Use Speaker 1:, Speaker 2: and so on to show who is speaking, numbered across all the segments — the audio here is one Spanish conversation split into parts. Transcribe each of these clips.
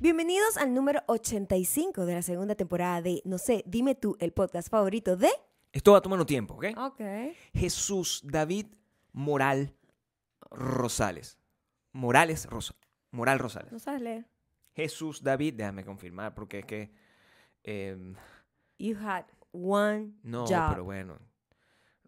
Speaker 1: Bienvenidos al número 85 de la segunda temporada de No sé, dime tú, el podcast favorito de.
Speaker 2: Esto va tomando tiempo, ¿ok?
Speaker 1: Ok.
Speaker 2: Jesús David Moral Rosales. Morales Rosa. Moral Rosales.
Speaker 1: No sabes leer.
Speaker 2: Jesús David, déjame confirmar, porque es que. em,
Speaker 1: You had one
Speaker 2: no,
Speaker 1: job.
Speaker 2: pero bueno.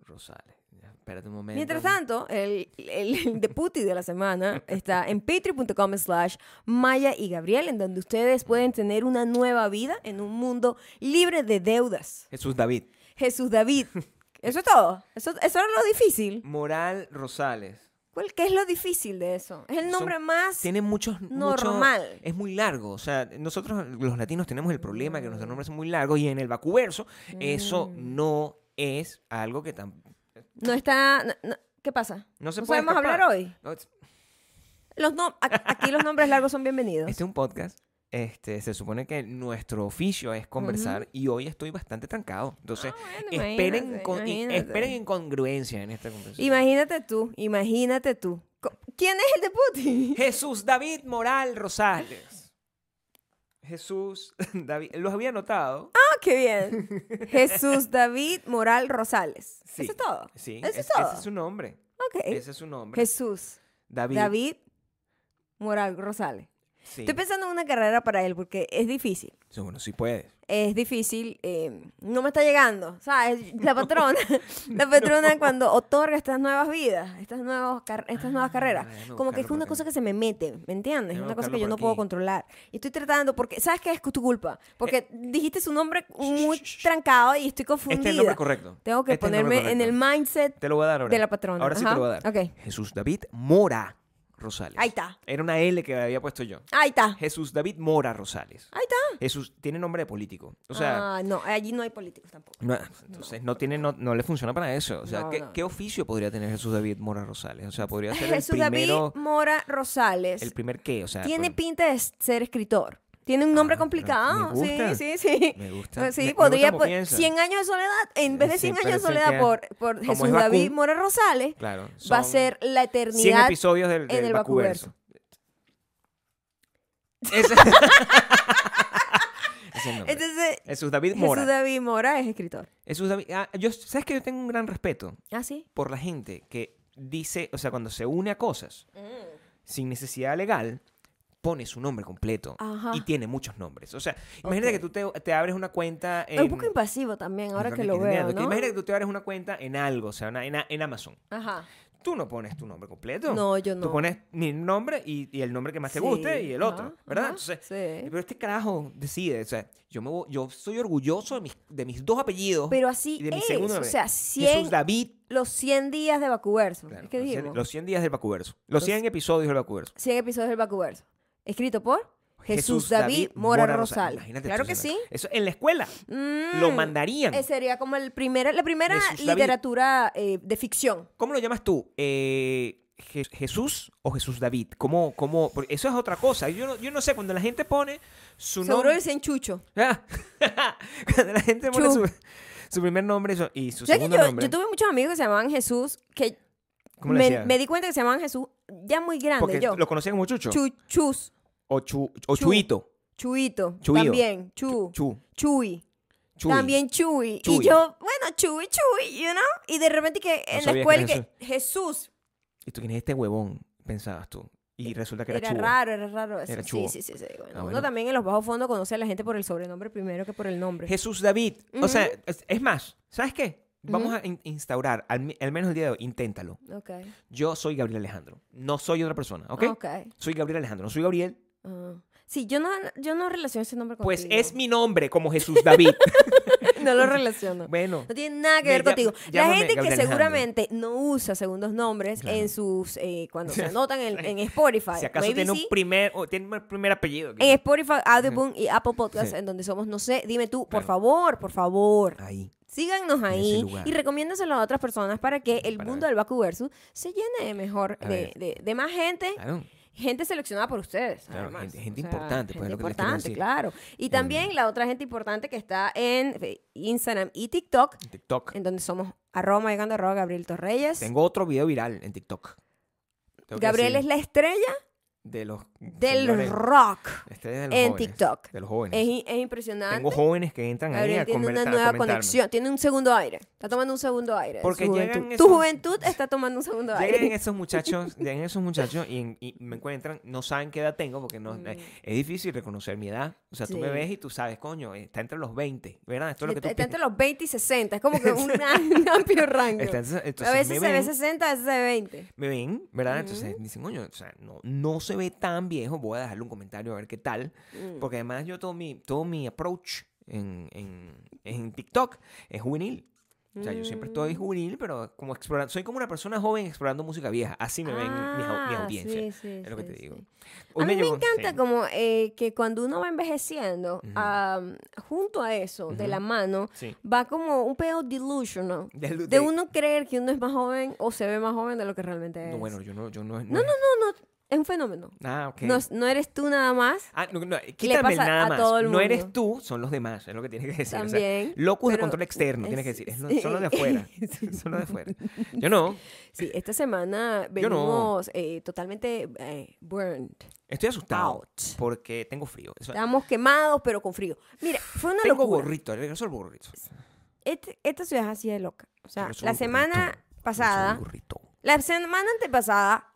Speaker 2: Rosales. Ya, Espérate un momento.
Speaker 1: Mientras tanto, el, el, el deputy de la semana está en patreon.com slash Maya y Gabriel, en donde ustedes pueden tener una nueva vida en un mundo libre de deudas.
Speaker 2: Jesús David.
Speaker 1: Jesús David. Eso es todo. Eso, eso era lo difícil.
Speaker 2: Moral Rosales.
Speaker 1: ¿Cuál, ¿Qué es lo difícil de eso? Es el
Speaker 2: Son-
Speaker 1: nombre más...
Speaker 2: Tiene muchos. muchos-
Speaker 1: Normal.
Speaker 2: es muy largo. O sea, nosotros los latinos tenemos el problema que nuestros nombres son muy largos y en el vacuverso eso
Speaker 1: Mm.
Speaker 2: no es algo que tan.
Speaker 1: No está... no- no- ¿Qué pasa?
Speaker 2: No se
Speaker 1: ¿No
Speaker 2: puede
Speaker 1: sabemos
Speaker 2: escapar.
Speaker 1: hablar hoy?
Speaker 2: No, es-
Speaker 1: Los nom- a- aquí los nombres largos son bienvenidos.
Speaker 2: Este es un podcast. Este, se supone que nuestro oficio es conversar y hoy estoy bastante trancado. Entonces,
Speaker 1: bueno,
Speaker 2: esperen,
Speaker 1: Ah, imagínate,
Speaker 2: con- y-
Speaker 1: imagínate.
Speaker 2: esperen incongruencia en esta conversación.
Speaker 1: Imagínate tú, imagínate tú. Co- ¿Quién es el deputy?
Speaker 2: Jesús David Moral Rosales. Jesús David, los había notado.
Speaker 1: Ah, qué bien. Jesús David Moral Rosales.
Speaker 2: Sí.
Speaker 1: Eso es todo.
Speaker 2: Sí,
Speaker 1: Eso es
Speaker 2: es-
Speaker 1: todo.
Speaker 2: ese es su nombre.
Speaker 1: Ok.
Speaker 2: Ese es su nombre.
Speaker 1: Jesús
Speaker 2: David.
Speaker 1: David Moral Rosales.
Speaker 2: Sí.
Speaker 1: Estoy pensando en una carrera para él porque es difícil.
Speaker 2: Sí, Bueno, sí puedes.
Speaker 1: Es difícil, eh, no me está llegando, ¿sabes? La patrona, la patrona cuando otorga estas nuevas vidas, estas, nuevas car- estas
Speaker 2: Ah.
Speaker 1: nuevas carreras,
Speaker 2: déjame
Speaker 1: como que es
Speaker 2: buscarlo
Speaker 1: una
Speaker 2: por
Speaker 1: cosa que se me mete, ¿me entiendes? Es
Speaker 2: Déjame
Speaker 1: una cosa que
Speaker 2: buscarlo
Speaker 1: yo
Speaker 2: por
Speaker 1: no puedo
Speaker 2: aquí. Eh,
Speaker 1: controlar. Y estoy tratando, porque, ¿sabes qué es tu culpa? Porque dijiste su nombre muy
Speaker 2: sh, sh, sh.
Speaker 1: trancado y estoy
Speaker 2: Este
Speaker 1: confundida.
Speaker 2: es el nombre correcto.
Speaker 1: Tengo que
Speaker 2: Este es el nombre
Speaker 1: ponerme en el
Speaker 2: correcto.
Speaker 1: mindset
Speaker 2: Te lo voy a dar ahora.
Speaker 1: de la patrona.
Speaker 2: Ahora sí te
Speaker 1: Ajá.
Speaker 2: lo voy a dar.
Speaker 1: Ok.
Speaker 2: Jesús David Mora Rosales.
Speaker 1: Ahí está.
Speaker 2: Era una L que había puesto yo.
Speaker 1: Ahí está.
Speaker 2: Jesús David Mora Rosales.
Speaker 1: Ahí está.
Speaker 2: Jesús tiene nombre de político. O sea,
Speaker 1: Ah, no, allí no hay políticos tampoco.
Speaker 2: no- entonces no, tiene, no, no le funciona para eso. O sea,
Speaker 1: No,
Speaker 2: ¿qué,
Speaker 1: no,
Speaker 2: qué oficio podría tener Jesús David Mora Rosales? O sea, podría ser el
Speaker 1: Jesús
Speaker 2: primero.
Speaker 1: David Mora Rosales.
Speaker 2: El primer qué, o sea.
Speaker 1: Tiene
Speaker 2: pues,
Speaker 1: pinta de ser escritor. Tiene un nombre
Speaker 2: Ah, pero
Speaker 1: complicado.
Speaker 2: me gusta.
Speaker 1: Sí, sí, sí.
Speaker 2: Me gusta.
Speaker 1: Sí,
Speaker 2: Me- me
Speaker 1: podría.
Speaker 2: gusta cómo
Speaker 1: po-
Speaker 2: piensa. Eh,
Speaker 1: 100 años de soledad. En vez de
Speaker 2: Sí,
Speaker 1: 100
Speaker 2: pero
Speaker 1: años de
Speaker 2: eso
Speaker 1: soledad
Speaker 2: queda-
Speaker 1: por, por
Speaker 2: como es
Speaker 1: Jesús David
Speaker 2: vacún,
Speaker 1: Mora Rosales,
Speaker 2: Claro.
Speaker 1: va a
Speaker 2: son
Speaker 1: ser la
Speaker 2: 100
Speaker 1: eternidad.
Speaker 2: episodios del,
Speaker 1: en
Speaker 2: del
Speaker 1: el
Speaker 2: Vacuverso. Ese- Ese es el nombre.
Speaker 1: Entonces,
Speaker 2: Jesús Eh, David Mora.
Speaker 1: Jesús David Mora es escritor.
Speaker 2: Jesús David. ah, yo, ¿Sabes que yo tengo un gran respeto
Speaker 1: Ah, sí.
Speaker 2: por la gente que dice, o sea, cuando se une a cosas
Speaker 1: Mm.
Speaker 2: sin necesidad legal, pone su nombre completo
Speaker 1: Ajá.
Speaker 2: y tiene muchos nombres. O sea, imagínate
Speaker 1: Ok.
Speaker 2: que tú te, te abres una cuenta en...
Speaker 1: Es un poco impasivo también, ahora que lo veo.
Speaker 2: Imagínate que-
Speaker 1: ¿no?
Speaker 2: Imagínate que tú te abres una cuenta en algo, o sea, una- en, a- en Amazon.
Speaker 1: Ajá.
Speaker 2: Tú no pones tu nombre completo.
Speaker 1: No, yo no.
Speaker 2: Tú pones mi nombre y, y el nombre que más te
Speaker 1: Sí,
Speaker 2: guste y el otro,
Speaker 1: ajá,
Speaker 2: ¿verdad?
Speaker 1: ajá,
Speaker 2: Entonces,
Speaker 1: sí.
Speaker 2: pero este carajo decide, o sea, yo, me, voy- yo soy orgulloso de mis, de mis dos apellidos.
Speaker 1: Pero así
Speaker 2: Oh, y de mi
Speaker 1: es.
Speaker 2: segundo
Speaker 1: o
Speaker 2: nombre.
Speaker 1: sea, 100
Speaker 2: Jesús David
Speaker 1: los 100 días de Vacuverso.
Speaker 2: Claro,
Speaker 1: ¿Qué
Speaker 2: los,
Speaker 1: dijimos?
Speaker 2: 100, los 100 días del Vacuverso. Los
Speaker 1: Los-
Speaker 2: 100 episodios del Vacuverso.
Speaker 1: 100 episodios del Vacuverso. Escrito por Jesús, David, Mora, Rosales.
Speaker 2: Imagínate
Speaker 1: claro
Speaker 2: tú,
Speaker 1: que
Speaker 2: o sea,
Speaker 1: sí.
Speaker 2: Eso en la escuela.
Speaker 1: Mm,
Speaker 2: Lo mandarían.
Speaker 1: eh, sería como el primera, la primera
Speaker 2: Jesús David.
Speaker 1: literatura eh, de ficción.
Speaker 2: ¿Cómo lo llamas tú? Eh, Je- ¿Jesús o Jesús David? ¿Cómo, cómo? Porque eso es otra cosa. Yo no, yo no sé, cuando la gente pone su
Speaker 1: Seguro
Speaker 2: nombre...
Speaker 1: dicen Chucho.
Speaker 2: Ah, cuando la gente pone
Speaker 1: Chu.
Speaker 2: su, su primer nombre y su- y su
Speaker 1: O sea, que
Speaker 2: segundo
Speaker 1: yo,
Speaker 2: nombre.
Speaker 1: yo tuve muchos amigos que se llamaban Jesús, que
Speaker 2: ¿Cómo le
Speaker 1: me,
Speaker 2: decían?
Speaker 1: me di cuenta que se llamaban Jesús ya muy grande
Speaker 2: Porque
Speaker 1: yo.
Speaker 2: lo conocían como Chucho.
Speaker 1: Chu- chus,
Speaker 2: o Chu- o
Speaker 1: Chu.
Speaker 2: Chuito.
Speaker 1: Chuito,
Speaker 2: Chuyo.
Speaker 1: también, Chu,
Speaker 2: Chu.
Speaker 1: Chuy,
Speaker 2: Chuy.
Speaker 1: también Chuy.
Speaker 2: Chuy.
Speaker 1: Y yo, bueno, Chuy, Chuy, you know. Y de repente que en la
Speaker 2: sabía que
Speaker 1: escuela
Speaker 2: era
Speaker 1: que Jesús,
Speaker 2: ¿Y tú quién es este huevón? Pensabas tú. Y resulta que
Speaker 1: Era,
Speaker 2: era, Chu.
Speaker 1: raro, era raro. eso.
Speaker 2: Era
Speaker 1: sí,
Speaker 2: chubo.
Speaker 1: sí, sí, sí, bueno,
Speaker 2: Ah,
Speaker 1: Uno
Speaker 2: bueno.
Speaker 1: también en los bajos fondos conoce a la gente por el sobrenombre primero que por el nombre.
Speaker 2: Jesús David. O sea, es, es más, ¿sabes qué? Vamos a in- instaurar, al, mi- al menos el día de hoy, inténtalo.
Speaker 1: ok.
Speaker 2: Yo soy Gabriel Alejandro. No soy otra persona, ¿ok?
Speaker 1: Ok.
Speaker 2: Soy Gabriel Alejandro, no soy Gabriel.
Speaker 1: Ah. Sí, yo no, yo no relaciono ese nombre
Speaker 2: Pues
Speaker 1: contigo.
Speaker 2: es mi nombre como Jesús David.
Speaker 1: no lo relaciono.
Speaker 2: bueno,
Speaker 1: No tiene nada que ver
Speaker 2: Me llam-
Speaker 1: contigo. La
Speaker 2: llámame
Speaker 1: gente que
Speaker 2: Gabriel Alejandro.
Speaker 1: seguramente no usa segundos nombres
Speaker 2: Claro.
Speaker 1: en sus eh, cuando se anotan en, en Spotify.
Speaker 2: si acaso
Speaker 1: Maybe
Speaker 2: tiene
Speaker 1: sí.
Speaker 2: un primer, o tiene un primer apellido.
Speaker 1: en Spotify, Audioboom y Apple Podcast,
Speaker 2: Sí.
Speaker 1: en donde somos, no sé, dime tú, por
Speaker 2: Claro.
Speaker 1: favor, por favor.
Speaker 2: Ahí.
Speaker 1: Síganos
Speaker 2: ese
Speaker 1: ahí
Speaker 2: lugar.
Speaker 1: y recomiéndenselo a otras personas para que el
Speaker 2: Para
Speaker 1: mundo del Vacuverso se llene de mejor,
Speaker 2: A
Speaker 1: de,
Speaker 2: ver.
Speaker 1: de- de más gente,
Speaker 2: Claro.
Speaker 1: gente seleccionada por ustedes.
Speaker 2: Claro,
Speaker 1: además.
Speaker 2: gente- gente importante,
Speaker 1: gente
Speaker 2: pues, es lo que les quiero
Speaker 1: importante,
Speaker 2: decir. Eh,
Speaker 1: claro. Y también la otra gente importante que está en Fe- Instagram y TikTok,
Speaker 2: En TikTok.
Speaker 1: en donde somos arroba llegando arroba Gabriel Torreyes.
Speaker 2: Tengo otro video viral en TikTok. Tengo que
Speaker 1: Gabriel
Speaker 2: decir,
Speaker 1: es la estrella
Speaker 2: de los
Speaker 1: del
Speaker 2: señores,
Speaker 1: rock
Speaker 2: este es de los
Speaker 1: en
Speaker 2: jóvenes,
Speaker 1: TikTok.
Speaker 2: De los
Speaker 1: Es,
Speaker 2: jóvenes.
Speaker 1: i- es impresionante.
Speaker 2: Tengo jóvenes que entran ahí
Speaker 1: Gabriel
Speaker 2: a,
Speaker 1: tiene
Speaker 2: conversar,
Speaker 1: una
Speaker 2: a
Speaker 1: nueva
Speaker 2: comentarme.
Speaker 1: conexión, tiene un segundo aire. Está tomando un segundo aire.
Speaker 2: Porque
Speaker 1: su
Speaker 2: llegan
Speaker 1: juventud.
Speaker 2: esos-
Speaker 1: Tu juventud está tomando un segundo
Speaker 2: Llegan
Speaker 1: aire.
Speaker 2: esos muchachos, llegan esos muchachos y, en- y me encuentran, no saben qué edad tengo porque no, eh, es difícil reconocer mi edad. O sea, tú me
Speaker 1: Mm. Sí.
Speaker 2: ves y tú sabes, coño, está entre los 20, ¿verdad? Esto es lo que tú
Speaker 1: Está está
Speaker 2: piensas.
Speaker 1: entre los 20 y 60, es como que un, un amplio rango.
Speaker 2: Está- entonces-
Speaker 1: a
Speaker 2: entonces
Speaker 1: veces
Speaker 2: me
Speaker 1: se ve
Speaker 2: ven.
Speaker 1: 60, a veces se ve 20.
Speaker 2: me ven, ¿verdad? Entonces dicen, coño, o sea, no, no se ve tan viejo, voy a dejarle un comentario a ver qué tal,
Speaker 1: Mm.
Speaker 2: porque además yo todo mi, todo mi approach en, en, en TikTok es juvenil. O sea, yo siempre
Speaker 1: Mm.
Speaker 2: estoy juvenil, pero como explorando, soy como una persona joven explorando música vieja. Así me ven mis, au- mis
Speaker 1: Ah,
Speaker 2: audiencias.
Speaker 1: sí, sí,
Speaker 2: es lo que
Speaker 1: sí,
Speaker 2: te
Speaker 1: sí.
Speaker 2: digo.
Speaker 1: A
Speaker 2: Hoy
Speaker 1: mí me
Speaker 2: llegó-
Speaker 1: encanta
Speaker 2: sí.
Speaker 1: como eh, que cuando uno va envejeciendo, am, junto a eso, de la mano,
Speaker 2: Sí.
Speaker 1: va como un pedo delusional.
Speaker 2: Del-
Speaker 1: De,
Speaker 2: de-
Speaker 1: uno creer que uno es más joven o se ve más joven de lo que realmente es.
Speaker 2: No, bueno, yo no. Yo no,
Speaker 1: pues. no, no, no, no, es un fenómeno.
Speaker 2: Ah, ok.
Speaker 1: No, no eres tú nada más.
Speaker 2: Ah, no, no, quítame el
Speaker 1: pasa
Speaker 2: nada
Speaker 1: a
Speaker 2: más.
Speaker 1: todo el
Speaker 2: No eres
Speaker 1: mundo.
Speaker 2: tú, son los demás, es lo que tienes que decir. o sea,
Speaker 1: También,
Speaker 2: locus de
Speaker 1: pero
Speaker 2: control externo, tienes que
Speaker 1: es-
Speaker 2: decir. es lo-
Speaker 1: sí.
Speaker 2: son los de afuera. son los de afuera. Yo no,
Speaker 1: Sí, esta semana
Speaker 2: Yo no.
Speaker 1: venimos eh, totalmente eh, burned.
Speaker 2: estoy asustado
Speaker 1: Out.
Speaker 2: porque tengo frío. O sea,
Speaker 1: Estábamos quemados, pero con frío. Mira, fue una
Speaker 2: tengo
Speaker 1: locura.
Speaker 2: gorrito, le regreso el gorrito.
Speaker 1: Este- esta ciudad es así de loca. O sea,
Speaker 2: Regreso
Speaker 1: la
Speaker 2: el
Speaker 1: semana
Speaker 2: gorrito, regreso el
Speaker 1: pasada,
Speaker 2: Gorrito,
Speaker 1: la semana antepasada,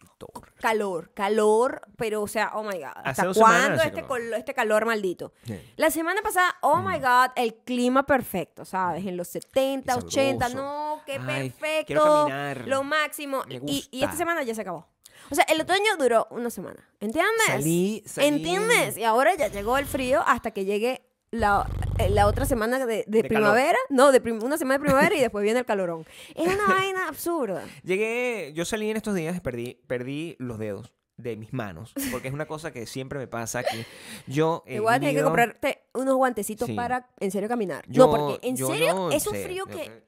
Speaker 2: gorrito, gorrito.
Speaker 1: calor, calor, pero o sea, oh my god,
Speaker 2: Hace
Speaker 1: ¿hasta
Speaker 2: dos semanas
Speaker 1: cuándo
Speaker 2: hace
Speaker 1: este,
Speaker 2: calor.
Speaker 1: colo- este calor maldito?
Speaker 2: Sí. Mm.
Speaker 1: La semana pasada, oh my god, el clima perfecto, ¿sabes? En los 70,
Speaker 2: Qué
Speaker 1: 80,
Speaker 2: sabroso.
Speaker 1: no, qué
Speaker 2: Ay,
Speaker 1: perfecto.
Speaker 2: quiero caminar.
Speaker 1: Lo máximo.
Speaker 2: Me
Speaker 1: Y, y esta
Speaker 2: gusta.
Speaker 1: semana ya se acabó. O sea, el otoño duró una semana, ¿entiendes?
Speaker 2: Salí- salí-
Speaker 1: ¿Entiendes? Y ahora ya llegó el frío hasta que llegue la, eh, la otra semana de, de
Speaker 2: calor.
Speaker 1: primavera. No, de prim- una semana de primavera y después viene el calorón. Es una vaina absurda.
Speaker 2: Llegué, yo salí en estos días y perdí, perdí los dedos de mis manos, porque es una cosa que siempre me pasa que yo he
Speaker 1: Te voy a tener que
Speaker 2: vivido-
Speaker 1: comprarte unos guantecitos
Speaker 2: eh, Sí.
Speaker 1: para en serio caminar.
Speaker 2: Yo-
Speaker 1: no, porque en
Speaker 2: yo
Speaker 1: serio
Speaker 2: no, en
Speaker 1: es un frío
Speaker 2: serio, no,
Speaker 1: que...
Speaker 2: eh,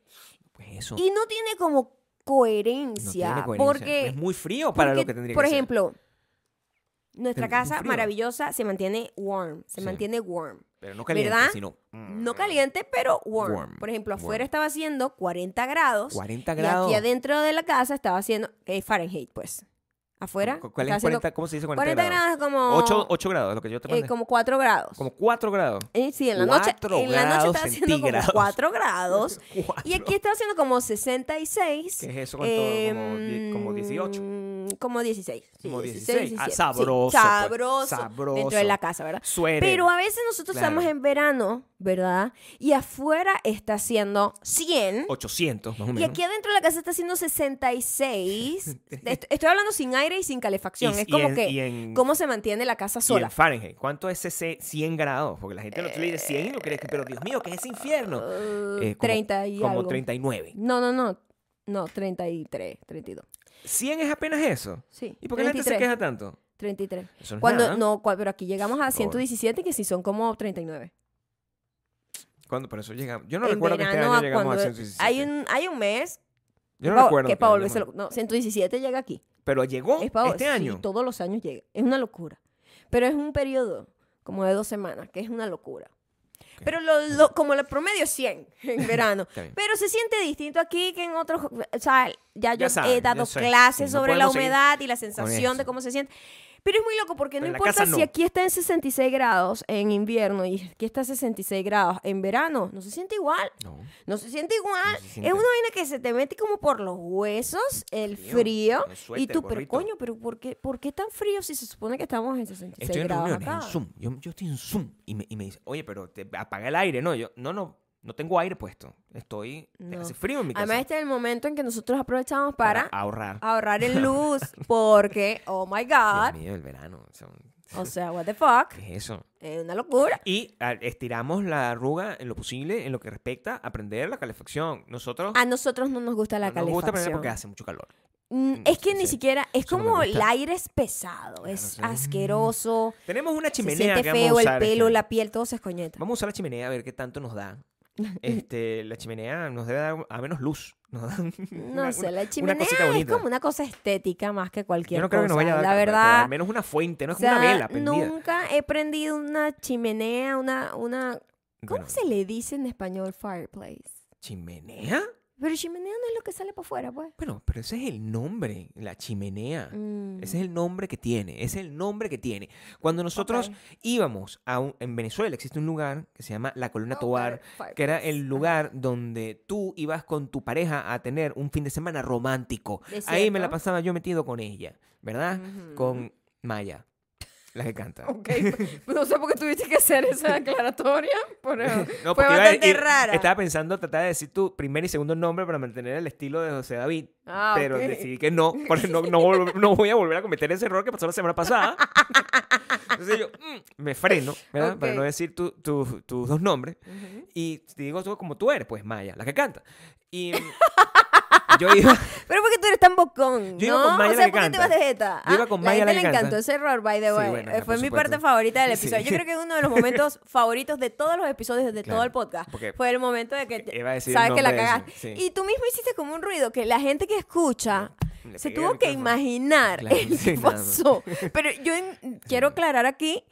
Speaker 2: pues eso.
Speaker 1: Y no tiene como
Speaker 2: No
Speaker 1: coherencia.
Speaker 2: tiene coherencia. pues,
Speaker 1: Porque,
Speaker 2: es muy frío para lo
Speaker 1: porque,
Speaker 2: que tendría
Speaker 1: por
Speaker 2: que ser.
Speaker 1: ejemplo, nuestra
Speaker 2: Ten-
Speaker 1: casa
Speaker 2: frío.
Speaker 1: maravillosa se mantiene warm. Se
Speaker 2: Sí.
Speaker 1: mantiene warm.
Speaker 2: pero no caliente,
Speaker 1: ¿verdad?
Speaker 2: sino mm,
Speaker 1: No caliente, pero warm.
Speaker 2: Warm,
Speaker 1: Por ejemplo, afuera
Speaker 2: warm.
Speaker 1: estaba haciendo 40 grados.
Speaker 2: 40
Speaker 1: Y
Speaker 2: grados.
Speaker 1: aquí adentro de la casa estaba haciendo eh, Fahrenheit, pues. Afuera.
Speaker 2: ¿Cu- cuál es
Speaker 1: estaba haciendo
Speaker 2: 40? ¿Cómo se dice 40,
Speaker 1: 40 grados como,
Speaker 2: 8, grados, lo que yo te
Speaker 1: eh,
Speaker 2: mandé.
Speaker 1: como 4 grados.
Speaker 2: como 4 grados.
Speaker 1: Eh, sí, en la noche.
Speaker 2: Cuatro
Speaker 1: En la noche
Speaker 2: grados
Speaker 1: estaba haciendo como
Speaker 2: centígrados.
Speaker 1: 4 grados. Y aquí
Speaker 2: Cuatro.
Speaker 1: está haciendo como 66.
Speaker 2: ¿Qué es eso? ¿Cuánto? Como die- como 18.
Speaker 1: mm, em, Como 16. sí,
Speaker 2: Como
Speaker 1: 16,
Speaker 2: 16. Ah,
Speaker 1: 17, sí.
Speaker 2: sabroso, pues,
Speaker 1: sabroso.
Speaker 2: sabroso.
Speaker 1: Dentro de la casa, ¿verdad?
Speaker 2: Suéter.
Speaker 1: Pero a veces nosotros
Speaker 2: Claro.
Speaker 1: estamos en verano, ¿verdad? Y afuera está haciendo 100.
Speaker 2: 800 más o
Speaker 1: Y
Speaker 2: menos.
Speaker 1: aquí adentro de la casa está haciendo 66. Est- Estoy hablando sin aire y sin calefacción.
Speaker 2: Y-
Speaker 1: es
Speaker 2: y
Speaker 1: como
Speaker 2: en-
Speaker 1: que
Speaker 2: y en-
Speaker 1: cómo se mantiene la casa
Speaker 2: Y
Speaker 1: sola.
Speaker 2: en Fahrenheit, ¿cuánto es ese 100 grados? Porque la gente no te le dice 100 y no crees que, pero Dios mío, ¿qué es ese infierno? Eh, como,
Speaker 1: 30 y
Speaker 2: como
Speaker 1: algo.
Speaker 2: 39.
Speaker 1: No, no, no. No, 33, 32.
Speaker 2: 100 es apenas eso.
Speaker 1: Sí.
Speaker 2: ¿Y por qué la gente se
Speaker 1: 33.
Speaker 2: queja tanto?
Speaker 1: 33.
Speaker 2: Eso no es
Speaker 1: Cuando,
Speaker 2: nada.
Speaker 1: no, cua- pero aquí llegamos a
Speaker 2: Por favor.
Speaker 1: 117 que sí son como 39.
Speaker 2: Cuando, por eso llegamos. Yo no
Speaker 1: En
Speaker 2: recuerdo que este
Speaker 1: verano,
Speaker 2: año
Speaker 1: a
Speaker 2: llegamos a
Speaker 1: cuando-
Speaker 2: 117.
Speaker 1: Hay un, hay un mes
Speaker 2: Yo no
Speaker 1: pa-
Speaker 2: recuerdo. este
Speaker 1: que
Speaker 2: que
Speaker 1: para
Speaker 2: llegamos.
Speaker 1: volverse loco. No, 117 llega aquí.
Speaker 2: Pero llegó
Speaker 1: Es pa-
Speaker 2: este
Speaker 1: sí,
Speaker 2: año.
Speaker 1: todos los años llega. Es una locura. Pero es un periodo como de dos semanas, que es una locura. Pero lo, lo- como el promedio es 100 en verano.
Speaker 2: bien.
Speaker 1: Pero se siente distinto aquí que en otros... O sea, ya yo
Speaker 2: Ya saben,
Speaker 1: he
Speaker 2: ya
Speaker 1: dado
Speaker 2: sé.
Speaker 1: clases
Speaker 2: Sí, no
Speaker 1: sobre la
Speaker 2: podemos seguir
Speaker 1: humedad y la sensación
Speaker 2: eso.
Speaker 1: de cómo se siente. Pero es muy loco porque no
Speaker 2: Pero en la
Speaker 1: importa
Speaker 2: casa no.
Speaker 1: si aquí está en 66 grados en invierno y aquí está 66 grados en verano, no se siente igual.
Speaker 2: No.
Speaker 1: No se siente igual.
Speaker 2: No se siente.
Speaker 1: Es una vaina que se te mete como por los huesos, el
Speaker 2: Frío.
Speaker 1: frío.
Speaker 2: Un
Speaker 1: y
Speaker 2: suéter,
Speaker 1: tú, pero
Speaker 2: gorrito.
Speaker 1: coño, pero ¿por qué, ¿por qué tan frío si se supone que estamos en 66
Speaker 2: Estoy en
Speaker 1: grados
Speaker 2: reuniones,
Speaker 1: acá?
Speaker 2: en Zoom. Yo, yo estoy en Zoom. Y me, y me dice, oye, pero te apaga el aire. No, yo, no, no. No tengo aire puesto. Estoy.
Speaker 1: No.
Speaker 2: Hace frío en mi casa.
Speaker 1: Además, este es el momento en que nosotros aprovechamos para,
Speaker 2: ahorrar.
Speaker 1: ahorrar en luz porque, oh my
Speaker 2: Dios
Speaker 1: God,
Speaker 2: mío, el verano. o sea, un-
Speaker 1: o sea, what the fuck,
Speaker 2: ¿Qué es eso?
Speaker 1: es una locura.
Speaker 2: Y a- estiramos la arruga en lo posible en lo que respecta a prender la calefacción. Nosotros
Speaker 1: A nosotros no nos gusta Ah, la
Speaker 2: no nos gusta prender
Speaker 1: calefacción.
Speaker 2: porque hace mucho calor.
Speaker 1: Mm, es que
Speaker 2: Sí,
Speaker 1: ni
Speaker 2: sí.
Speaker 1: siquiera, es
Speaker 2: Eso no me
Speaker 1: como el
Speaker 2: gusta.
Speaker 1: aire es pesado, es
Speaker 2: sí.
Speaker 1: asqueroso,
Speaker 2: Tenemos una
Speaker 1: se
Speaker 2: chimenea
Speaker 1: siente
Speaker 2: que
Speaker 1: feo
Speaker 2: vamos a
Speaker 1: el
Speaker 2: usar este
Speaker 1: pelo,
Speaker 2: año.
Speaker 1: la piel, todo se escoñeta.
Speaker 2: Vamos a usar la chimenea a ver qué tanto nos da. Este, la chimenea nos debe dar a menos luz. Nos dan
Speaker 1: No
Speaker 2: una-
Speaker 1: sé,
Speaker 2: una-
Speaker 1: la
Speaker 2: una
Speaker 1: chimenea
Speaker 2: cosita
Speaker 1: es
Speaker 2: bonita.
Speaker 1: como una cosa estética más que cualquier
Speaker 2: Yo no
Speaker 1: cosa.
Speaker 2: creo que nos vaya a dar
Speaker 1: la
Speaker 2: calor, pero
Speaker 1: verdad,
Speaker 2: al menos una fuente, no es
Speaker 1: o
Speaker 2: como una
Speaker 1: sea,
Speaker 2: vela prendida.
Speaker 1: nunca he prendido una chimenea, una, una, ¿cómo
Speaker 2: Bueno,
Speaker 1: se le dice en español fireplace?
Speaker 2: ¿Chimenea?
Speaker 1: Pero chimenea no es lo que sale para afuera, pues.
Speaker 2: Bueno, pero ese es el nombre, la chimenea.
Speaker 1: Mm.
Speaker 2: Ah, Ese es el nombre que tiene, ese es el nombre que tiene. Cuando nosotros
Speaker 1: Ok.
Speaker 2: íbamos a un- en Venezuela existe un lugar que se llama La Columna
Speaker 1: Oh,
Speaker 2: Tobar,
Speaker 1: fire-
Speaker 2: que era el lugar donde tú ibas con tu pareja a tener un fin de semana romántico.
Speaker 1: Es
Speaker 2: Ahí me la
Speaker 1: cierto. Mm.
Speaker 2: pasaba yo metido con ella, ¿verdad?
Speaker 1: Ujú.
Speaker 2: Con Maya, la que canta.
Speaker 1: Ok, pues, no sé por qué tuviste que hacer esa aclaratoria, pero fue
Speaker 2: No, porque iba a
Speaker 1: bastante
Speaker 2: ir-
Speaker 1: rara.
Speaker 2: Estaba pensando tratar de decir tu primer y segundo nombre para mantener el estilo de José David.
Speaker 1: Ah,
Speaker 2: pero
Speaker 1: ok.
Speaker 2: decidí que no, porque no, no, vol- no voy a volver a cometer ese error que pasó la semana pasada. Entonces yo mm, me freno, ¿verdad? Para
Speaker 1: Ok.
Speaker 2: no decir tu- tu- tus dos nombres.
Speaker 1: Ujú.
Speaker 2: Y te digo tú como tú eres, pues Maya, la que canta. Y mm, yo iba,
Speaker 1: Pero porque tú eres tan bocón,
Speaker 2: Yo iba
Speaker 1: ¿no?
Speaker 2: con Maya
Speaker 1: o sea,
Speaker 2: la que
Speaker 1: ¿por qué te vas
Speaker 2: canta.
Speaker 1: de jeta? Ah,
Speaker 2: Yo iba con
Speaker 1: la
Speaker 2: Maya la
Speaker 1: gente
Speaker 2: que
Speaker 1: le encantó
Speaker 2: canta.
Speaker 1: ese error, by the
Speaker 2: Sí,
Speaker 1: way.
Speaker 2: bueno,
Speaker 1: Eh,
Speaker 2: por
Speaker 1: Fue mi
Speaker 2: supuesto.
Speaker 1: parte favorita del
Speaker 2: Sí.
Speaker 1: episodio. Yo creo que es uno de los momentos favoritos de todos los episodios de todo
Speaker 2: Claro,
Speaker 1: el podcast.
Speaker 2: porque
Speaker 1: Fue el momento de que te-
Speaker 2: iba a decir el
Speaker 1: sabes que la
Speaker 2: nombre de
Speaker 1: cagaste.
Speaker 2: ese, sí.
Speaker 1: Y tú mismo hiciste como un ruido que la gente que escucha
Speaker 2: Le- le
Speaker 1: se
Speaker 2: pegué
Speaker 1: tuvo
Speaker 2: al
Speaker 1: que
Speaker 2: micrófono.
Speaker 1: imaginar
Speaker 2: Claro,
Speaker 1: el
Speaker 2: sí,
Speaker 1: que
Speaker 2: nada más.
Speaker 1: pasó. Pero yo en- quiero aclarar aquí.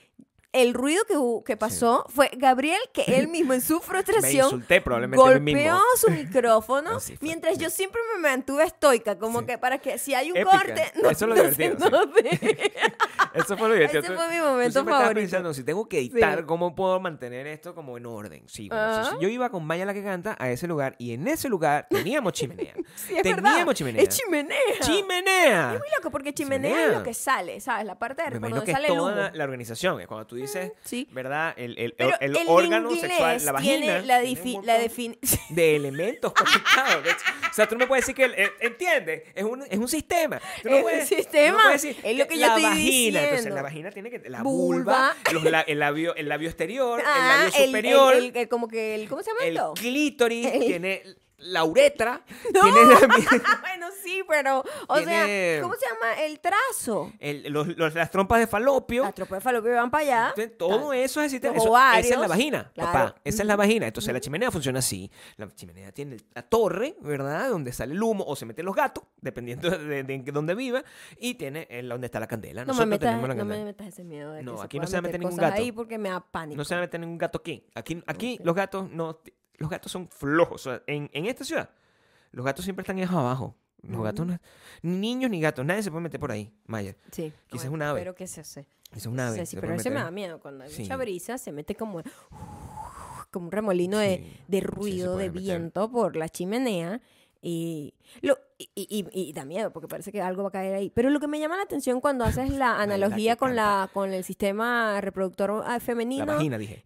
Speaker 1: El ruido que, hu- que pasó fue Gabriel que él mismo en su
Speaker 2: me
Speaker 1: frustración
Speaker 2: insulté probablemente a mí
Speaker 1: golpeó
Speaker 2: mismo.
Speaker 1: su micrófono
Speaker 2: Así fue,
Speaker 1: mientras
Speaker 2: sí.
Speaker 1: yo siempre me mantuve estoica, como
Speaker 2: Sí.
Speaker 1: que para que si hay un
Speaker 2: Épica.
Speaker 1: corte,
Speaker 2: Eso es lo
Speaker 1: se
Speaker 2: divertido, sí.
Speaker 1: note.
Speaker 2: Eso fue lo divertido.
Speaker 1: Ese
Speaker 2: Tú-
Speaker 1: fue mi
Speaker 2: tú
Speaker 1: momento
Speaker 2: siempre estabas
Speaker 1: favorito.
Speaker 2: pensando, si tengo que editar,
Speaker 1: Sí. Ah.
Speaker 2: ¿cómo puedo mantener esto como en orden? Sí, bueno,
Speaker 1: Ajá.
Speaker 2: entonces yo iba con Maya la que canta a ese lugar y en ese lugar teníamos chimenea.
Speaker 1: Sí, es
Speaker 2: teníamos
Speaker 1: verdad.
Speaker 2: chimenea.
Speaker 1: Es chimenea.
Speaker 2: ¡Chimenea!
Speaker 1: Muy loco, porque chimenea, es
Speaker 2: Chimenea.
Speaker 1: lo que sale, ¿sabes? La parte de
Speaker 2: Me
Speaker 1: por
Speaker 2: imagino
Speaker 1: donde
Speaker 2: que es
Speaker 1: sale el humo.
Speaker 2: toda la organización. que Cuando tú dices,
Speaker 1: sí.
Speaker 2: ¿verdad? El, el-
Speaker 1: Pero
Speaker 2: el
Speaker 1: el
Speaker 2: órgano
Speaker 1: inglés
Speaker 2: sexual, la vagina.
Speaker 1: tiene la,
Speaker 2: tiene un
Speaker 1: defi-
Speaker 2: montón
Speaker 1: la definición.
Speaker 2: de elementos conectados. de hecho. O sea, tú no me puedes decir que, el- eh, ¿entiendes? Es un, es un sistema. Tú no
Speaker 1: Es un
Speaker 2: puedes-
Speaker 1: sistema.
Speaker 2: tú no puedes decir
Speaker 1: Es lo que yo
Speaker 2: la
Speaker 1: estoy
Speaker 2: vagina. Entonces,
Speaker 1: diciendo.
Speaker 2: la vagina tiene que, la
Speaker 1: Vulva.
Speaker 2: vulva, los la- el, labio, el labio exterior, el
Speaker 1: Ah,
Speaker 2: labio superior,
Speaker 1: el- el- como que el. ¿Cómo se llama
Speaker 2: el,
Speaker 1: esto?
Speaker 2: clítoris,
Speaker 1: El-
Speaker 2: tiene la uretra,
Speaker 1: No.
Speaker 2: tiene también
Speaker 1: Ah, bueno, sí, pero. O sea,
Speaker 2: Tiene-
Speaker 1: ¿cómo se llama? El trazo.
Speaker 2: el- los- los- las trompas de falopio.
Speaker 1: Las tropas de falopio van para allá.
Speaker 2: Entonces, todo eso es existente.
Speaker 1: los
Speaker 2: Eso-
Speaker 1: ovarios,
Speaker 2: esa es la vagina,
Speaker 1: claro.
Speaker 2: papá. Esa es la vagina. Entonces la chimenea funciona así. La chimenea tiene la torre, ¿verdad? Donde sale el humo o se meten los gatos, dependiendo de, de en dónde viva. Y tiene el- donde está la candela.
Speaker 1: No
Speaker 2: Nosotros
Speaker 1: me, metas,
Speaker 2: tenemos la
Speaker 1: no me
Speaker 2: candela.
Speaker 1: metas ese miedo de que
Speaker 2: No,
Speaker 1: se
Speaker 2: aquí no
Speaker 1: puedan
Speaker 2: se va a meter ningún
Speaker 1: cosas
Speaker 2: gato.
Speaker 1: ahí porque me da pánico.
Speaker 2: No se va a meter ningún gato aquí. Aquí, aquí
Speaker 1: Ok.
Speaker 2: los gatos no. Los gatos son flojos. O sea, en, en esta ciudad, los gatos siempre están abajo. Los gatos no- Ni niños ni gatos. Nadie se puede meter por ahí, Mayer.
Speaker 1: Sí.
Speaker 2: Quizás un ave.
Speaker 1: Pero que se hace.
Speaker 2: Eso es
Speaker 1: O sea,
Speaker 2: una ave.
Speaker 1: sí,
Speaker 2: se
Speaker 1: pero
Speaker 2: puede
Speaker 1: ese me
Speaker 2: meter.
Speaker 1: da miedo. Cuando hay
Speaker 2: Sí.
Speaker 1: mucha brisa, se mete como, como un remolino de,
Speaker 2: Sí,
Speaker 1: de
Speaker 2: sí, se
Speaker 1: ruido, de
Speaker 2: puede meter.
Speaker 1: viento por la chimenea. Y, lo, y, y- y- y da miedo porque parece que algo va a caer ahí. Pero lo que me llama la atención cuando haces la analogía
Speaker 2: que
Speaker 1: con, la, con el sistema reproductor ah,
Speaker 2: La
Speaker 1: femenino
Speaker 2: vagina, dije.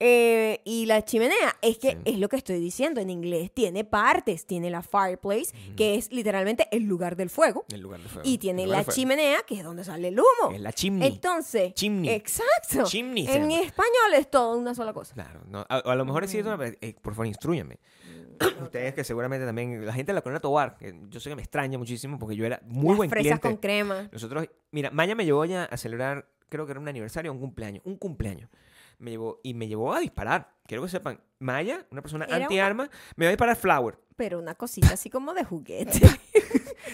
Speaker 1: Eh, y la chimenea, es que
Speaker 2: Sí.
Speaker 1: es lo que estoy diciendo en inglés, tiene partes, tiene la fireplace, que es literalmente el lugar del fuego,
Speaker 2: El lugar de fuego.
Speaker 1: y tiene
Speaker 2: El lugar
Speaker 1: la
Speaker 2: de fuego.
Speaker 1: chimenea, que es donde sale el humo.
Speaker 2: Es la chimney.
Speaker 1: Entonces,
Speaker 2: Chimney.
Speaker 1: exacto.
Speaker 2: Chimney se
Speaker 1: en
Speaker 2: llama.
Speaker 1: español es Mm. todo una sola cosa.
Speaker 2: Claro, no, a, a lo mejor es una eh, por favor, instrúyame.
Speaker 1: Mm,
Speaker 2: Ustedes que seguramente también, la gente de la Corona Tobar, que yo sé que me extraña muchísimo porque yo era muy
Speaker 1: Las
Speaker 2: buen
Speaker 1: fresas
Speaker 2: cliente.
Speaker 1: con crema.
Speaker 2: Nosotros, mira, Maya me llevó ya a celebrar, creo que era un aniversario o un cumpleaños, un cumpleaños. Me llevó y me llevó a disparar. Quiero que sepan, Maya, una persona
Speaker 1: Era una-
Speaker 2: anti-arma, me va a disparar flower.
Speaker 1: Pero una cosita así como de juguete.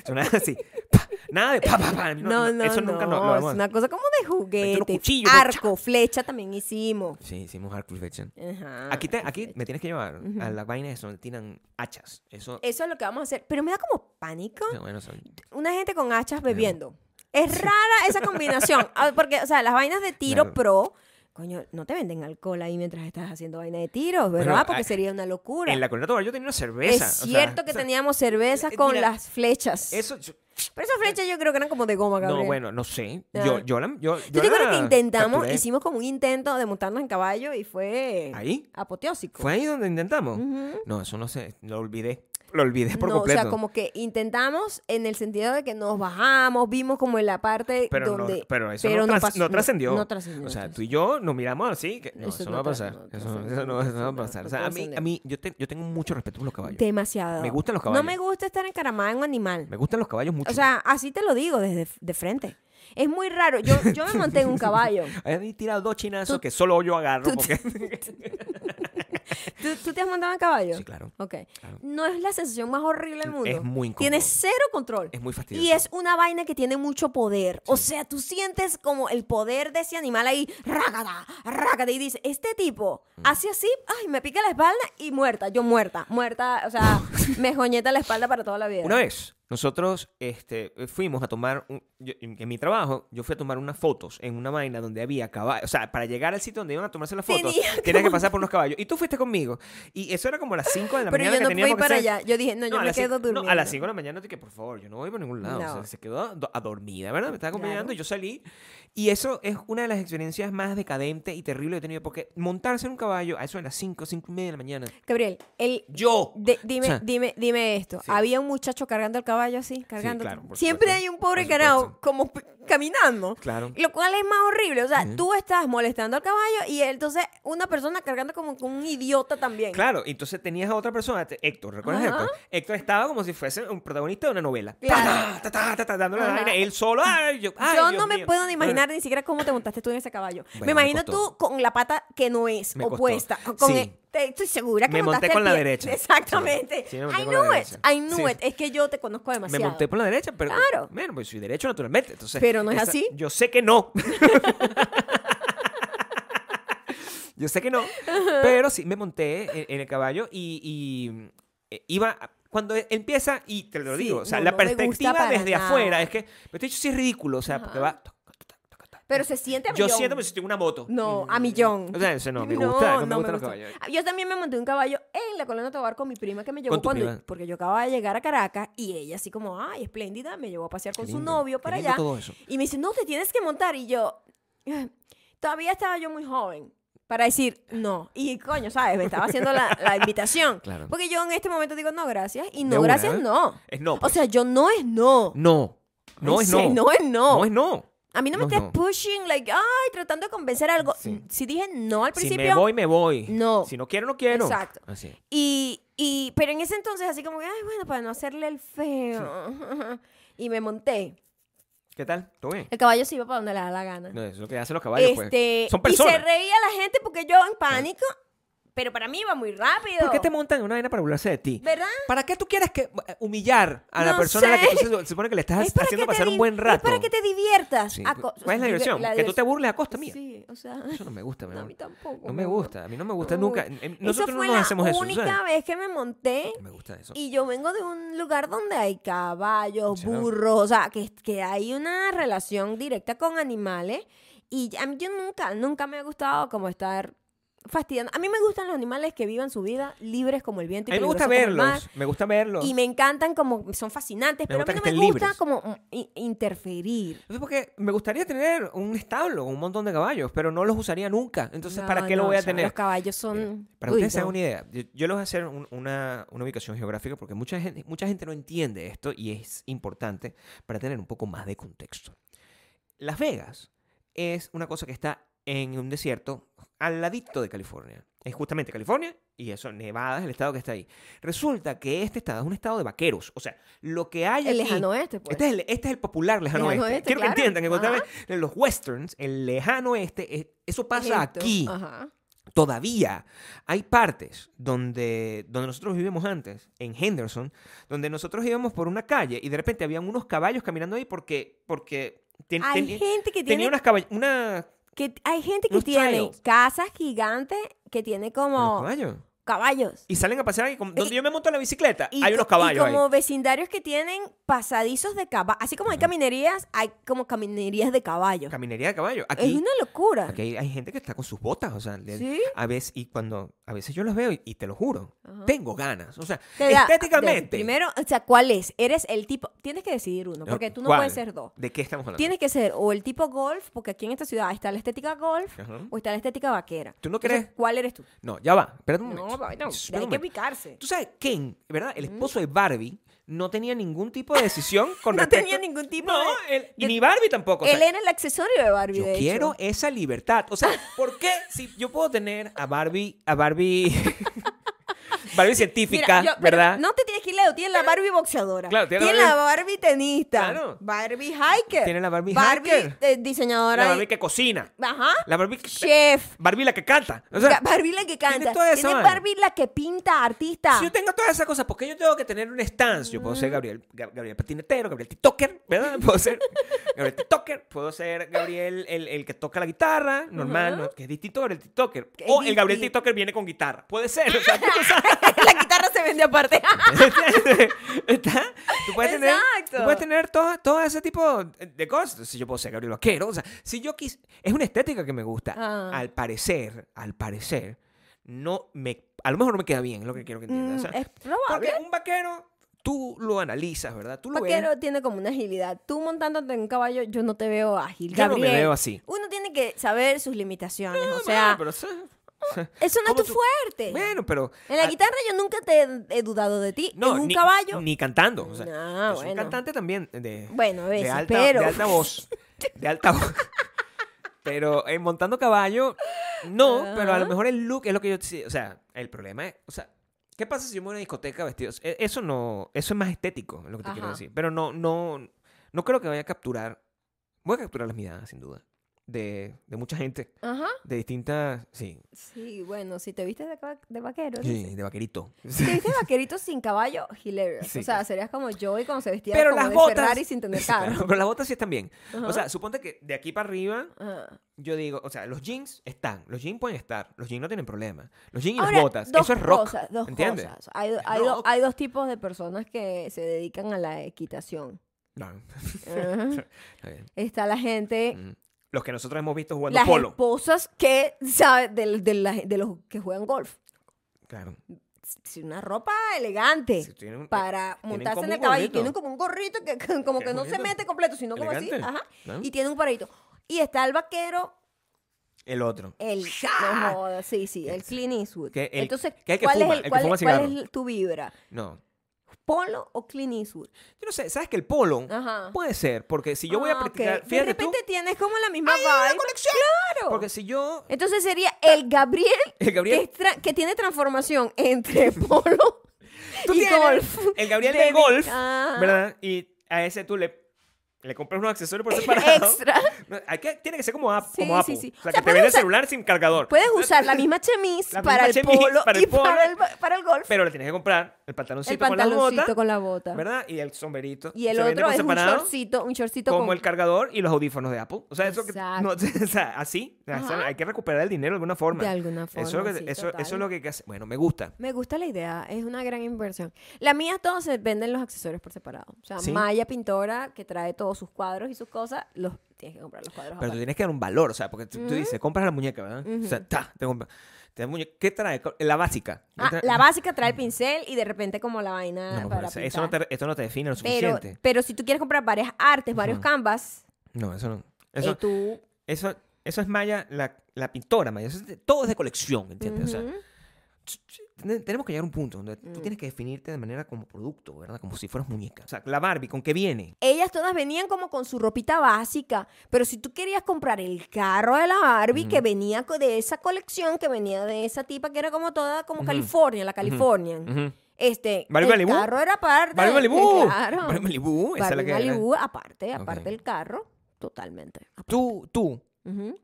Speaker 2: Sonaba así. pa, nada de pa, pa, pa.
Speaker 1: no, no,
Speaker 2: Eso
Speaker 1: no.
Speaker 2: nunca lo, lo
Speaker 1: es
Speaker 2: vamos a-
Speaker 1: una cosa como de juguete.
Speaker 2: cuchillos, unos
Speaker 1: Arco, flecha también hicimos.
Speaker 2: Sí, hicimos Hard Confection.
Speaker 1: Ajá,
Speaker 2: Aquí, te-
Speaker 1: arco,
Speaker 2: aquí
Speaker 1: flecha.
Speaker 2: me tienes que llevar a la vaina esa donde tiran hachas. Eso.
Speaker 1: Eso es lo que vamos a hacer. Pero me da como pánico.
Speaker 2: no, bueno, son-
Speaker 1: una gente con hachas bebiendo. Es rara esa combinación. Ah, Porque, o sea, las vainas de tiro
Speaker 2: Claro.
Speaker 1: pro, coño, no te venden alcohol ahí mientras estás haciendo vaina de tiros, ¿verdad?
Speaker 2: Bueno,
Speaker 1: Porque
Speaker 2: ah,
Speaker 1: sería una locura.
Speaker 2: En la colonia Tobar yo tenía una cerveza.
Speaker 1: Es
Speaker 2: o sea,
Speaker 1: cierto que
Speaker 2: o sea,
Speaker 1: teníamos cervezas
Speaker 2: eh,
Speaker 1: con
Speaker 2: mira,
Speaker 1: las flechas.
Speaker 2: Eso. yo-
Speaker 1: Pero esas flechas yo creo que eran como de goma, Oh, Gabriel.
Speaker 2: no, bueno, no sé.
Speaker 1: Ah.
Speaker 2: Yo, yo la. Yo,
Speaker 1: Yo
Speaker 2: yo
Speaker 1: te acuerdas
Speaker 2: la
Speaker 1: que intentamos,
Speaker 2: capturé.
Speaker 1: hicimos como un intento de montarnos en caballo y fue
Speaker 2: ¿Ahí?
Speaker 1: apoteósico.
Speaker 2: ¿Fue ahí donde intentamos?
Speaker 1: Ujú.
Speaker 2: No, eso no sé. Lo olvidé. Lo olvidé por
Speaker 1: no,
Speaker 2: completo.
Speaker 1: o sea, como que intentamos en el sentido de que nos bajamos, vimos como en la parte
Speaker 2: pero, no-
Speaker 1: donde...
Speaker 2: pero eso
Speaker 1: pero
Speaker 2: no, tras-
Speaker 1: pasó-
Speaker 2: no trascendió.
Speaker 1: No, trascendió.
Speaker 2: O sea,
Speaker 1: no
Speaker 2: tú y yo nos miramos así. que- no,
Speaker 1: Eso
Speaker 2: eso,
Speaker 1: no
Speaker 2: no va a
Speaker 1: tras-
Speaker 2: pasar.
Speaker 1: no
Speaker 2: eso, no-
Speaker 1: trascendió,
Speaker 2: eso
Speaker 1: no
Speaker 2: no, eso no va a
Speaker 1: trascendió,
Speaker 2: pasar.
Speaker 1: no
Speaker 2: O sea, a mí,
Speaker 1: trascendió.
Speaker 2: a mí yo, te- yo tengo mucho respeto por los caballos.
Speaker 1: Demasiado.
Speaker 2: Me gustan los
Speaker 1: No
Speaker 2: caballos.
Speaker 1: me gusta estar encaramada en un animal.
Speaker 2: Me gustan los caballos mucho.
Speaker 1: O sea, así te lo digo desde f- de frente. Es muy raro. Yo, yo me monté en un caballo.
Speaker 2: Ahí he tirado dos chinazos
Speaker 1: Tú-
Speaker 2: que solo yo agarro
Speaker 1: tú-
Speaker 2: porque
Speaker 1: ¿Tú, tú te has montado en caballo?
Speaker 2: Sí, claro.
Speaker 1: Ok.
Speaker 2: claro.
Speaker 1: No es la sensación más horrible del mundo.
Speaker 2: Es muy incómodo.
Speaker 1: Tienes cero control.
Speaker 2: Es muy fastidioso.
Speaker 1: Y es una vaina que tiene mucho poder. O sea, tú sientes como el poder de ese animal ahí, rácata, rácata, y dices, este tipo
Speaker 2: Mm.
Speaker 1: hace así, ay, me pica la espalda y muerta, yo muerta, muerta, o sea, me joñeta la espalda para toda la vida.
Speaker 2: Una vez, nosotros este, fuimos a tomar, un- yo- en mi trabajo, yo fui a tomar unas fotos en una vaina donde había caballos. O sea, para llegar al sitio donde iban a tomarse las fotos,
Speaker 1: Tenía que
Speaker 2: tenían que pasar por unos caballos. Y tú fuiste conmigo. Y eso era como a las 5 de la
Speaker 1: Pero
Speaker 2: mañana.
Speaker 1: yo no
Speaker 2: que
Speaker 1: fui
Speaker 2: teníamos que
Speaker 1: para
Speaker 2: hacer-
Speaker 1: allá. Yo dije, no, yo
Speaker 2: a
Speaker 1: me
Speaker 2: las cin-
Speaker 1: quedo durmiendo.
Speaker 2: no, a las 5 de la mañana dije, por favor, yo no voy para ningún lado. O sea,
Speaker 1: No.
Speaker 2: se quedó a- a dormida, ¿verdad? Me estaba acompañando
Speaker 1: Claro.
Speaker 2: y yo salí. Y eso es una de las experiencias más decadentes y terribles que he tenido. Porque montarse en un caballo a eso de las 5, 5 y media de la mañana.
Speaker 1: Gabriel, el,
Speaker 2: Yo.
Speaker 1: de- dime,
Speaker 2: O sea,
Speaker 1: dime, dime esto.
Speaker 2: sí.
Speaker 1: Había un muchacho cargando el caballo así, cargando.
Speaker 2: claro, por
Speaker 1: Siempre
Speaker 2: supuesto.
Speaker 1: hay un pobre
Speaker 2: Por
Speaker 1: carajo
Speaker 2: supuesto.
Speaker 1: como p- caminando.
Speaker 2: Claro.
Speaker 1: Lo cual es más horrible. O sea,
Speaker 2: Ujú.
Speaker 1: tú estás molestando al caballo y entonces una persona cargando como con un idiota también.
Speaker 2: Claro, y entonces tenías a otra persona, te- Héctor, ¿recuerdas a
Speaker 1: Ajá.
Speaker 2: Héctor? Héctor estaba como si fuese un protagonista de una novela.
Speaker 1: Claro.
Speaker 2: Ta, ta, ta, ta, ta, dándole la
Speaker 1: Ajá.
Speaker 2: vaina, él solo. ay, yo ay,
Speaker 1: Yo
Speaker 2: Dios
Speaker 1: no me
Speaker 2: mío.
Speaker 1: puedo ni imaginar ni siquiera cómo te montaste tú en ese caballo.
Speaker 2: Bueno,
Speaker 1: me
Speaker 2: me
Speaker 1: imagino
Speaker 2: costó.
Speaker 1: tú con la pata que no es
Speaker 2: Me costó.
Speaker 1: opuesta. Con
Speaker 2: Sí.
Speaker 1: el- te- estoy segura que
Speaker 2: Me
Speaker 1: montaste
Speaker 2: monté
Speaker 1: el
Speaker 2: con la
Speaker 1: pie.
Speaker 2: derecha.
Speaker 1: Exactamente.
Speaker 2: Sí, sí, me monté
Speaker 1: I
Speaker 2: con la
Speaker 1: knew it.
Speaker 2: derecha.
Speaker 1: I knew
Speaker 2: Sí.
Speaker 1: it. Es que yo te conozco
Speaker 2: Me
Speaker 1: demasiado.
Speaker 2: monté por la derecha, pero.
Speaker 1: Claro.
Speaker 2: Bueno, pues soy derecho naturalmente. Entonces,
Speaker 1: Pero no es así.
Speaker 2: Yo sé que no. yo sé que no. Pero sí, me monté en, en el caballo y, y, eh, iba. a- cuando e- empieza, y te lo
Speaker 1: Sí,
Speaker 2: digo, o sea,
Speaker 1: no,
Speaker 2: la
Speaker 1: no me gusta
Speaker 2: perspectiva
Speaker 1: para
Speaker 2: desde
Speaker 1: nada.
Speaker 2: afuera es que. Me estoy sí es ridículo, o sea, porque
Speaker 1: Ajá.
Speaker 2: va. toc, toc, toc, toc,
Speaker 1: Pero se siente a
Speaker 2: Yo
Speaker 1: millón.
Speaker 2: siento que si tengo una moto.
Speaker 1: No, a
Speaker 2: Mm.
Speaker 1: millón.
Speaker 2: O sea, eso no, me gusta, no, me gustan los
Speaker 1: gusta. Ah,
Speaker 2: caballos.
Speaker 1: Yo también me monté un caballo en la colonia Tobar con mi prima que me llevó
Speaker 2: tu
Speaker 1: cuando,
Speaker 2: prima.
Speaker 1: porque yo acababa de llegar a Caracas y ella así como, ay, espléndida, me llevó a pasear con
Speaker 2: Qué
Speaker 1: su
Speaker 2: lindo,
Speaker 1: novio
Speaker 2: qué
Speaker 1: para
Speaker 2: lindo
Speaker 1: allá.
Speaker 2: todo eso.
Speaker 1: Y me dice, no, te tienes que montar. Y yo, "Ah, todavía estaba yo muy joven para decir no. Y coño, ¿sabes? Me estaba haciendo la, la invitación.
Speaker 2: Claro.
Speaker 1: Porque yo en este momento digo, no, gracias. Y
Speaker 2: De
Speaker 1: no,
Speaker 2: una,
Speaker 1: gracias,
Speaker 2: ¿eh?
Speaker 1: no.
Speaker 2: Es no.
Speaker 1: O
Speaker 2: pues.
Speaker 1: sea, yo no es no.
Speaker 2: no. No
Speaker 1: Ay,
Speaker 2: es
Speaker 1: sí,
Speaker 2: no.
Speaker 1: No es no.
Speaker 2: No es no.
Speaker 1: A mí no me
Speaker 2: No,
Speaker 1: estés
Speaker 2: no.
Speaker 1: pushing, like, ay, tratando de convencer algo.
Speaker 2: Sí.
Speaker 1: Si dije no al
Speaker 2: Si
Speaker 1: principio.
Speaker 2: me voy, me voy.
Speaker 1: No.
Speaker 2: Si no quiero, no quiero.
Speaker 1: Exacto.
Speaker 2: Así.
Speaker 1: Y, y, pero en ese entonces, así como que, ay, bueno, para no hacerle el feo. y me monté.
Speaker 2: ¿Qué tal? ¿Todo bien?
Speaker 1: El caballo se iba para donde le da la gana.
Speaker 2: No, eso es lo que hacen los caballos,
Speaker 1: Este,
Speaker 2: pues. Son
Speaker 1: Y se
Speaker 2: personas.
Speaker 1: reía la gente porque yo en pánico, pero para mí iba muy rápido.
Speaker 2: ¿Por qué te montan en una vaina para burlarse de ti?
Speaker 1: ¿Verdad?
Speaker 2: ¿Para qué tú quieres que, eh, humillar a la
Speaker 1: No
Speaker 2: persona a la que
Speaker 1: sé.
Speaker 2: tú se, se supone que le estás
Speaker 1: Es para
Speaker 2: haciendo
Speaker 1: que te
Speaker 2: pasar
Speaker 1: di-
Speaker 2: un buen rato?
Speaker 1: Es para que te diviertas.
Speaker 2: Sí.
Speaker 1: A co-
Speaker 2: ¿Cuál es la diversión?
Speaker 1: la
Speaker 2: que tú te
Speaker 1: diversión.
Speaker 2: burles a costa mía.
Speaker 1: Sí, o sea,
Speaker 2: Eso no me gusta, mi
Speaker 1: no, a
Speaker 2: amor.
Speaker 1: mí tampoco.
Speaker 2: No
Speaker 1: mi
Speaker 2: me
Speaker 1: amor.
Speaker 2: gusta, a mí no me gusta
Speaker 1: No.
Speaker 2: nunca. En- en- Nosotros
Speaker 1: esa
Speaker 2: no
Speaker 1: Uh, fue
Speaker 2: nos hacemos
Speaker 1: la
Speaker 2: eso.
Speaker 1: única
Speaker 2: ¿sabes?
Speaker 1: vez que me monté
Speaker 2: Me gusta eso.
Speaker 1: y yo vengo de un lugar donde hay caballos,
Speaker 2: Sí, ¿no?
Speaker 1: burros, o sea, que, que hay una relación directa con animales y a mí yo nunca, nunca me ha gustado como estar fastidiando. A mí me gustan los animales que vivan su vida libres como el viento
Speaker 2: A
Speaker 1: y
Speaker 2: mí me gusta
Speaker 1: peligrosos como el mar.
Speaker 2: verlos. Me gusta verlos.
Speaker 1: Y me encantan como, son fascinantes, pero a mí
Speaker 2: gusta
Speaker 1: no
Speaker 2: que
Speaker 1: me
Speaker 2: estén
Speaker 1: gusta
Speaker 2: libres.
Speaker 1: como mm, i- interferir.
Speaker 2: Entonces, porque me gustaría tener un establo con un montón de caballos, pero no los usaría nunca. Entonces, ¿para
Speaker 1: No,
Speaker 2: qué lo
Speaker 1: no,
Speaker 2: voy a
Speaker 1: o sea,
Speaker 2: tener?
Speaker 1: Los caballos son...
Speaker 2: Para
Speaker 1: Uy,
Speaker 2: ustedes se
Speaker 1: no.
Speaker 2: hagan una idea, yo, yo les voy a hacer un- una, una ubicación geográfica porque mucha gente, mucha gente no entiende esto y es importante para tener un poco más de contexto. Las Vegas es una cosa que está en un desierto al ladito de California. Es justamente California y eso, Nevada es el estado que está ahí. Resulta que este estado es un estado de vaqueros. O sea, lo que hay
Speaker 1: El
Speaker 2: aquí...
Speaker 1: lejano oeste, pues.
Speaker 2: Este es, el, este es el popular lejano,
Speaker 1: Lejano
Speaker 2: oeste.
Speaker 1: oeste,
Speaker 2: Quiero
Speaker 1: claro.
Speaker 2: que entiendan que cuando
Speaker 1: Ajá.
Speaker 2: ustedes ven los westerns, el lejano oeste, es- eso pasa
Speaker 1: Esto,
Speaker 2: aquí
Speaker 1: Ajá.
Speaker 2: todavía hay partes donde, donde nosotros vivíamos antes, en Henderson, donde nosotros íbamos por una calle y de repente habían unos caballos caminando ahí porque, porque ten-
Speaker 1: Hay
Speaker 2: teni-
Speaker 1: gente que tiene
Speaker 2: tenía unas caball- una,
Speaker 1: que t- hay gente que
Speaker 2: Unos
Speaker 1: tiene
Speaker 2: trials.
Speaker 1: casas gigantes que tiene
Speaker 2: unos
Speaker 1: como
Speaker 2: caballos.
Speaker 1: caballos.
Speaker 2: Y salen a pasear ahí, como- donde
Speaker 1: que-
Speaker 2: yo me monto en la bicicleta,
Speaker 1: Y
Speaker 2: hay
Speaker 1: co-
Speaker 2: unos caballos
Speaker 1: Y
Speaker 2: ahí.
Speaker 1: como vecindarios que tienen pasadizos de caballos. Así como hay caminerías, hay como caminerías de caballos.
Speaker 2: Caminería de caballo.
Speaker 1: Es
Speaker 2: Aquí,
Speaker 1: una locura.
Speaker 2: aquí hay, hay gente que está con sus botas, o sea, le-
Speaker 1: Sí.
Speaker 2: a veces, y cuando, a veces yo los veo y, y te lo juro,
Speaker 1: Ajá.
Speaker 2: tengo ganas. O sea,
Speaker 1: Te da-
Speaker 2: estéticamente.
Speaker 1: de- primero, o sea, ¿cuál es? Eres el tipo. Tienes que decidir uno, porque tú no
Speaker 2: ¿Cuál?
Speaker 1: puedes ser dos.
Speaker 2: ¿De qué estamos hablando?
Speaker 1: Tienes que ser o el tipo golf, porque aquí en esta ciudad está la estética golf
Speaker 2: Ajá.
Speaker 1: o está la estética vaquera.
Speaker 2: ¿Tú no
Speaker 1: Entonces,
Speaker 2: crees? Mm,
Speaker 1: ¿Cuál eres tú?
Speaker 2: No, ya va. Espérate un
Speaker 1: No,
Speaker 2: momento.
Speaker 1: no, hay
Speaker 2: Espera un
Speaker 1: que
Speaker 2: momento.
Speaker 1: picarse.
Speaker 2: Tú sabes, Ken, ¿verdad? El esposo de Barbie no tenía ningún tipo de decisión con
Speaker 1: No
Speaker 2: respecto...
Speaker 1: tenía ningún tipo
Speaker 2: No,
Speaker 1: de-
Speaker 2: él- y
Speaker 1: de-
Speaker 2: ni Barbie tampoco. o sea,
Speaker 1: Él era el accesorio de Barbie.
Speaker 2: yo
Speaker 1: de hecho.
Speaker 2: quiero esa libertad. O sea, ¿por qué si yo puedo tener a Barbie, a Barbie, Barbie científica,
Speaker 1: Mira, yo- pero
Speaker 2: ¿verdad?
Speaker 1: No te tienes que ir lejos. Tiene la Barbie boxeadora.
Speaker 2: Claro,
Speaker 1: tiene,
Speaker 2: tiene
Speaker 1: la
Speaker 2: la
Speaker 1: Barbie tenista.
Speaker 2: Claro.
Speaker 1: Barbie hiker.
Speaker 2: Tiene la Barbie hiker.
Speaker 1: eh, diseñadora.
Speaker 2: la
Speaker 1: y-
Speaker 2: Barbie que cocina.
Speaker 1: Ajá.
Speaker 2: La Barbie que-
Speaker 1: Chef.
Speaker 2: Barbie la que canta. O sea,
Speaker 1: Ga- Barbie la que canta.
Speaker 2: toda esa
Speaker 1: Tiene
Speaker 2: vaina.
Speaker 1: Barbie la que pinta, artista.
Speaker 2: si yo tengo todas esas cosas, ¿por qué yo tengo que tener un stance? Yo puedo
Speaker 1: Mm.
Speaker 2: ser Gabriel, Ga- Gabriel Patinetero, Gabriel TikToker, ¿verdad? Puedo ser Gabriel TikToker, puedo ser Gabriel el, el que toca la guitarra, normal,
Speaker 1: Ujú.
Speaker 2: ¿no? que es distinto Gabriel TikToker.
Speaker 1: Que es
Speaker 2: O el Gabriel
Speaker 1: distinto.
Speaker 2: TikToker viene con guitarra. Puede ser. O sea, tú no sabes.
Speaker 1: la guitarra se vende aparte.
Speaker 2: Está- Tú puedes tener,
Speaker 1: Exacto.
Speaker 2: tú puedes tener todo, todo ese tipo de cosas. Si yo puedo ser Gabriel Vaquero, o sea, si yo quis, es una estética que me gusta.
Speaker 1: Ah.
Speaker 2: Al parecer, al parecer, no me, a lo mejor no me queda bien, es lo que quiero que
Speaker 1: Mm,
Speaker 2: entiendas. o sea,
Speaker 1: es probable.
Speaker 2: porque un vaquero, tú lo analizas, ¿verdad? Tú lo ves.
Speaker 1: Vaquero tiene como una agilidad. Tú montándote en un caballo, yo no te veo ágil.
Speaker 2: Yo no me
Speaker 1: Gabriel,
Speaker 2: veo así.
Speaker 1: Uno tiene que saber sus limitaciones.
Speaker 2: No,
Speaker 1: o sea,
Speaker 2: bueno, pero, o sea,
Speaker 1: eso no es
Speaker 2: ¿cómo
Speaker 1: tu
Speaker 2: tú-
Speaker 1: fuerte.
Speaker 2: bueno, pero
Speaker 1: En la
Speaker 2: a-
Speaker 1: guitarra yo nunca te he- he dudado de ti.
Speaker 2: no,
Speaker 1: en un
Speaker 2: ni,
Speaker 1: caballo.
Speaker 2: ni cantando, o sea,
Speaker 1: Ah,
Speaker 2: yo soy un
Speaker 1: bueno.
Speaker 2: cantante también de
Speaker 1: Bueno, a veces,
Speaker 2: de alta,
Speaker 1: pero-
Speaker 2: de alta voz. De alta voz. Pero eh, montando caballo, no, pero a lo mejor el look es lo que yo... sí, O sea, el problema es... O sea, ¿qué pasa si yo me voy a una discoteca vestido? E- Eso no... Eso es más estético, es lo que te quiero
Speaker 1: Ajá.
Speaker 2: decir. Pero no, no... No creo que vaya a capturar... Voy a capturar las miradas, sin duda. De, de mucha gente.
Speaker 1: Ajá.
Speaker 2: De distintas... Sí.
Speaker 1: Sí, bueno, si te viste de, va- de vaquero. ¿no?
Speaker 2: Sí, de vaquerito.
Speaker 1: Si te viste de vaquerito sin caballo, hilarious.
Speaker 2: Sí,
Speaker 1: o sea,
Speaker 2: claro.
Speaker 1: serías como Joey cuando se vestía
Speaker 2: Pero
Speaker 1: como
Speaker 2: las
Speaker 1: de
Speaker 2: botas...
Speaker 1: Ferrari sin tener
Speaker 2: Sí, claro,
Speaker 1: carro.
Speaker 2: pero las botas sí están bien.
Speaker 1: Ajá.
Speaker 2: O sea, suponte que de aquí para arriba...
Speaker 1: Ah.
Speaker 2: Yo digo, o sea, los jeans están, los jeans pueden estar, los jeans no tienen problema. Los jeans y
Speaker 1: Ahora,
Speaker 2: las botas,
Speaker 1: dos
Speaker 2: eso es rock,
Speaker 1: cosas, dos
Speaker 2: ¿entiendes?
Speaker 1: cosas. Hay, hay
Speaker 2: rock.
Speaker 1: do- hay dos tipos de personas que se dedican a la equitación.
Speaker 2: No,
Speaker 1: Ajá.
Speaker 2: está bien.
Speaker 1: Está la gente,
Speaker 2: Mm. Los que nosotros hemos visto jugando
Speaker 1: Eh, las
Speaker 2: polo.
Speaker 1: esposas que, ¿sabes? De, de la- de los que juegan golf.
Speaker 2: Claro.
Speaker 1: Si una ropa elegante.
Speaker 2: Si tienen un- eh,
Speaker 1: para
Speaker 2: tienen
Speaker 1: montarse
Speaker 2: como
Speaker 1: en el
Speaker 2: un
Speaker 1: caballo y
Speaker 2: gorrito.
Speaker 1: tienen como un gorrito que, que como
Speaker 2: Qué
Speaker 1: que no se
Speaker 2: bonito.
Speaker 1: mete completo, sino como así,
Speaker 2: Elegante,
Speaker 1: ajá,
Speaker 2: claro.
Speaker 1: y tiene un paradito. Y está el vaquero,
Speaker 2: El otro.
Speaker 1: el no jodas, sí, sí, el Clint Eastwood.
Speaker 2: Que el-
Speaker 1: Entonces,
Speaker 2: que el que
Speaker 1: ¿cuál
Speaker 2: fuma,
Speaker 1: es
Speaker 2: el que
Speaker 1: cuál,
Speaker 2: fuma
Speaker 1: es- cuál
Speaker 2: cigarro.
Speaker 1: es tu vibra?
Speaker 2: No.
Speaker 1: ¿Polo o Clint Eastwood?
Speaker 2: Yo no sé, ¿sabes que el polo
Speaker 1: Ajá.
Speaker 2: puede ser? Porque si Pues, yo voy
Speaker 1: Ah,
Speaker 2: a
Speaker 1: ok.
Speaker 2: practicar,
Speaker 1: De
Speaker 2: fíjate tú,
Speaker 1: repente tienes como la misma
Speaker 2: hay una
Speaker 1: vibe.
Speaker 2: conexión.
Speaker 1: Claro.
Speaker 2: porque si yo
Speaker 1: Entonces sería el Gabriel,
Speaker 2: El Gabriel.
Speaker 1: Que, es tra- que tiene transformación entre polo
Speaker 2: tú
Speaker 1: y
Speaker 2: tienes
Speaker 1: golf. Ah.
Speaker 2: el Gabriel
Speaker 1: David-
Speaker 2: del golf,
Speaker 1: Ajá.
Speaker 2: ¿verdad? Y a ese tú le le compras unos accesorios por separado.
Speaker 1: Extra.
Speaker 2: No, hay que- tiene que ser como Apple.
Speaker 1: Sí,
Speaker 2: como
Speaker 1: sí,
Speaker 2: Apple.
Speaker 1: sí.
Speaker 2: O sea,
Speaker 1: O sea,
Speaker 2: que te
Speaker 1: puedes
Speaker 2: vende el
Speaker 1: usar-
Speaker 2: celular sin cargador.
Speaker 1: Puedes usar la misma chemise,
Speaker 2: La
Speaker 1: para,
Speaker 2: misma
Speaker 1: el
Speaker 2: chemise
Speaker 1: polo
Speaker 2: para el
Speaker 1: y para
Speaker 2: polo.
Speaker 1: el, ba- para el golf.
Speaker 2: Pero le tienes que comprar el pantaloncito,
Speaker 1: el pantaloncito
Speaker 2: con
Speaker 1: con
Speaker 2: la
Speaker 1: la bota.
Speaker 2: bota, ¿verdad? Y el sombrerito.
Speaker 1: Y el
Speaker 2: Se vende
Speaker 1: otro
Speaker 2: por
Speaker 1: es un
Speaker 2: separado,
Speaker 1: shortcito, un shortcito
Speaker 2: Como
Speaker 1: con...
Speaker 2: el cargador y los audífonos de Apple. O sea, eso que.
Speaker 1: Exacto.
Speaker 2: no, o sea, así. O sea,
Speaker 1: Ajá.
Speaker 2: hay que recuperar el dinero de alguna forma.
Speaker 1: De alguna forma,
Speaker 2: Eso, es lo que-
Speaker 1: sí,
Speaker 2: eso,
Speaker 1: total.
Speaker 2: eso es lo que hay que hacer. Bueno, me gusta.
Speaker 1: Me gusta la idea, es una gran inversión. La mía todos se venden los accesorios por separado. O sea,
Speaker 2: ¿Sí?
Speaker 1: Maya pintora que trae todos sus cuadros y sus cosas, los tienes que comprar los cuadros
Speaker 2: Pero tú
Speaker 1: aparte.
Speaker 2: tienes que dar un valor, o sea, porque tú, tú dices, compras la muñeca, ¿verdad? O sea, ta, te compras. te da muñe- ¿Qué trae? La básica.
Speaker 1: Ah,
Speaker 2: Entra-
Speaker 1: la básica trae el pincel y de repente como la
Speaker 2: No,
Speaker 1: vaina
Speaker 2: pero
Speaker 1: para
Speaker 2: eso- eso no
Speaker 1: pintar.
Speaker 2: te, esto no te define lo
Speaker 1: pero,
Speaker 2: suficiente.
Speaker 1: pero si tú quieres comprar varias artes, varios canvas,
Speaker 2: No, eso no.
Speaker 1: eh,
Speaker 2: Eso,
Speaker 1: tú...
Speaker 2: eso, eso es Maya, la, la pintora Maya. Eso es de- todo es de colección, ¿entiendes? O sea,
Speaker 1: Ujú. Mm.
Speaker 2: Ten- Tenemos que llegar a un punto donde tú tienes que definirte de manera como producto, ¿verdad? Como si fueras muñeca. O sea, la Barbie, ¿con qué viene?
Speaker 1: ellas todas venían como con su ropita básica, pero si tú querías comprar el carro de la Barbie que venía co- de esa colección, que venía de esa tipa que era como toda como California, la California.
Speaker 2: Ujú.
Speaker 1: Este,
Speaker 2: Barbie
Speaker 1: el
Speaker 2: Malibu.
Speaker 1: carro era aparte.
Speaker 2: Barbie Malibu.
Speaker 1: Claro.
Speaker 2: Barbie Malibu, esa es la
Speaker 1: Barbie
Speaker 2: que era.
Speaker 1: Malibu, aparte, aparte
Speaker 2: Ok.
Speaker 1: del carro, totalmente.
Speaker 2: Tú, tú.
Speaker 1: Ujú.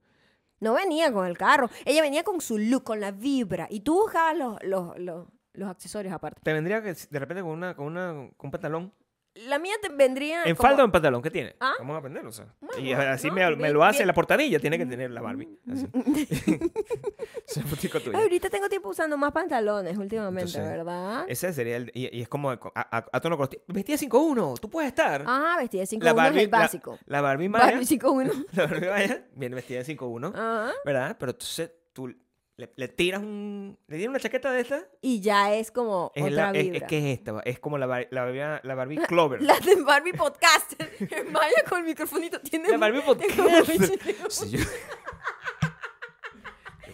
Speaker 1: No venía con el carro, ella venía con su look, con la vibra, y tú buscabas los, los, los, los accesorios aparte.
Speaker 2: Te vendría que de repente con, una, con, una, con un pantalón.
Speaker 1: La mía te vendría
Speaker 2: ¿En
Speaker 1: como-
Speaker 2: falda o en pantalón? ¿Qué tiene?
Speaker 1: ¿Ah?
Speaker 2: Vamos a aprenderlo, o sea.
Speaker 1: Bueno,
Speaker 2: y así
Speaker 1: no, Mm.
Speaker 2: me,
Speaker 1: bien,
Speaker 2: me lo hace
Speaker 1: bien.
Speaker 2: la portadilla. Tiene que tener la Barbie. Así. Esa es fotico tuya.
Speaker 1: Ay, ahorita tengo tiempo usando más pantalones últimamente,
Speaker 2: Entonces,
Speaker 1: ¿verdad?
Speaker 2: Ese sería el... Y, y es como a, a, a tono corto. Vestida 5-1. Tú puedes estar.
Speaker 1: Ah, vestida de 5
Speaker 2: la Barbie...
Speaker 1: es el básico.
Speaker 2: La, la Barbie Maya.
Speaker 1: Barbie 5-1.
Speaker 2: La Barbie Maya viene vestida de 5-1.
Speaker 1: Ajá.
Speaker 2: ¿verdad? Pero entonces tú le, le tiras un... ¿Le tiras una chaqueta de esta?
Speaker 1: Y ya es como
Speaker 2: Es,
Speaker 1: otra
Speaker 2: la- es-
Speaker 1: vibra.
Speaker 2: es que es esta, va, es como la, Bar- la, Barbie- la Barbie Clover. La,
Speaker 1: La de Barbie Podcaster. En Maya con el microfonito tiene...
Speaker 2: Barbie
Speaker 1: tiene como
Speaker 2: Podcast.
Speaker 1: muchísimo-
Speaker 2: Sí, yo... yo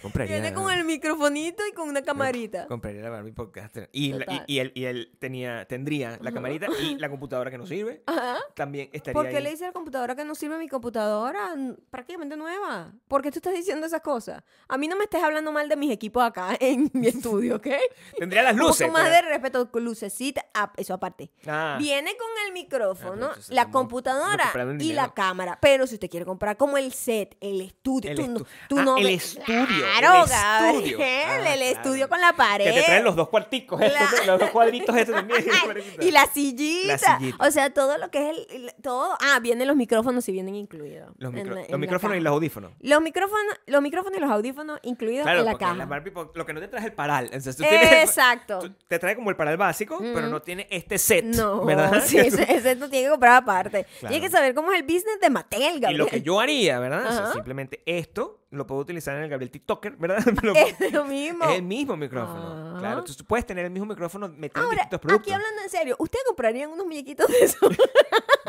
Speaker 2: compraría.
Speaker 1: Viene con el microfonito y con una camarita.
Speaker 2: Compraría la Barbie Podcaster. Y, la-
Speaker 1: Total.
Speaker 2: y, y él, y él tenía, tendría la camarita y la computadora que no sirve.
Speaker 1: Ajá.
Speaker 2: También estaría
Speaker 1: Ah, ¿Por qué
Speaker 2: ahí.
Speaker 1: le dice a la computadora que no sirve mi computadora n- prácticamente nueva? ¿Por qué tú estás diciendo esas cosas? A mí no me estés hablando mal de mis equipos acá en mi estudio, ¿ok?
Speaker 2: Tendría las
Speaker 1: Un poco
Speaker 2: luces.
Speaker 1: más
Speaker 2: pues.
Speaker 1: de respeto, lucecita, ah, eso aparte.
Speaker 2: Ah,
Speaker 1: Viene con el micrófono,
Speaker 2: Ah, pero eso
Speaker 1: la
Speaker 2: estamos- estamos
Speaker 1: computadora
Speaker 2: comprando el
Speaker 1: y la
Speaker 2: dinero.
Speaker 1: cámara. Pero si usted quiere comprar como el set, el estudio,
Speaker 2: El
Speaker 1: tú, no-
Speaker 2: estu-
Speaker 1: tú
Speaker 2: Ah,
Speaker 1: no
Speaker 2: el
Speaker 1: ves-
Speaker 2: estudio, el
Speaker 1: Claro,
Speaker 2: estudio.
Speaker 1: Gabriel,
Speaker 2: Ah,
Speaker 1: el
Speaker 2: claro.
Speaker 1: estudio con la pared.
Speaker 2: que te traen los dos cuarticos estos,
Speaker 1: Claro.
Speaker 2: los dos cuadritos estos también.
Speaker 1: y la sillita.
Speaker 2: La sillita.
Speaker 1: O sea, todo lo que es el, el- todo, ah, vienen los micrófonos si vienen incluidos. en
Speaker 2: Los, micro-
Speaker 1: la-
Speaker 2: los
Speaker 1: en la
Speaker 2: micrófonos y
Speaker 1: caja.
Speaker 2: los audífonos.
Speaker 1: los micrófonos, los micrófonos y los audífonos incluidos
Speaker 2: Claro,
Speaker 1: en la
Speaker 2: porque
Speaker 1: caja.
Speaker 2: la Barbie Pod- lo que no te trae es el paral. O sea, tú tienes el-
Speaker 1: Exacto. Mm.
Speaker 2: tú- te trae como el paral básico, pero no tiene este set.
Speaker 1: No,
Speaker 2: ¿verdad?
Speaker 1: sí,
Speaker 2: Que tú-
Speaker 1: ese, ese tú tienes que comprar aparte.
Speaker 2: Claro.
Speaker 1: Tienes que saber cómo es el business de Mattel, Gabriel.
Speaker 2: Y lo que yo haría, ¿verdad? O sea,
Speaker 1: Ajá.
Speaker 2: simplemente esto lo puedo utilizar en el Gabriel TikToker, ¿verdad? Lo-
Speaker 1: es lo mismo.
Speaker 2: Es el mismo micrófono.
Speaker 1: Ajá.
Speaker 2: Claro, entonces tú puedes tener el mismo micrófono metido en
Speaker 1: Ahora,
Speaker 2: distintos productos.
Speaker 1: aquí hablando en serio, ¿ustedes comprarían unos muñequitos de esos?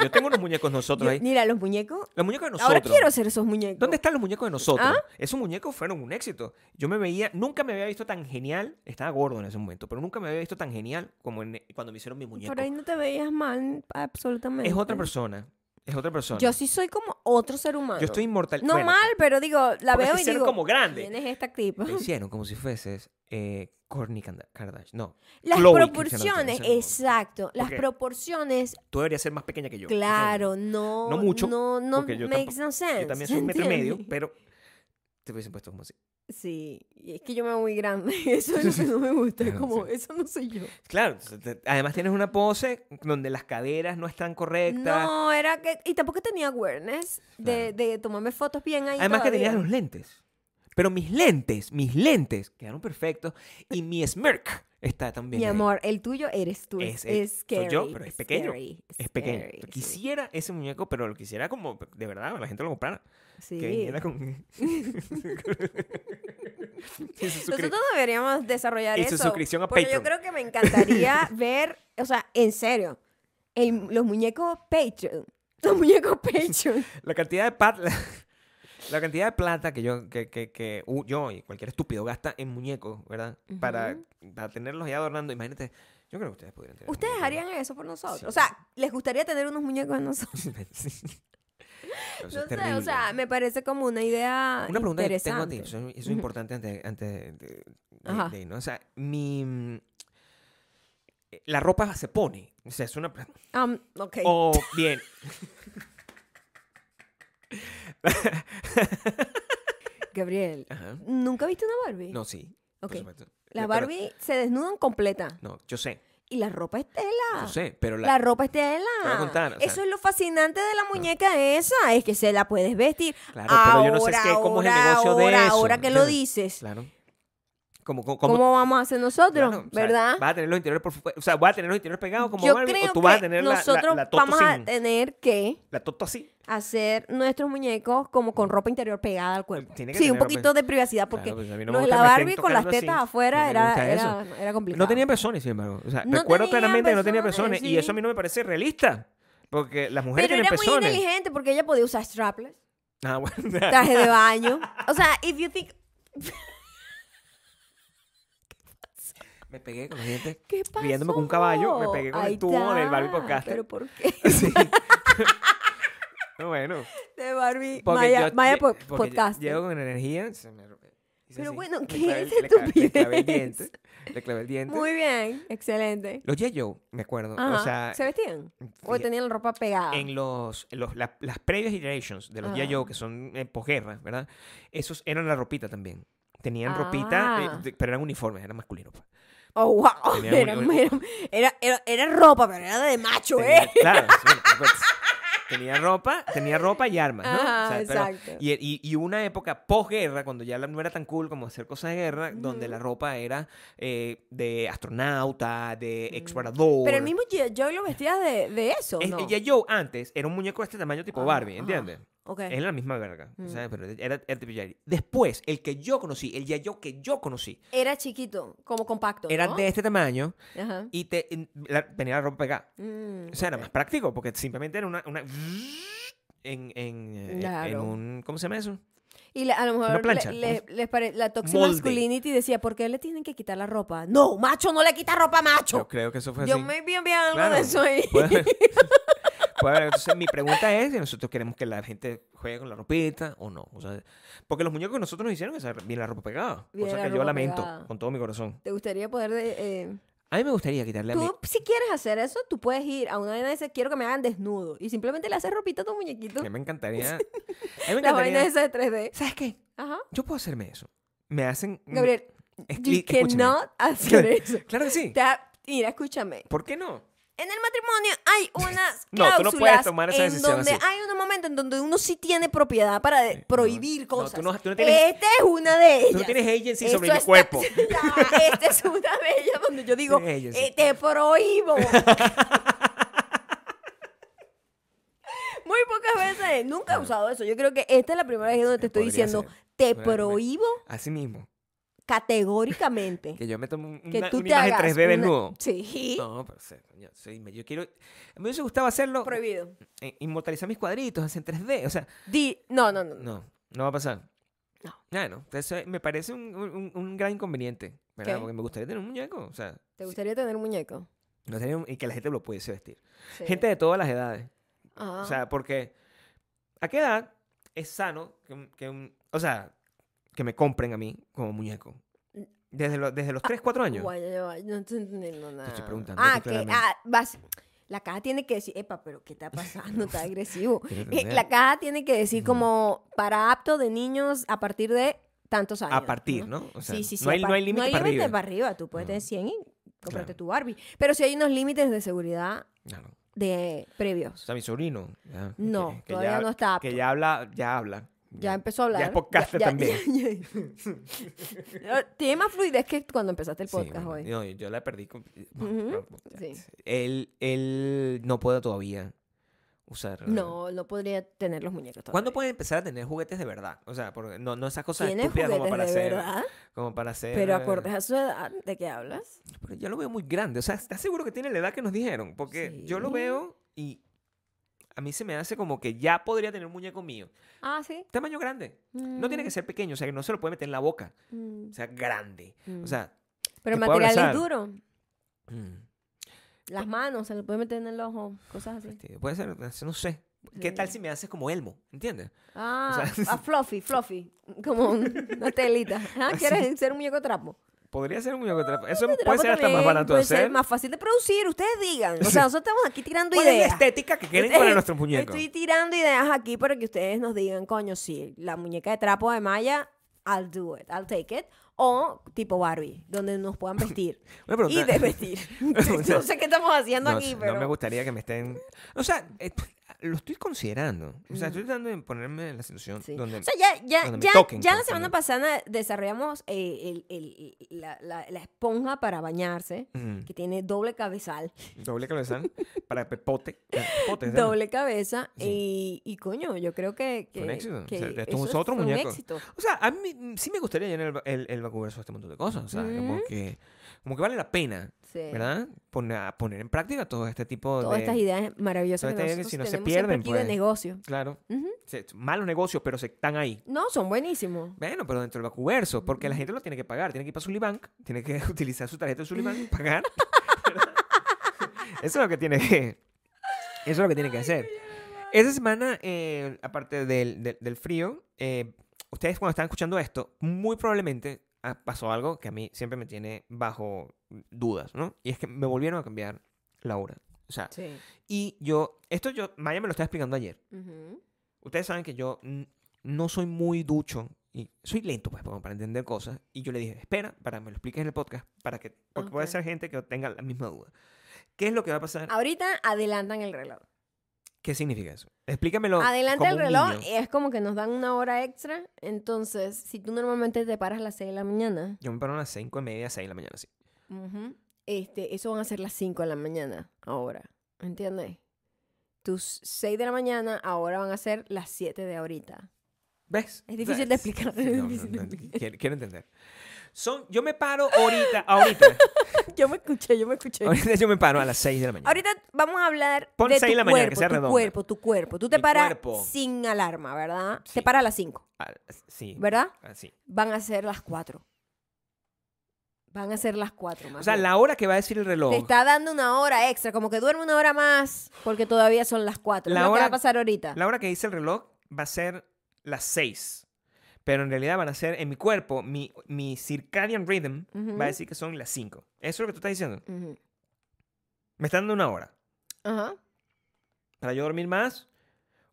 Speaker 2: Yo tengo unos muñecos nosotros ahí.
Speaker 1: Mira, los muñecos.
Speaker 2: Los muñecos de nosotros.
Speaker 1: Ahora quiero hacer esos muñecos.
Speaker 2: ¿Dónde están los muñecos de nosotros?
Speaker 1: ¿Ah?
Speaker 2: Esos muñecos fueron un éxito. Yo me veía, nunca me había visto tan genial. Estaba gordo en ese momento, pero nunca me había visto tan genial como en- cuando me hicieron mi muñeco.
Speaker 1: Por ahí no te veías mal, absolutamente.
Speaker 2: Es otra persona. Es otra persona.
Speaker 1: Yo sí soy como otro ser humano.
Speaker 2: Yo estoy inmortal.
Speaker 1: No
Speaker 2: bueno,
Speaker 1: mal, pero digo, la
Speaker 2: porque
Speaker 1: veo
Speaker 2: se
Speaker 1: y
Speaker 2: hicieron
Speaker 1: digo.
Speaker 2: como grande. Eh,
Speaker 1: ¿Quién es esta tipa?
Speaker 2: Lo hicieron como si fueses eh, Kourtney Kanda- Kardashian. No,
Speaker 1: Las
Speaker 2: Khloe Kardashian,
Speaker 1: proporciones,
Speaker 2: eso no.
Speaker 1: exacto. Las
Speaker 2: Porque-
Speaker 1: proporciones,
Speaker 2: tú deberías ser más pequeña que yo.
Speaker 1: claro, no.
Speaker 2: No mucho,
Speaker 1: No, no
Speaker 2: porque yo
Speaker 1: makes
Speaker 2: tampoco-
Speaker 1: no
Speaker 2: O sea,
Speaker 1: sense.
Speaker 2: Yo también soy un metro y medio,
Speaker 1: ¿entiendes?
Speaker 2: pero te hubiesen puesto como así.
Speaker 1: Sí, y es que yo me veo muy grande. Eso es lo que no me gusta. es como, eso no soy yo.
Speaker 2: Claro, entonces, te- además tienes una pose donde las caderas no están correctas.
Speaker 1: No, era que. Y tampoco tenía awareness de, de tomarme fotos bien ahí.
Speaker 2: Además que tenías
Speaker 1: todavía.
Speaker 2: los lentes. Pero mis lentes, mis lentes quedaron perfectos y mi smirk está también.
Speaker 1: Mi
Speaker 2: ahí.
Speaker 1: amor, el tuyo eres tú. Es,
Speaker 2: Es- es-
Speaker 1: es
Speaker 2: soy
Speaker 1: scary.
Speaker 2: yo, pero es pequeño,
Speaker 1: scary,
Speaker 2: Es pequeño.
Speaker 1: scary, sí,
Speaker 2: quisiera ese muñeco, pero lo quisiera como de verdad, la gente lo comprara.
Speaker 1: Sí.
Speaker 2: Que viniera con. Y se suscri-
Speaker 1: Nosotros deberíamos desarrollar
Speaker 2: Y
Speaker 1: eso.
Speaker 2: su suscripción a
Speaker 1: porque
Speaker 2: Patreon.
Speaker 1: Yo creo que me encantaría ver, o sea, en serio, el- los muñecos Patreon. Los muñecos Patreon.
Speaker 2: La cantidad de pat- la, la cantidad de plata que yo que, que- que u- yo y cualquier estúpido gasta en muñecos, ¿verdad? para, para tenerlos ya adornando. Imagínate, yo creo que ustedes podrían tener.
Speaker 1: ¿Ustedes
Speaker 2: muñecos.
Speaker 1: harían eso por nosotros?
Speaker 2: Sí.
Speaker 1: O sea, ¿les gustaría tener unos muñecos de nosotros?
Speaker 2: Sí.
Speaker 1: No
Speaker 2: Pero eso es
Speaker 1: sé, o
Speaker 2: terrible.
Speaker 1: sea, me parece como una idea
Speaker 2: Una pregunta que tengo a
Speaker 1: interesante.
Speaker 2: ti, eso, es- eso es importante antes, antes de, de- de-
Speaker 1: Ajá.
Speaker 2: de ir, ¿no? O sea, mi... mm, eh, La ropa se pone. O sea, es una...
Speaker 1: Um, ok.
Speaker 2: O bien.
Speaker 1: Gabriel,
Speaker 2: Ajá.
Speaker 1: ¿nunca viste una Barbie?
Speaker 2: No, sí. por
Speaker 1: Ok.
Speaker 2: supuesto.
Speaker 1: Las
Speaker 2: Pero-
Speaker 1: Barbie se desnudan completa.
Speaker 2: No, yo sé.
Speaker 1: Y la ropa es tela.
Speaker 2: Yo sé, pero
Speaker 1: Ah. La,
Speaker 2: la...
Speaker 1: ropa es tela.
Speaker 2: Te voy a contar, o sea-
Speaker 1: Eso es lo fascinante de la muñeca esa, es que se la puedes vestir.
Speaker 2: Claro, pero yo no sé es que- cómo es el negocio de
Speaker 1: ahora,
Speaker 2: eso,
Speaker 1: Ahora que lo
Speaker 2: ¿entiendes?
Speaker 1: dices,
Speaker 2: Claro. Como, como, como-
Speaker 1: ¿cómo vamos a hacer nosotros?
Speaker 2: claro, o sea,
Speaker 1: ¿Verdad?
Speaker 2: vas a tener los interiores por fu- O sea, vas a tener los interiores pegados como
Speaker 1: yo
Speaker 2: Barbie,
Speaker 1: creo
Speaker 2: o tú
Speaker 1: que
Speaker 2: vas a tener la- la-
Speaker 1: nosotros
Speaker 2: la, toto
Speaker 1: vamos a eh,
Speaker 2: sin-
Speaker 1: tener que
Speaker 2: La toto así.
Speaker 1: hacer nuestros muñecos como con ropa interior pegada al cuerpo.
Speaker 2: Tiene que
Speaker 1: Sí, un
Speaker 2: tener ropa-
Speaker 1: poquito de privacidad porque
Speaker 2: Claro, pues a mí no
Speaker 1: lo
Speaker 2: me
Speaker 1: de
Speaker 2: gusta
Speaker 1: la
Speaker 2: que me
Speaker 1: Barbie
Speaker 2: estén
Speaker 1: con las
Speaker 2: tocando
Speaker 1: tetas
Speaker 2: así. No
Speaker 1: afuera
Speaker 2: me
Speaker 1: era,
Speaker 2: gusta
Speaker 1: era, era complicado.
Speaker 2: No tenía personas, sin embargo. O sea,
Speaker 1: No
Speaker 2: recuerdo
Speaker 1: tenía
Speaker 2: claramente que no tenía
Speaker 1: pezones,
Speaker 2: personas.
Speaker 1: sí.
Speaker 2: Y eso a mí no me parece realista. Porque las mujeres
Speaker 1: Pero era
Speaker 2: tienen
Speaker 1: muy
Speaker 2: pezones.
Speaker 1: inteligente porque ella podía usar strapless,
Speaker 2: Ah, bueno.
Speaker 1: traje de baño. O sea, if you think,
Speaker 2: Me pegué con los dientes.
Speaker 1: ¿qué pasó?
Speaker 2: Riéndome con un caballo, me pegué con el
Speaker 1: Ahí
Speaker 2: tubo del Barbie
Speaker 1: está.
Speaker 2: Podcaster.
Speaker 1: ¿Pero por qué?
Speaker 2: Sí. No, bueno.
Speaker 1: De Barbie,
Speaker 2: Porque
Speaker 1: Maya,
Speaker 2: yo-
Speaker 1: Maya
Speaker 2: lle-
Speaker 1: po-
Speaker 2: porque
Speaker 1: Podcast.
Speaker 2: Llego con energía. se me- hice
Speaker 1: Pero
Speaker 2: así,
Speaker 1: bueno,
Speaker 2: le
Speaker 1: ¿qué
Speaker 2: clavé
Speaker 1: es
Speaker 2: el- le clavé- Le clavé el
Speaker 1: estupidez?
Speaker 2: diente. Le clavé el diente.
Speaker 1: Muy bien, excelente.
Speaker 2: Los Yellow, me acuerdo.
Speaker 1: Ajá.
Speaker 2: O sea,
Speaker 1: ¿Se vestían? ¿O
Speaker 2: fija-
Speaker 1: tenían la ropa pegada?
Speaker 2: en los, en los la- las previas iterations de los
Speaker 1: Ajá.
Speaker 2: G.I. Joe, que son en posguerra, ¿verdad? Esos eran la ropita también. Tenían ropita,
Speaker 1: Ah.
Speaker 2: eh, de- pero eran uniformes, eran masculinos. pues.
Speaker 1: Oh, wow.
Speaker 2: Tenía
Speaker 1: Era,
Speaker 2: un- un-
Speaker 1: era, era, era- era ropa, pero era de macho,
Speaker 2: Tenía,
Speaker 1: ¿eh?
Speaker 2: claro, sí, bueno, pues, tenía ropa, tenía ropa y armas, ¿no? O sea,
Speaker 1: Ajá,
Speaker 2: pero-
Speaker 1: exacto.
Speaker 2: y, y- y una época posguerra, cuando ya la- no era tan cool como hacer cosas de guerra, donde la ropa era eh, de astronauta, de explorador.
Speaker 1: Mm. Pero el mismo G.I. Joe lo vestía de, de eso,
Speaker 2: Es-
Speaker 1: ¿no?
Speaker 2: el G.I. Joe antes era un muñeco de este tamaño tipo
Speaker 1: Ah,
Speaker 2: Barbie,
Speaker 1: ajá. Eh. Mm.
Speaker 2: ¿entiendes?
Speaker 1: Ok.
Speaker 2: Es la misma verga, ¿sabes? Pero era, era tipo G.I. Después, el que yo conocí, el G.I. Joe que yo conocí,
Speaker 1: Era chiquito, como compacto,
Speaker 2: era
Speaker 1: ¿no?
Speaker 2: de este tamaño
Speaker 1: Ajá.
Speaker 2: y te, en- la- tenía la ropa pegada.
Speaker 1: Mm.
Speaker 2: O sea, era más práctico, porque simplemente era una. una en, en, eh, en
Speaker 1: Claro.
Speaker 2: un. ¿Cómo se llama eso?
Speaker 1: Y la- a lo mejor
Speaker 2: plancha, pues.
Speaker 1: le- le- les pare- la toxic
Speaker 2: Molde.
Speaker 1: masculinity decía, ¿por qué le tienen que quitar la ropa? No, macho, no le quita ropa a
Speaker 2: Yo
Speaker 1: macho.
Speaker 2: creo que eso fue
Speaker 1: Yo
Speaker 2: así.
Speaker 1: me vi enviando algo de eso ahí.
Speaker 2: pues Claro, Pues puede haber- puede haber. Entonces, mi pregunta es si nosotros queremos que la gente juegue con la ropita o no. O sea, porque los muñecos que nosotros nos hicieron, esa- viene la ropa pegada.
Speaker 1: Viene
Speaker 2: cosa
Speaker 1: la
Speaker 2: que yo
Speaker 1: ropa
Speaker 2: lamento
Speaker 1: pegada.
Speaker 2: con todo mi corazón.
Speaker 1: ¿Te gustaría poder... de- eh,
Speaker 2: A mí me gustaría quitarle a mi...
Speaker 1: Tú, si quieres hacer eso, tú puedes ir a una vaina y dices, quiero que me hagan desnudo. Y simplemente le haces ropita a tu muñequito.
Speaker 2: Que me encantaría... A mí me
Speaker 1: La vaina
Speaker 2: encantaría...
Speaker 1: esa de 3D.
Speaker 2: ¿Sabes qué?
Speaker 1: Ajá.
Speaker 2: Yo puedo hacerme eso. Me hacen...
Speaker 1: Gabriel,
Speaker 2: Mm, Es-
Speaker 1: you
Speaker 2: escúchame.
Speaker 1: cannot hacer eso.
Speaker 2: Claro que sí.
Speaker 1: Te ha- Mira, escúchame.
Speaker 2: ¿Por qué no?
Speaker 1: En el matrimonio hay unas
Speaker 2: No,
Speaker 1: cláusulas
Speaker 2: tú no puedes tomar esa
Speaker 1: en
Speaker 2: decisión
Speaker 1: donde
Speaker 2: así.
Speaker 1: hay un momento en donde uno sí tiene propiedad para de- prohibir
Speaker 2: no,
Speaker 1: cosas.
Speaker 2: tú no- tú no tienes-
Speaker 1: Esta es una de ellas.
Speaker 2: Tú no tienes agency
Speaker 1: Eso
Speaker 2: sobre mi
Speaker 1: está-
Speaker 2: cuerpo.
Speaker 1: Esta es una de ellas donde yo digo,
Speaker 2: Tienes agency.
Speaker 1: eh, te prohíbo. Muy pocas veces, nunca he usado eso. Yo creo que esta es la primera vez donde te estoy
Speaker 2: Podría
Speaker 1: diciendo,
Speaker 2: ser.
Speaker 1: te
Speaker 2: Podría ser.
Speaker 1: prohíbo
Speaker 2: Así mismo.
Speaker 1: categóricamente
Speaker 2: Que yo me tomo un-
Speaker 1: que
Speaker 2: una,
Speaker 1: tú
Speaker 2: una
Speaker 1: te
Speaker 2: imagen
Speaker 1: hagas
Speaker 2: 3D
Speaker 1: una-
Speaker 2: desnudo.
Speaker 1: Sí,
Speaker 2: No, pero sé, coño, soy- me- yo quiero... A mí me gustaba hacerlo...
Speaker 1: prohibido.
Speaker 2: eh, Inmortalizar mis cuadritos así en 3D. O sea,
Speaker 1: Di, no, no, no. no.
Speaker 2: no, no va a pasar.
Speaker 1: No.
Speaker 2: Bueno, entonces me parece un, un- un gran inconveniente, ¿verdad?
Speaker 1: ¿Qué?
Speaker 2: Porque me gustaría tener un muñeco, o sea,
Speaker 1: ¿Te gustaría tener un muñeco?
Speaker 2: no tener un- y que la gente lo pudiese vestir.
Speaker 1: Sí. Ah.
Speaker 2: Gente de todas las edades.
Speaker 1: Ajá.
Speaker 2: O sea, porque ¿a qué edad es sano que, un- que un- o sea, que me compren a mí como muñeco? Desde, los desde los 3, 4 años.
Speaker 1: Guay, ya va, no estoy entendiendo nada.
Speaker 2: estoy preguntando
Speaker 1: Ah, que
Speaker 2: tú claramente.
Speaker 1: ah, vas- la caja tiene que decir, epa, pero ¿qué está pasando? Está agresivo.
Speaker 2: Quiero
Speaker 1: Eh,
Speaker 2: entender.
Speaker 1: La caja tiene que decir como para apto de niños a partir de tantos años.
Speaker 2: a partir, ¿no? O sea,
Speaker 1: sí, sí, sí.
Speaker 2: No hay,
Speaker 1: a par-
Speaker 2: no hay límite para arriba.
Speaker 1: para arriba. Tú puedes
Speaker 2: No.
Speaker 1: tener 100 y comprarte
Speaker 2: Claro.
Speaker 1: tu Barbie. Pero sí hay unos límites de seguridad
Speaker 2: Claro. Ah, O
Speaker 1: de previos.
Speaker 2: sea, mi sobrino. ya,
Speaker 1: No, todavía no está apto.
Speaker 2: Que ya habla, ya habla.
Speaker 1: Ya empezó a hablar.
Speaker 2: Ya es podcaster
Speaker 1: Ya- ya-
Speaker 2: también.
Speaker 1: ya- Tiene más fluidez que cuando empezaste el
Speaker 2: Sí,
Speaker 1: podcast
Speaker 2: bueno,
Speaker 1: hoy.
Speaker 2: no, yo la perdí. con- eh,
Speaker 1: Ujú,
Speaker 2: Ya,
Speaker 1: sí.
Speaker 2: Él, él no puede todavía usar. eh,
Speaker 1: No, no podría tener los muñecos todavía.
Speaker 2: ¿Cuándo puede empezar a tener juguetes de verdad? O sea, porque no, no esas cosas
Speaker 1: Tiene
Speaker 2: estúpidas como
Speaker 1: juguetes
Speaker 2: para
Speaker 1: de
Speaker 2: hacer.
Speaker 1: verdad,
Speaker 2: Como para hacer.
Speaker 1: pero
Speaker 2: eh,
Speaker 1: acordes a su edad, ¿de qué hablas?
Speaker 2: Pero ya lo veo muy grande. O sea, ¿estás seguro que tiene la edad que nos dijeron? Porque yo lo
Speaker 1: Sí.
Speaker 2: veo y a mí se me hace como que ya podría tener un muñeco mío.
Speaker 1: Ah, sí.
Speaker 2: Tamaño grande. No tiene que ser pequeño. O sea, que no se lo puede meter en la boca.
Speaker 1: Mm,
Speaker 2: O sea, grande. O sea.
Speaker 1: pero el
Speaker 2: te puedo
Speaker 1: material es
Speaker 2: abrazar.
Speaker 1: duro.
Speaker 2: mm,
Speaker 1: Las manos se le puede meter en el ojo, cosas así.
Speaker 2: este, Puede ser, no sé. ¿Qué tal
Speaker 1: Sí.
Speaker 2: si me haces como Elmo? ¿Entiendes?
Speaker 1: Ah, a fluffy, fluffy. Como un- una telita. Ah, ¿Quieres ser un muñeco trapo?
Speaker 2: Podría ser un muñeco trapo. Eso
Speaker 1: Trapo
Speaker 2: puede ser hasta más
Speaker 1: Ah, también,
Speaker 2: barato de
Speaker 1: puede ser
Speaker 2: hacer.
Speaker 1: más fácil de producir, ustedes digan. O sea, nosotros estamos aquí tirando
Speaker 2: ¿Cuál es la
Speaker 1: ideas.
Speaker 2: estética que quieren
Speaker 1: Ustedes-
Speaker 2: para nuestros muñecos?
Speaker 1: Estoy tirando ideas aquí para que ustedes nos digan, coño, sí, la muñeca de trapo de Maya, I'll do it, I'll take it. O tipo Barbie, donde nos puedan vestir.
Speaker 2: Una pregunta.
Speaker 1: y desvestir. no sé qué estamos haciendo
Speaker 2: No,
Speaker 1: aquí,
Speaker 2: sé,
Speaker 1: pero.
Speaker 2: no me gustaría que me estén... O sea, eh, lo estoy considerando. O sea, estoy tratando de ponerme en la situación
Speaker 1: Mm. Sí.
Speaker 2: donde...
Speaker 1: O sea, ya, ya,
Speaker 2: donde me
Speaker 1: ya,
Speaker 2: toquen,
Speaker 1: ya la
Speaker 2: pues,
Speaker 1: semana
Speaker 2: también.
Speaker 1: pasada desarrollamos eh, el- el- el- la, la- la esponja para bañarse,
Speaker 2: Mm,
Speaker 1: que tiene doble cabezal,
Speaker 2: doble cabezal para pepote. eh, potes, ¿verdad?
Speaker 1: doble cabeza, y, y coño, yo creo que. que
Speaker 2: Fue un éxito.
Speaker 1: que
Speaker 2: O sea, esto es
Speaker 1: eso
Speaker 2: un- otro
Speaker 1: fue un
Speaker 2: muñeco.
Speaker 1: éxito.
Speaker 2: O sea, a mí mm, sí me gustaría llenar el, ba- el, el vacuverso de este montón de cosas. O sea, como, que, como que vale la pena,
Speaker 1: Sí.
Speaker 2: ¿verdad? Poner, poner en práctica todo este tipo
Speaker 1: Todas
Speaker 2: de...
Speaker 1: estas ideas maravillosas
Speaker 2: todas
Speaker 1: que
Speaker 2: estas ideas,
Speaker 1: nosotros
Speaker 2: si no se
Speaker 1: tenemos siempre
Speaker 2: pierden,
Speaker 1: aquí de
Speaker 2: pues.
Speaker 1: negocio.
Speaker 2: Claro.
Speaker 1: Ujú.
Speaker 2: Se- malos negocios, pero se están ahí.
Speaker 1: No, son buenísimos.
Speaker 2: Bueno, pero dentro del vacuverso, porque la gente lo tiene que pagar, tiene que ir para Sulibank, tiene que utilizar su tarjeta de Sulibank, pagar. eso es lo que tiene que, eso es lo que tiene que hacer. Esa semana, eh, aparte del, del- del frío, eh, ustedes cuando están escuchando esto, muy probablemente ah, pasó algo que a mí siempre me tiene bajo dudas, ¿no? Y es que me volvieron a cambiar la hora. O sea,
Speaker 1: Sí.
Speaker 2: y yo, esto yo, Maya me lo estaba explicando ayer.
Speaker 1: Ujú.
Speaker 2: Ustedes saben que yo mm, no soy muy ducho y soy lento pues, como para entender cosas. Y yo le dije, espera, para que me lo expliques en el podcast, para que, porque puede
Speaker 1: Ok. Ah.
Speaker 2: ser gente que tenga la misma duda. ¿Qué es lo que va a pasar?
Speaker 1: Ahorita adelantan el reloj.
Speaker 2: ¿Qué significa eso? Explícamelo.
Speaker 1: Adelanta
Speaker 2: como
Speaker 1: el
Speaker 2: un
Speaker 1: reloj eh.
Speaker 2: niño.
Speaker 1: y es como que nos dan una hora extra. Entonces, si tú normalmente te paras a las 6 de la mañana,
Speaker 2: Yo me paro a las cinco y media, seis de la mañana, sí.
Speaker 1: este, eso van a ser las 5 de la mañana ahora. ¿Entiendes? Tus 6 de la mañana ahora van a ser las 7 de ahorita.
Speaker 2: ¿Ves?
Speaker 1: Es difícil de explicar, es difícil de explicar.
Speaker 2: quiero, quiero entender. Son, yo me paro ahorita, ahorita,
Speaker 1: Yo me escuché, yo me escuché.
Speaker 2: ahorita yo me paro a las 6 de la mañana.
Speaker 1: Ahorita vamos a hablar
Speaker 2: Pon
Speaker 1: de tu
Speaker 2: seis de la mañana, que
Speaker 1: cuerpo,
Speaker 2: sea
Speaker 1: tu
Speaker 2: redonda.
Speaker 1: cuerpo, tu cuerpo. Tú te
Speaker 2: Mi
Speaker 1: paras
Speaker 2: cuerpo.
Speaker 1: sin alarma, ¿verdad?
Speaker 2: Sí.
Speaker 1: Te paras a las 5,
Speaker 2: Ah, sí.
Speaker 1: ¿verdad?
Speaker 2: Ah, sí.
Speaker 1: Van a ser las 4. Van a ser las 4 más.
Speaker 2: O sea,
Speaker 1: bien.
Speaker 2: la hora que va a decir el
Speaker 1: Te
Speaker 2: reloj.
Speaker 1: está dando una hora extra, como que duerme una hora más, porque todavía son las 4.
Speaker 2: La
Speaker 1: lo que va
Speaker 2: hora-
Speaker 1: a pasar ahorita.
Speaker 2: La hora que dice el reloj va a ser las 6. Pero en realidad van a ser en mi cuerpo, mi, mi circadian rhythm
Speaker 1: Ujú.
Speaker 2: va a decir que son las 5. Eso es lo que tú estás diciendo.
Speaker 1: Ujú.
Speaker 2: Me están dando una hora.
Speaker 1: Ajá.
Speaker 2: Para yo dormir más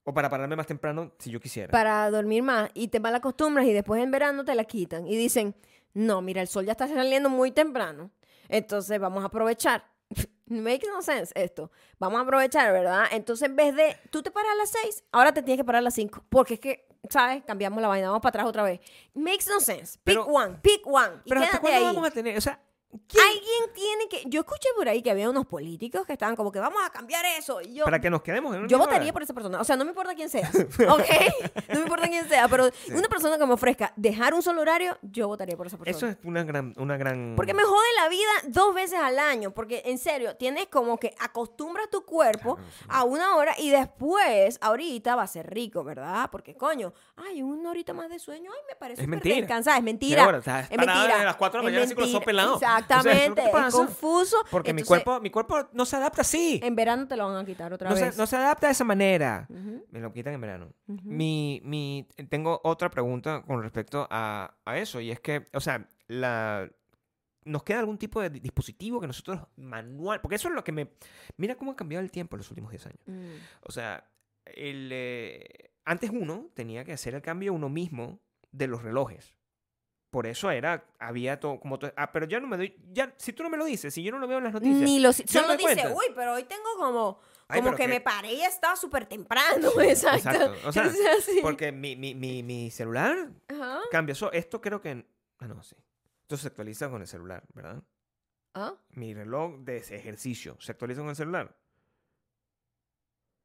Speaker 2: o para pararme más temprano si yo quisiera.
Speaker 1: Para dormir más y te malacostumbras y después en verano te la quitan y dicen, no, mira, el sol ya está saliendo muy temprano, entonces vamos a aprovechar. Makes no sense esto. Vamos a aprovechar, ¿verdad? Entonces, en vez de tú te paras a las 6, ahora te tienes que parar a las 5. Porque es que, ¿sabes? Cambiamos la vaina, vamos para atrás otra vez. Makes no sense. Pick
Speaker 2: Pero-
Speaker 1: one, pick one. y
Speaker 2: Pero ¿hasta
Speaker 1: quédate
Speaker 2: cuándo
Speaker 1: ahí.
Speaker 2: vamos a tener? O sea, ¿quién-
Speaker 1: Alguien tiene que. Yo escuché por ahí que había unos políticos que estaban como que vamos a cambiar eso. Y yo,
Speaker 2: para que nos quedemos en una
Speaker 1: yo
Speaker 2: misma
Speaker 1: votaría
Speaker 2: hora?
Speaker 1: por esa persona. O sea, no me importa quién seas. ¿Ok? No me importa quién sea. Pero una persona que me ofrezca dejar un solo horario, yo votaría por esa persona.
Speaker 2: Eso es una gran... Una gran...
Speaker 1: Porque me jode la vida dos veces al año. Porque en serio, tienes como que acostumbras tu cuerpo a una hora y después, ahorita va a ser rico, ¿verdad? Porque coño, ay, una horita más de sueño, ay, me parece
Speaker 2: Es
Speaker 1: súper
Speaker 2: mentira.
Speaker 1: descansada. Es mentira.
Speaker 2: Mira, ahora estás
Speaker 1: es
Speaker 2: parada
Speaker 1: mentira.
Speaker 2: a las cuatro de la
Speaker 1: Es
Speaker 2: mañana así con los ojos
Speaker 1: mentira.
Speaker 2: pelados. O sea, ¿eso es lo que te
Speaker 1: Exactamente. es
Speaker 2: pasa?
Speaker 1: confuso.
Speaker 2: Porque mi,
Speaker 1: Entonces,
Speaker 2: cuerpo, mi cuerpo no se adapta así.
Speaker 1: En verano te lo van a quitar otra
Speaker 2: No se,
Speaker 1: vez.
Speaker 2: no se adapta de esa manera. Me lo quitan en verano. mi, mi, eh, tengo otra pregunta con respecto a, a eso. Y es que, o sea, la, ¿nos queda algún tipo de di- dispositivo que nosotros manual? Porque eso es lo que me... Mira cómo ha cambiado el tiempo en los últimos 10 años.
Speaker 1: Mm.
Speaker 2: O sea, el, eh, antes uno tenía que hacer el cambio uno mismo de los relojes. Por eso era, había todo, como to- ah, pero ya no me doy, ya, si tú no me lo dices, si yo no lo veo en las noticias.
Speaker 1: Ni los,
Speaker 2: yo no
Speaker 1: solo
Speaker 2: me
Speaker 1: dice,
Speaker 2: cuento.
Speaker 1: uy, pero hoy tengo como,
Speaker 2: Ay,
Speaker 1: como
Speaker 2: pero
Speaker 1: que,
Speaker 2: qué-
Speaker 1: me paré y estaba súper temprano. exacto.
Speaker 2: exacto. O sea,
Speaker 1: sí.
Speaker 2: Porque mi, mi, mi, mi celular
Speaker 1: Ajá.
Speaker 2: cambia. So, esto creo que. Ah, no, sí. Esto se actualiza con el celular, ¿verdad?
Speaker 1: Ah.
Speaker 2: Mi reloj de ese ejercicio se actualiza con el celular.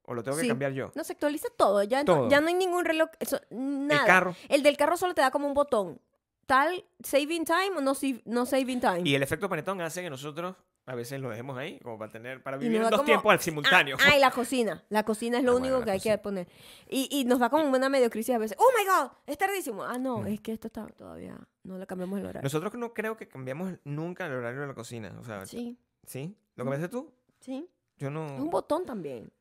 Speaker 2: ¿O lo tengo que
Speaker 1: Sí.
Speaker 2: cambiar yo?
Speaker 1: No, se actualiza todo. Ya, no-
Speaker 2: Todo.
Speaker 1: ya no hay ningún reloj. eso, nada.
Speaker 2: El carro.
Speaker 1: El del carro solo te da como un botón. Tal, saving time o no, si- no saving time.
Speaker 2: Y el efecto panetón hace que nosotros a veces lo dejemos ahí, como para tener, para
Speaker 1: Y
Speaker 2: vivir
Speaker 1: nos da
Speaker 2: dos
Speaker 1: como-
Speaker 2: tiempos al
Speaker 1: Ah,
Speaker 2: simultáneo.
Speaker 1: Ah, y la cocina. La cocina es lo
Speaker 2: Ah, bueno,
Speaker 1: único
Speaker 2: la
Speaker 1: que hay
Speaker 2: cocina.
Speaker 1: que poner. Y, y nos da como una mediocrisis a veces. ¡Oh, my God! Es tardísimo. Ah, no,
Speaker 2: Mm.
Speaker 1: es que esto está todavía... No le cambiamos el horario.
Speaker 2: Nosotros no creo que cambiamos nunca el horario de la cocina. O sea, ¿sí?
Speaker 1: Sí,
Speaker 2: ¿Lo cambiaste tú?
Speaker 1: sí.
Speaker 2: Yo
Speaker 1: Es un
Speaker 2: no.
Speaker 1: botón también.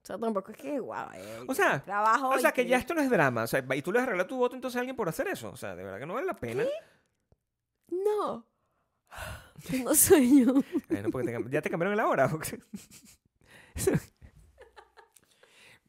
Speaker 1: O sea, tampoco es que guau. eh,
Speaker 2: O sea,
Speaker 1: trabajo.
Speaker 2: o sea,
Speaker 1: y
Speaker 2: que ya esto no es drama. O sea, y tú le has arreglado tu voto entonces a alguien por hacer eso. O sea, de verdad que no vale la pena.
Speaker 1: No. Tengo sueño.
Speaker 2: Bueno, porque te cam- ya te cambiaron la hora.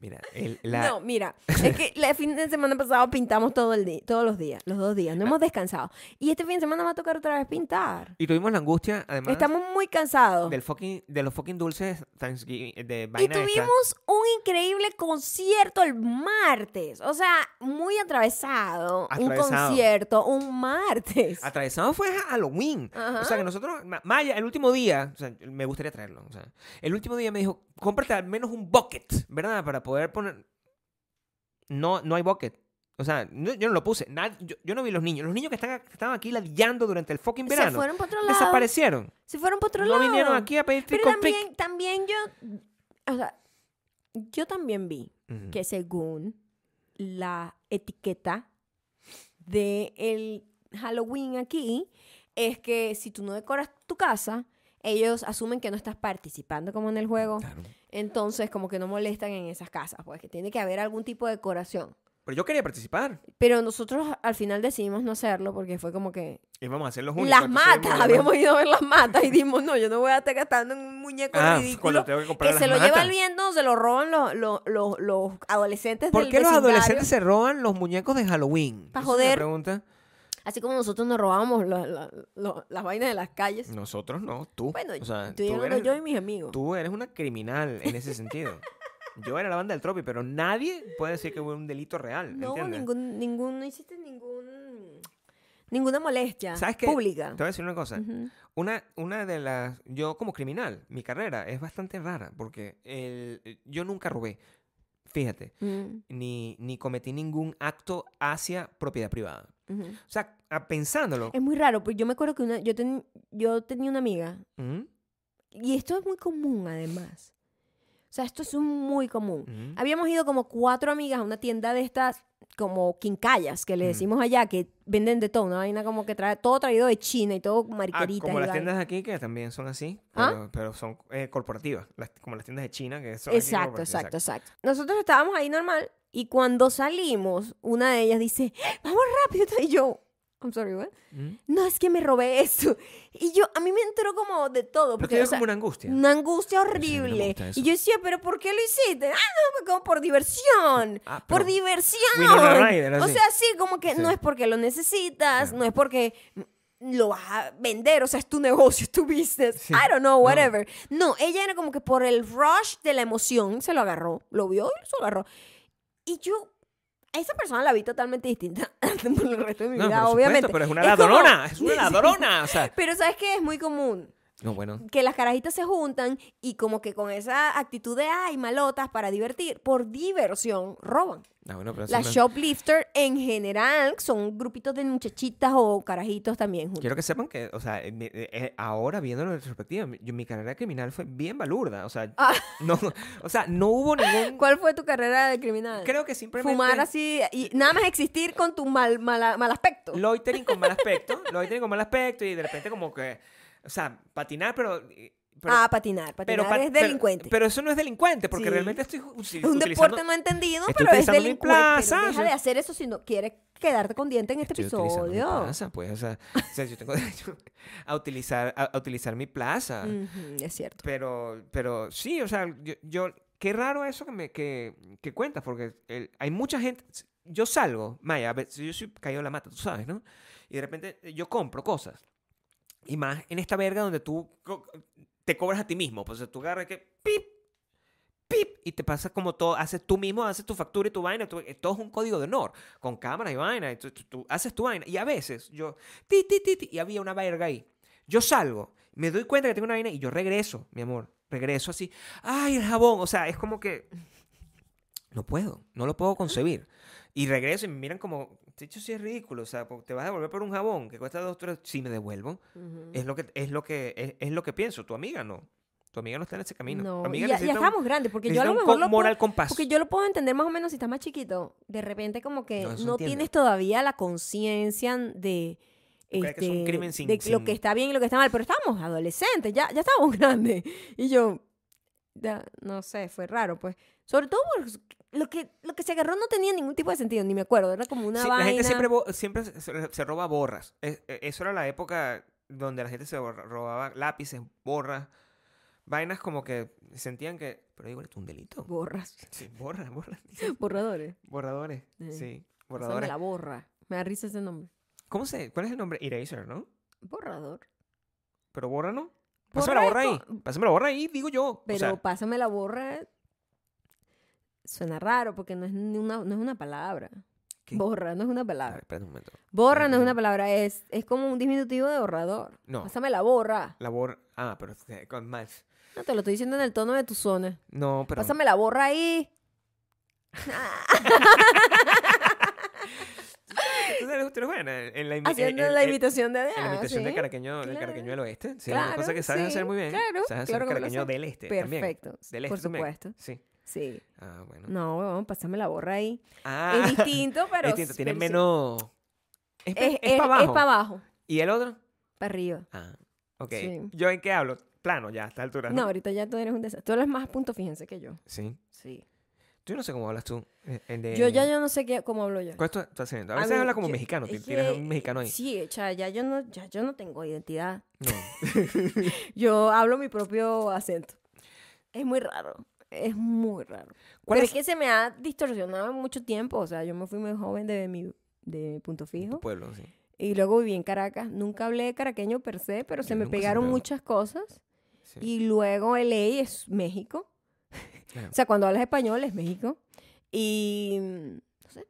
Speaker 2: Mira, el- la-
Speaker 1: No, mira, es que el fin de semana pasado pintamos todo el día, todos los días, los dos días, no hemos descansado. Y este fin de semana va a tocar otra vez pintar.
Speaker 2: y tuvimos la angustia, además,
Speaker 1: Estamos muy cansados.
Speaker 2: del fucking, de los fucking dulces Thanksgiving, eh, de
Speaker 1: Y
Speaker 2: vaina esta.
Speaker 1: tuvimos un increíble concierto el martes. O sea, muy atravesado. Un
Speaker 2: Atravesado.
Speaker 1: concierto un martes.
Speaker 2: Atravesado fue Halloween.
Speaker 1: Ajá.
Speaker 2: O sea, que nosotros, Ma- Maya, el último día, o sea, me gustaría traerlo. O sea, el último día me dijo, cómprate al menos un bucket, ¿verdad? Para poder poner. No, no hay bucket. O sea, no- yo no lo puse. Nad- yo, yo no vi los niños. Los niños que, están, que estaban aquí ladillando durante el fucking
Speaker 1: Se
Speaker 2: verano.
Speaker 1: fueron para otro lado.
Speaker 2: Desaparecieron.
Speaker 1: Se fueron para otro
Speaker 2: No
Speaker 1: lado.
Speaker 2: vinieron aquí a pedir
Speaker 1: Pero
Speaker 2: trick or
Speaker 1: también,
Speaker 2: treat.
Speaker 1: también yo. O sea, yo también vi
Speaker 2: Ujú.
Speaker 1: que según la etiqueta de el Halloween aquí es que si tú no decoras tu casa, ellos asumen que no estás participando como en el juego.
Speaker 2: Claro.
Speaker 1: Entonces, como que no molestan en esas casas, pues que tiene que haber algún tipo de decoración.
Speaker 2: Pero yo quería participar.
Speaker 1: Pero nosotros al final decidimos no hacerlo porque fue como que
Speaker 2: Y vamos a hacer los únicos.
Speaker 1: las
Speaker 2: entonces
Speaker 1: matas,
Speaker 2: vamos a-
Speaker 1: habíamos ido a ver las matas y dijimos, no, yo no voy a estar gastando en un muñeco
Speaker 2: Ah,
Speaker 1: ridículo
Speaker 2: cuando tengo que comprar
Speaker 1: que se
Speaker 2: las
Speaker 1: lo lleva
Speaker 2: matas.
Speaker 1: el viento, se lo roban los, los, los, los adolescentes
Speaker 2: ¿Por
Speaker 1: del
Speaker 2: qué los
Speaker 1: vecindario.
Speaker 2: adolescentes se roban los muñecos de Halloween?
Speaker 1: Pa'
Speaker 2: Esa es la
Speaker 1: joder.
Speaker 2: pregunta.
Speaker 1: Así como nosotros nos robamos la- la- la- las vainas de las calles.
Speaker 2: Nosotros no, tú.
Speaker 1: Bueno,
Speaker 2: Mm, O sea,
Speaker 1: estoy
Speaker 2: tú
Speaker 1: hablando
Speaker 2: eres-
Speaker 1: yo y mis amigos.
Speaker 2: Tú eres una criminal en ese sentido. Yo era la banda del tropi, pero nadie puede decir que hubo un delito real.
Speaker 1: no hubo
Speaker 2: ¿entiendes?
Speaker 1: ningún, ningún, no hiciste ningún, ninguna molestia
Speaker 2: ¿Sabes qué? Te
Speaker 1: pública.
Speaker 2: voy a decir una cosa.
Speaker 1: Ujú.
Speaker 2: Una, una de las. Yo, como criminal, mi carrera es bastante rara porque el, yo nunca robé. fíjate,
Speaker 1: Mm,
Speaker 2: ni, ni cometí ningún acto hacia propiedad privada.
Speaker 1: ujú.
Speaker 2: O sea, a- pensándolo.
Speaker 1: Es muy raro, pues yo me acuerdo que una, yo, ten- yo tenía una amiga,
Speaker 2: Ujú,
Speaker 1: y esto es muy común además. O sea, esto es un muy común.
Speaker 2: ujú.
Speaker 1: Habíamos ido como cuatro amigas a una tienda de estas, como quincallas, que le
Speaker 2: Mm.
Speaker 1: decimos allá, que venden de todo, una vaina como que trae todo traído de China y todo
Speaker 2: Ah,
Speaker 1: mariqueritas.
Speaker 2: como
Speaker 1: y
Speaker 2: las
Speaker 1: vaina.
Speaker 2: tiendas aquí que también son así, pero,
Speaker 1: ¿Ah?
Speaker 2: pero son eh, corporativas, las- como las tiendas de China que son aquí
Speaker 1: Exacto,
Speaker 2: corporativas,
Speaker 1: exacto, exacto. Nosotros estábamos ahí normal y cuando salimos, una de ellas dice, vamos rápido, y yo, I'm sorry, what?
Speaker 2: Ujú.
Speaker 1: No, es que me robé eso. Y yo, a mí me entró como de todo.
Speaker 2: Pero
Speaker 1: Porque,
Speaker 2: te dio
Speaker 1: o sea,
Speaker 2: como una angustia.
Speaker 1: Una angustia
Speaker 2: mí no me
Speaker 1: horrible.
Speaker 2: gusta eso.
Speaker 1: y yo decía, ¿pero por qué lo hiciste? Ah, no, como por diversión.
Speaker 2: Ah,
Speaker 1: por
Speaker 2: pero-
Speaker 1: diversión.
Speaker 2: Winona Ryder,
Speaker 1: o
Speaker 2: así.
Speaker 1: sea, sí, como que
Speaker 2: Sí.
Speaker 1: no es porque lo necesitas,
Speaker 2: Claro.
Speaker 1: no es porque lo vas a vender, o sea, es tu negocio, es tu business.
Speaker 2: Sí.
Speaker 1: I don't know,
Speaker 2: No.
Speaker 1: whatever. No. ella era como que por el rush de la emoción se lo agarró, lo vio y se lo agarró. Y yo. A esa persona la vi totalmente distinta por el resto de mi
Speaker 2: No,
Speaker 1: vida,
Speaker 2: por supuesto,
Speaker 1: obviamente.
Speaker 2: pero es una
Speaker 1: como-
Speaker 2: ladrona, es una
Speaker 1: Sí.
Speaker 2: ladrona, o sea.
Speaker 1: Pero ¿sabes qué? Es muy común
Speaker 2: No, bueno.
Speaker 1: que las carajitas se juntan y como que con esa actitud de ay, malotas para divertir, por diversión, roban.
Speaker 2: Ah, bueno, pero eso
Speaker 1: Las
Speaker 2: no-
Speaker 1: shoplifter en general son grupitos de muchachitas o carajitos también juntos.
Speaker 2: Quiero que sepan que, o sea, eh, mi- eh, eh, ahora viéndolo en retrospectiva, mi, yo- mi carrera criminal fue bien balurda. O sea,
Speaker 1: Ah.
Speaker 2: no, o sea, no hubo ningún.
Speaker 1: ¿Cuál fue tu carrera de criminal?
Speaker 2: Creo que simplemente.
Speaker 1: Fumar así y nada más existir con tu mal, mala- mal aspecto.
Speaker 2: Loitering con mal aspecto. loitering con mal aspecto y de repente, como que. O sea, patinar, pero. pero
Speaker 1: ah, patinar. Patinar
Speaker 2: pa-
Speaker 1: es delincuente.
Speaker 2: Pero, eso no es delincuente, porque
Speaker 1: Sí.
Speaker 2: realmente estoy ju- usi-
Speaker 1: es un
Speaker 2: utilizando-
Speaker 1: deporte no entendido,
Speaker 2: Estoy
Speaker 1: pero es
Speaker 2: utilizando mi
Speaker 1: delincuente.
Speaker 2: plaza,
Speaker 1: pero deja
Speaker 2: sí.
Speaker 1: de hacer eso si no quieres quedarte con diente en este
Speaker 2: estoy utilizando mi
Speaker 1: episodio.
Speaker 2: plaza, pues, o sea, o sea, yo tengo derecho a utilizar, a, a utilizar mi plaza.
Speaker 1: Ujú, es cierto.
Speaker 2: Pero, pero sí, o sea, yo, yo- qué raro eso que me que, que cuentas, porque el- hay mucha gente. Yo salgo, Maya, a veces yo soy caído en la mata, tú sabes, ¿no? Y de repente eh, yo compro cosas. Y más en esta verga donde tú co- te cobras a ti mismo. Pues o sea, tú agarras que pip, pip, y te pasas como todo, haces tú mismo, haces tu factura y tu vaina, tú- eh, todo es un código de honor, con cámara y vaina, y tú, tú- tú haces tu vaina. Y a veces yo, ti, ti, ti, ti, y había una verga ahí. Yo salgo, me doy cuenta que tengo una vaina y yo regreso, mi amor, regreso así, ay, el jabón, o sea, es como que no puedo, no lo puedo concebir. Y regreso y me miran como, de hecho sí es ridículo, o sea, po- te vas a devolver por un jabón que cuesta dos, tres, sí me devuelvo.
Speaker 1: Ujú.
Speaker 2: Es lo que, es lo que, es, es lo que pienso. Tu amiga no. Tu amiga no está en ese camino.
Speaker 1: No, y
Speaker 2: tu
Speaker 1: ya,
Speaker 2: amiga
Speaker 1: ya
Speaker 2: necesita un-
Speaker 1: estábamos grandes, porque yo a lo
Speaker 2: necesita un
Speaker 1: mejor
Speaker 2: co-
Speaker 1: lo puedo,
Speaker 2: moral compás.
Speaker 1: porque yo lo puedo entender más o menos si estás más chiquito. De repente como que
Speaker 2: No,
Speaker 1: no,
Speaker 2: eso entiendo.
Speaker 1: tienes todavía la conciencia de,
Speaker 2: Ok, que es un
Speaker 1: este,
Speaker 2: crimen sin-
Speaker 1: de lo
Speaker 2: sin-
Speaker 1: que está bien y lo que está mal, pero estábamos adolescentes, ya, ya estábamos grandes. Y yo, ya, no sé, fue raro, pues. Sobre todo porque lo que, lo que se agarró no tenía ningún tipo de sentido, ni me acuerdo, era como una
Speaker 2: Sí,
Speaker 1: vaina.
Speaker 2: La gente siempre, bo- siempre se- se, se roba borras. Es- eh, eso era la época donde la gente se borra- robaba lápices, borras, vainas como que sentían que, pero igual es un delito.
Speaker 1: Borras,
Speaker 2: Sí, borras, borras.
Speaker 1: borradores.
Speaker 2: Borradores.
Speaker 1: Sí.
Speaker 2: Sí,
Speaker 1: Borradores.
Speaker 2: borradores.
Speaker 1: la borra. Me da risa ese nombre.
Speaker 2: ¿Cómo se? ¿Cuál es el nombre? Eraser, ¿no?
Speaker 1: Borrador.
Speaker 2: Pero borra no.
Speaker 1: Borra
Speaker 2: Pásame la borra
Speaker 1: es
Speaker 2: ahí. Pásame la borra ahí, digo yo.
Speaker 1: Pero
Speaker 2: o sea,
Speaker 1: pásame la borra. Suena raro porque no es, ni una, no es una palabra.
Speaker 2: ¿Qué?
Speaker 1: Borra no es una
Speaker 2: a ver,
Speaker 1: palabra.
Speaker 2: espérate un momento.
Speaker 1: Borra no es
Speaker 2: Ujú.
Speaker 1: una palabra, es, es como un diminutivo de borrador.
Speaker 2: No.
Speaker 1: Pásame la borra.
Speaker 2: La borra. Ah, pero eh, con más.
Speaker 1: No te lo estoy diciendo en el tono de tu zona.
Speaker 2: No, pero.
Speaker 1: Pásame la borra ahí.
Speaker 2: Tú eres, tú eres buena en la, imi-
Speaker 1: Haciendo
Speaker 2: en-
Speaker 1: Ah, la
Speaker 2: en-
Speaker 1: imitación de
Speaker 2: en la imitación del
Speaker 1: Ah, sí.
Speaker 2: caraqueño, del
Speaker 1: Claro.
Speaker 2: caraqueño del oeste. Sí, una
Speaker 1: Claro,
Speaker 2: cosa que sabes
Speaker 1: sí,
Speaker 2: hacer muy bien.
Speaker 1: claro,
Speaker 2: sabes hacer
Speaker 1: claro que me lo
Speaker 2: caraqueño
Speaker 1: sé.
Speaker 2: del este también.
Speaker 1: Perfecto.
Speaker 2: Del
Speaker 1: Por
Speaker 2: este también.
Speaker 1: supuesto. Mm,
Speaker 2: Sí.
Speaker 1: Sí.
Speaker 2: Ah, bueno.
Speaker 1: No, huevón, pásame la borra ahí.
Speaker 2: Ah,
Speaker 1: Es distinto, pero.
Speaker 2: distinto, Tiene
Speaker 1: pero sí.
Speaker 2: menos... Es,
Speaker 1: Es,
Speaker 2: para abajo.
Speaker 1: para abajo.
Speaker 2: ¿Y el otro?
Speaker 1: Para arriba.
Speaker 2: Ah, ok.
Speaker 1: Sí.
Speaker 2: ¿Yo en qué hablo? Plano ya, a esta altura.
Speaker 1: No, ahorita ya tú eres un desastre. Tú eres más punto fíjense que yo.
Speaker 2: Sí.
Speaker 1: Sí.
Speaker 2: Yo no sé cómo hablas tú. eh, el de-
Speaker 1: Yo ya yo no sé qué, cómo hablo yo.
Speaker 2: ¿Cuál es tu, tu acento? A
Speaker 1: A
Speaker 2: veces
Speaker 1: mí,
Speaker 2: habla como
Speaker 1: yo-
Speaker 2: mexicano. ti-
Speaker 1: es
Speaker 2: Tienes
Speaker 1: que-
Speaker 2: un mexicano ahí.
Speaker 1: Sí, o sea, ya yo no, ya yo no tengo identidad.
Speaker 2: No.
Speaker 1: Yo hablo mi propio acento. Es muy raro. Es muy raro.
Speaker 2: ¿Cuál
Speaker 1: Pero
Speaker 2: es-
Speaker 1: es que se me ha distorsionado en mucho tiempo. O sea, yo me fui muy joven de mi, de mi punto
Speaker 2: Tu
Speaker 1: fijo.
Speaker 2: pueblo, sí.
Speaker 1: Y luego viví en Caracas. Nunca hablé caraqueño per se, pero se
Speaker 2: Yo
Speaker 1: me
Speaker 2: nunca se me
Speaker 1: pegaron
Speaker 2: pegó.
Speaker 1: muchas cosas.
Speaker 2: sí.
Speaker 1: Y luego LA es México.
Speaker 2: Claro.
Speaker 1: O sea, cuando hablas español es México. Y mm, no sé,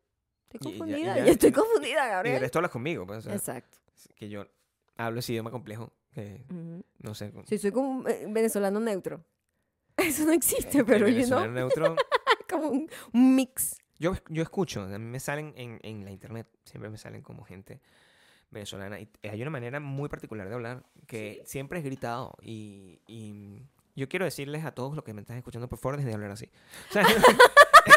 Speaker 1: estoy
Speaker 2: Y- y ya- y
Speaker 1: confundida.
Speaker 2: ya-
Speaker 1: ya estoy
Speaker 2: y-
Speaker 1: confundida,
Speaker 2: Y el
Speaker 1: Gabriel.
Speaker 2: resto hablas conmigo, pues, o sea,
Speaker 1: Exacto.
Speaker 2: que yo hablo ese idioma complejo, que
Speaker 1: Ujú.
Speaker 2: no sé. con-
Speaker 1: Sí, soy como un eh, venezolano neutro. Eso no existe,
Speaker 2: el
Speaker 1: pero yo no.
Speaker 2: venezolano neutro,
Speaker 1: como un, un mix.
Speaker 2: Yo, yo escucho, a mí me salen en, en la internet, siempre me salen como gente venezolana. Y hay una manera muy particular de hablar que siempre es gritado. Y, y yo quiero decirles a todos los que me están escuchando, por favor, desde hablar así. O sea,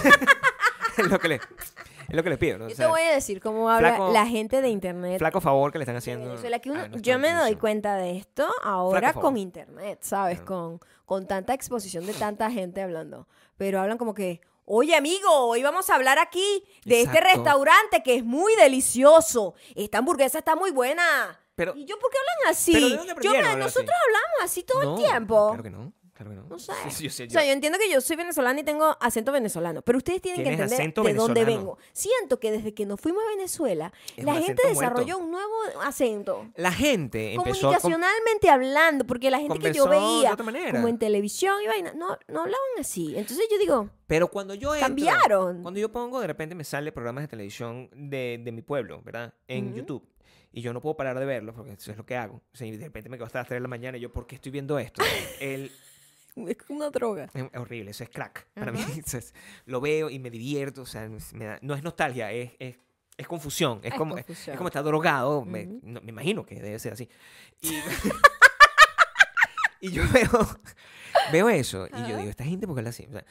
Speaker 2: es lo que les, es lo que les pido. ¿no? O
Speaker 1: Yo
Speaker 2: sea,
Speaker 1: te voy a decir cómo habla
Speaker 2: flaco-
Speaker 1: la gente de internet.
Speaker 2: Flaco favor que le están
Speaker 1: en
Speaker 2: haciendo.
Speaker 1: Venezuela, que uno-
Speaker 2: a nuestra
Speaker 1: yo me doy
Speaker 2: audiencia.
Speaker 1: cuenta de esto ahora
Speaker 2: Flaco
Speaker 1: con
Speaker 2: favor.
Speaker 1: internet, ¿sabes?
Speaker 2: Ajá.
Speaker 1: Con, con tanta exposición de tanta gente hablando. Pero hablan como que, oye amigo, hoy vamos a hablar aquí de este
Speaker 2: Exacto.
Speaker 1: restaurante que es muy delicioso. Esta hamburguesa está muy buena.
Speaker 2: Pero-
Speaker 1: ¿Y yo por qué hablan así?
Speaker 2: ¿Pero de dónde
Speaker 1: Yo
Speaker 2: aprendieron
Speaker 1: habla-
Speaker 2: a hablar así?
Speaker 1: nosotros hablamos así todo
Speaker 2: No,
Speaker 1: el tiempo.
Speaker 2: Claro que no. Claro que no.
Speaker 1: No sé.
Speaker 2: Sí, sí, yo sé,
Speaker 1: O sea,
Speaker 2: yo-
Speaker 1: yo entiendo que yo soy venezolana y tengo acento venezolano, pero ustedes tienen que
Speaker 2: Tienes
Speaker 1: entender
Speaker 2: acento
Speaker 1: de dónde
Speaker 2: venezolano.
Speaker 1: vengo. Siento que desde que nos fuimos a Venezuela,
Speaker 2: Es
Speaker 1: la
Speaker 2: un
Speaker 1: gente
Speaker 2: acento
Speaker 1: desarrolló
Speaker 2: muerto.
Speaker 1: un nuevo acento.
Speaker 2: La gente empezó a com-
Speaker 1: Comunicacionalmente hablando, porque la gente que yo
Speaker 2: conversó de
Speaker 1: veía
Speaker 2: otra manera.
Speaker 1: como en televisión y vaina, no, no hablaban así. Entonces yo digo,
Speaker 2: Pero cuando yo entro-
Speaker 1: Cambiaron.
Speaker 2: Cuando yo pongo, de repente me sale programas de televisión de, de mi pueblo, ¿verdad? En
Speaker 1: Ujú.
Speaker 2: YouTube. Y yo no puedo parar de verlos porque eso es lo que hago. O sea, y de repente me quedo hasta las 3 de la mañana y yo, ¿por qué estoy viendo esto? El,
Speaker 1: es una droga.
Speaker 2: es horrible, eso es crack. Para mí, eso es- lo veo y me divierto. O sea, me da- no es nostalgia, es, es, es confusión. Es,
Speaker 1: Es
Speaker 2: como,
Speaker 1: confusión.
Speaker 2: es como estar drogado. me,
Speaker 1: Ujú.
Speaker 2: no- me imagino que debe ser así. Y, y yo veo, veo eso y yo digo, esta gente, ¿por qué habla así? O sea,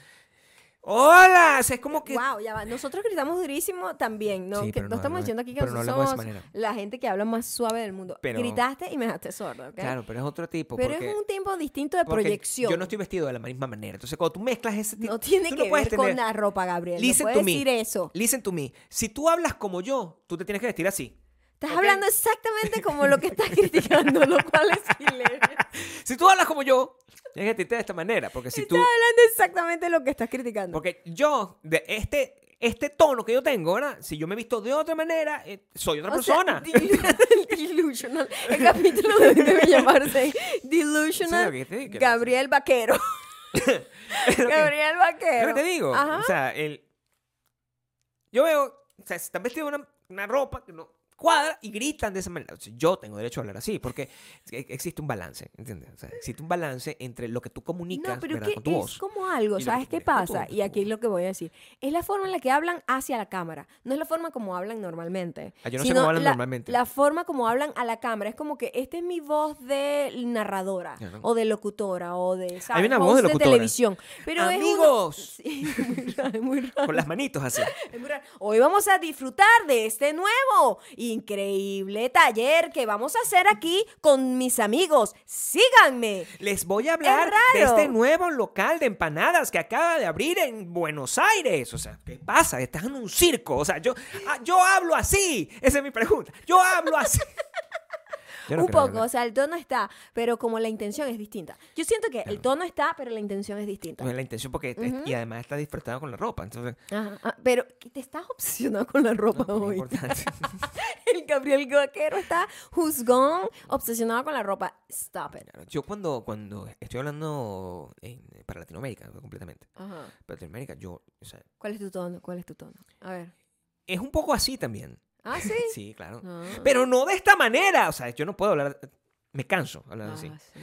Speaker 2: ¡Hola! O sea, es como que.
Speaker 1: Wow, ya va. Nosotros gritamos durísimo también, ¿no?
Speaker 2: Sí,
Speaker 1: Que
Speaker 2: pero
Speaker 1: no
Speaker 2: no,
Speaker 1: estamos
Speaker 2: no,
Speaker 1: diciendo aquí que
Speaker 2: pero no
Speaker 1: nosotros
Speaker 2: hablamos de esa
Speaker 1: somos
Speaker 2: manera.
Speaker 1: la gente que habla más suave del mundo.
Speaker 2: Pero-
Speaker 1: Gritaste y me dejaste sorda, ¿ok?
Speaker 2: Claro, pero es otro tipo.
Speaker 1: pero
Speaker 2: porque,
Speaker 1: es un tiempo distinto de
Speaker 2: porque
Speaker 1: proyección.
Speaker 2: Yo no estoy vestido de la misma manera. Entonces, cuando tú mezclas ese tipo.
Speaker 1: No tiene
Speaker 2: tú
Speaker 1: que
Speaker 2: no
Speaker 1: ver
Speaker 2: puedes tener-
Speaker 1: con la ropa, Gabriel.
Speaker 2: Listen
Speaker 1: no
Speaker 2: to
Speaker 1: puedes
Speaker 2: me.
Speaker 1: decir eso.
Speaker 2: Listen to me. Si tú hablas como yo, tú te tienes que vestir así.
Speaker 1: Estás
Speaker 2: Ok.
Speaker 1: hablando exactamente como lo que estás criticando, lo cual es hilero.
Speaker 2: Si tú hablas como yo, tienes que vestirte de esta manera. Porque si tú.
Speaker 1: Estás hablando exactamente lo que estás criticando.
Speaker 2: Porque yo, de este, este tono que yo tengo, ¿verdad? Si yo me he visto de otra manera, eh, soy otra
Speaker 1: O sea,
Speaker 2: persona.
Speaker 1: dil- delusional. El capítulo de- debe llamarse
Speaker 2: Eso
Speaker 1: Delusional
Speaker 2: es lo que te digo.
Speaker 1: Gabriel Vaquero. Gabriel
Speaker 2: Es
Speaker 1: Vaquero.
Speaker 2: lo que te digo.
Speaker 1: Ajá.
Speaker 2: O sea, el, yo veo, o sea, se están vestidos de una, una ropa que no cuadra y gritan de esa manera. O sea, yo tengo derecho a hablar así, porque e- existe un balance, ¿entiendes? O sea, existe un balance entre lo que tú comunicas
Speaker 1: No, pero
Speaker 2: ¿verdad?
Speaker 1: que
Speaker 2: con tu
Speaker 1: es
Speaker 2: voz.
Speaker 1: como algo,
Speaker 2: Y lo
Speaker 1: ¿sabes
Speaker 2: que
Speaker 1: qué
Speaker 2: tú quieres,
Speaker 1: pasa?
Speaker 2: punto,
Speaker 1: Y aquí es
Speaker 2: punto.
Speaker 1: lo que voy a decir. Es la forma en la que hablan hacia la cámara. No es la forma como hablan normalmente.
Speaker 2: Ah, yo no sé
Speaker 1: sino
Speaker 2: cómo hablan
Speaker 1: la-
Speaker 2: normalmente.
Speaker 1: La forma como hablan a la cámara. Es como que esta es mi voz de narradora,
Speaker 2: Claro.
Speaker 1: o de locutora, o de, ¿sabes?
Speaker 2: una voz de
Speaker 1: Host
Speaker 2: locutora.
Speaker 1: televisión. Pero es una-
Speaker 2: Amigos.
Speaker 1: Sí, es muy raro, es muy raro.
Speaker 2: Con las manitos así.
Speaker 1: Es muy raro. Hoy vamos a disfrutar de este nuevo increíble taller que vamos a hacer aquí con mis amigos. Síganme.
Speaker 2: Les voy a hablar de
Speaker 1: raro.
Speaker 2: este nuevo local de empanadas que acaba de abrir en Buenos Aires. O sea, ¿qué pasa? Estás en un circo. O sea, yo, ah, yo hablo así. Esa es mi pregunta. Yo hablo así. Yo no
Speaker 1: un
Speaker 2: creo
Speaker 1: poco,
Speaker 2: hablar.
Speaker 1: o sea, el tono está, pero como la intención es distinta. Yo siento que el tono está, pero la intención es distinta.
Speaker 2: No es la intención porque es- y además está disfrazado con la ropa. Entonces,
Speaker 1: Ajá, ah, pero ¿qué te estás obsesionado con la ropa
Speaker 2: no es
Speaker 1: hoy.
Speaker 2: importante.
Speaker 1: El Gabriel Vaquero está juzgón, obsesionado con la ropa. Stop it.
Speaker 2: Claro, yo cuando, cuando estoy hablando en- para Latinoamérica, completamente.
Speaker 1: Ajá.
Speaker 2: Para Latinoamérica, yo, o sea,
Speaker 1: ¿Cuál es tu tono? ¿Cuál es tu tono? A ver.
Speaker 2: es un poco así también.
Speaker 1: Ah, sí.
Speaker 2: Sí, claro.
Speaker 1: Ah.
Speaker 2: Pero no de esta manera. O sea, yo no puedo hablar. Me canso hablando
Speaker 1: Ah,
Speaker 2: así.
Speaker 1: sí.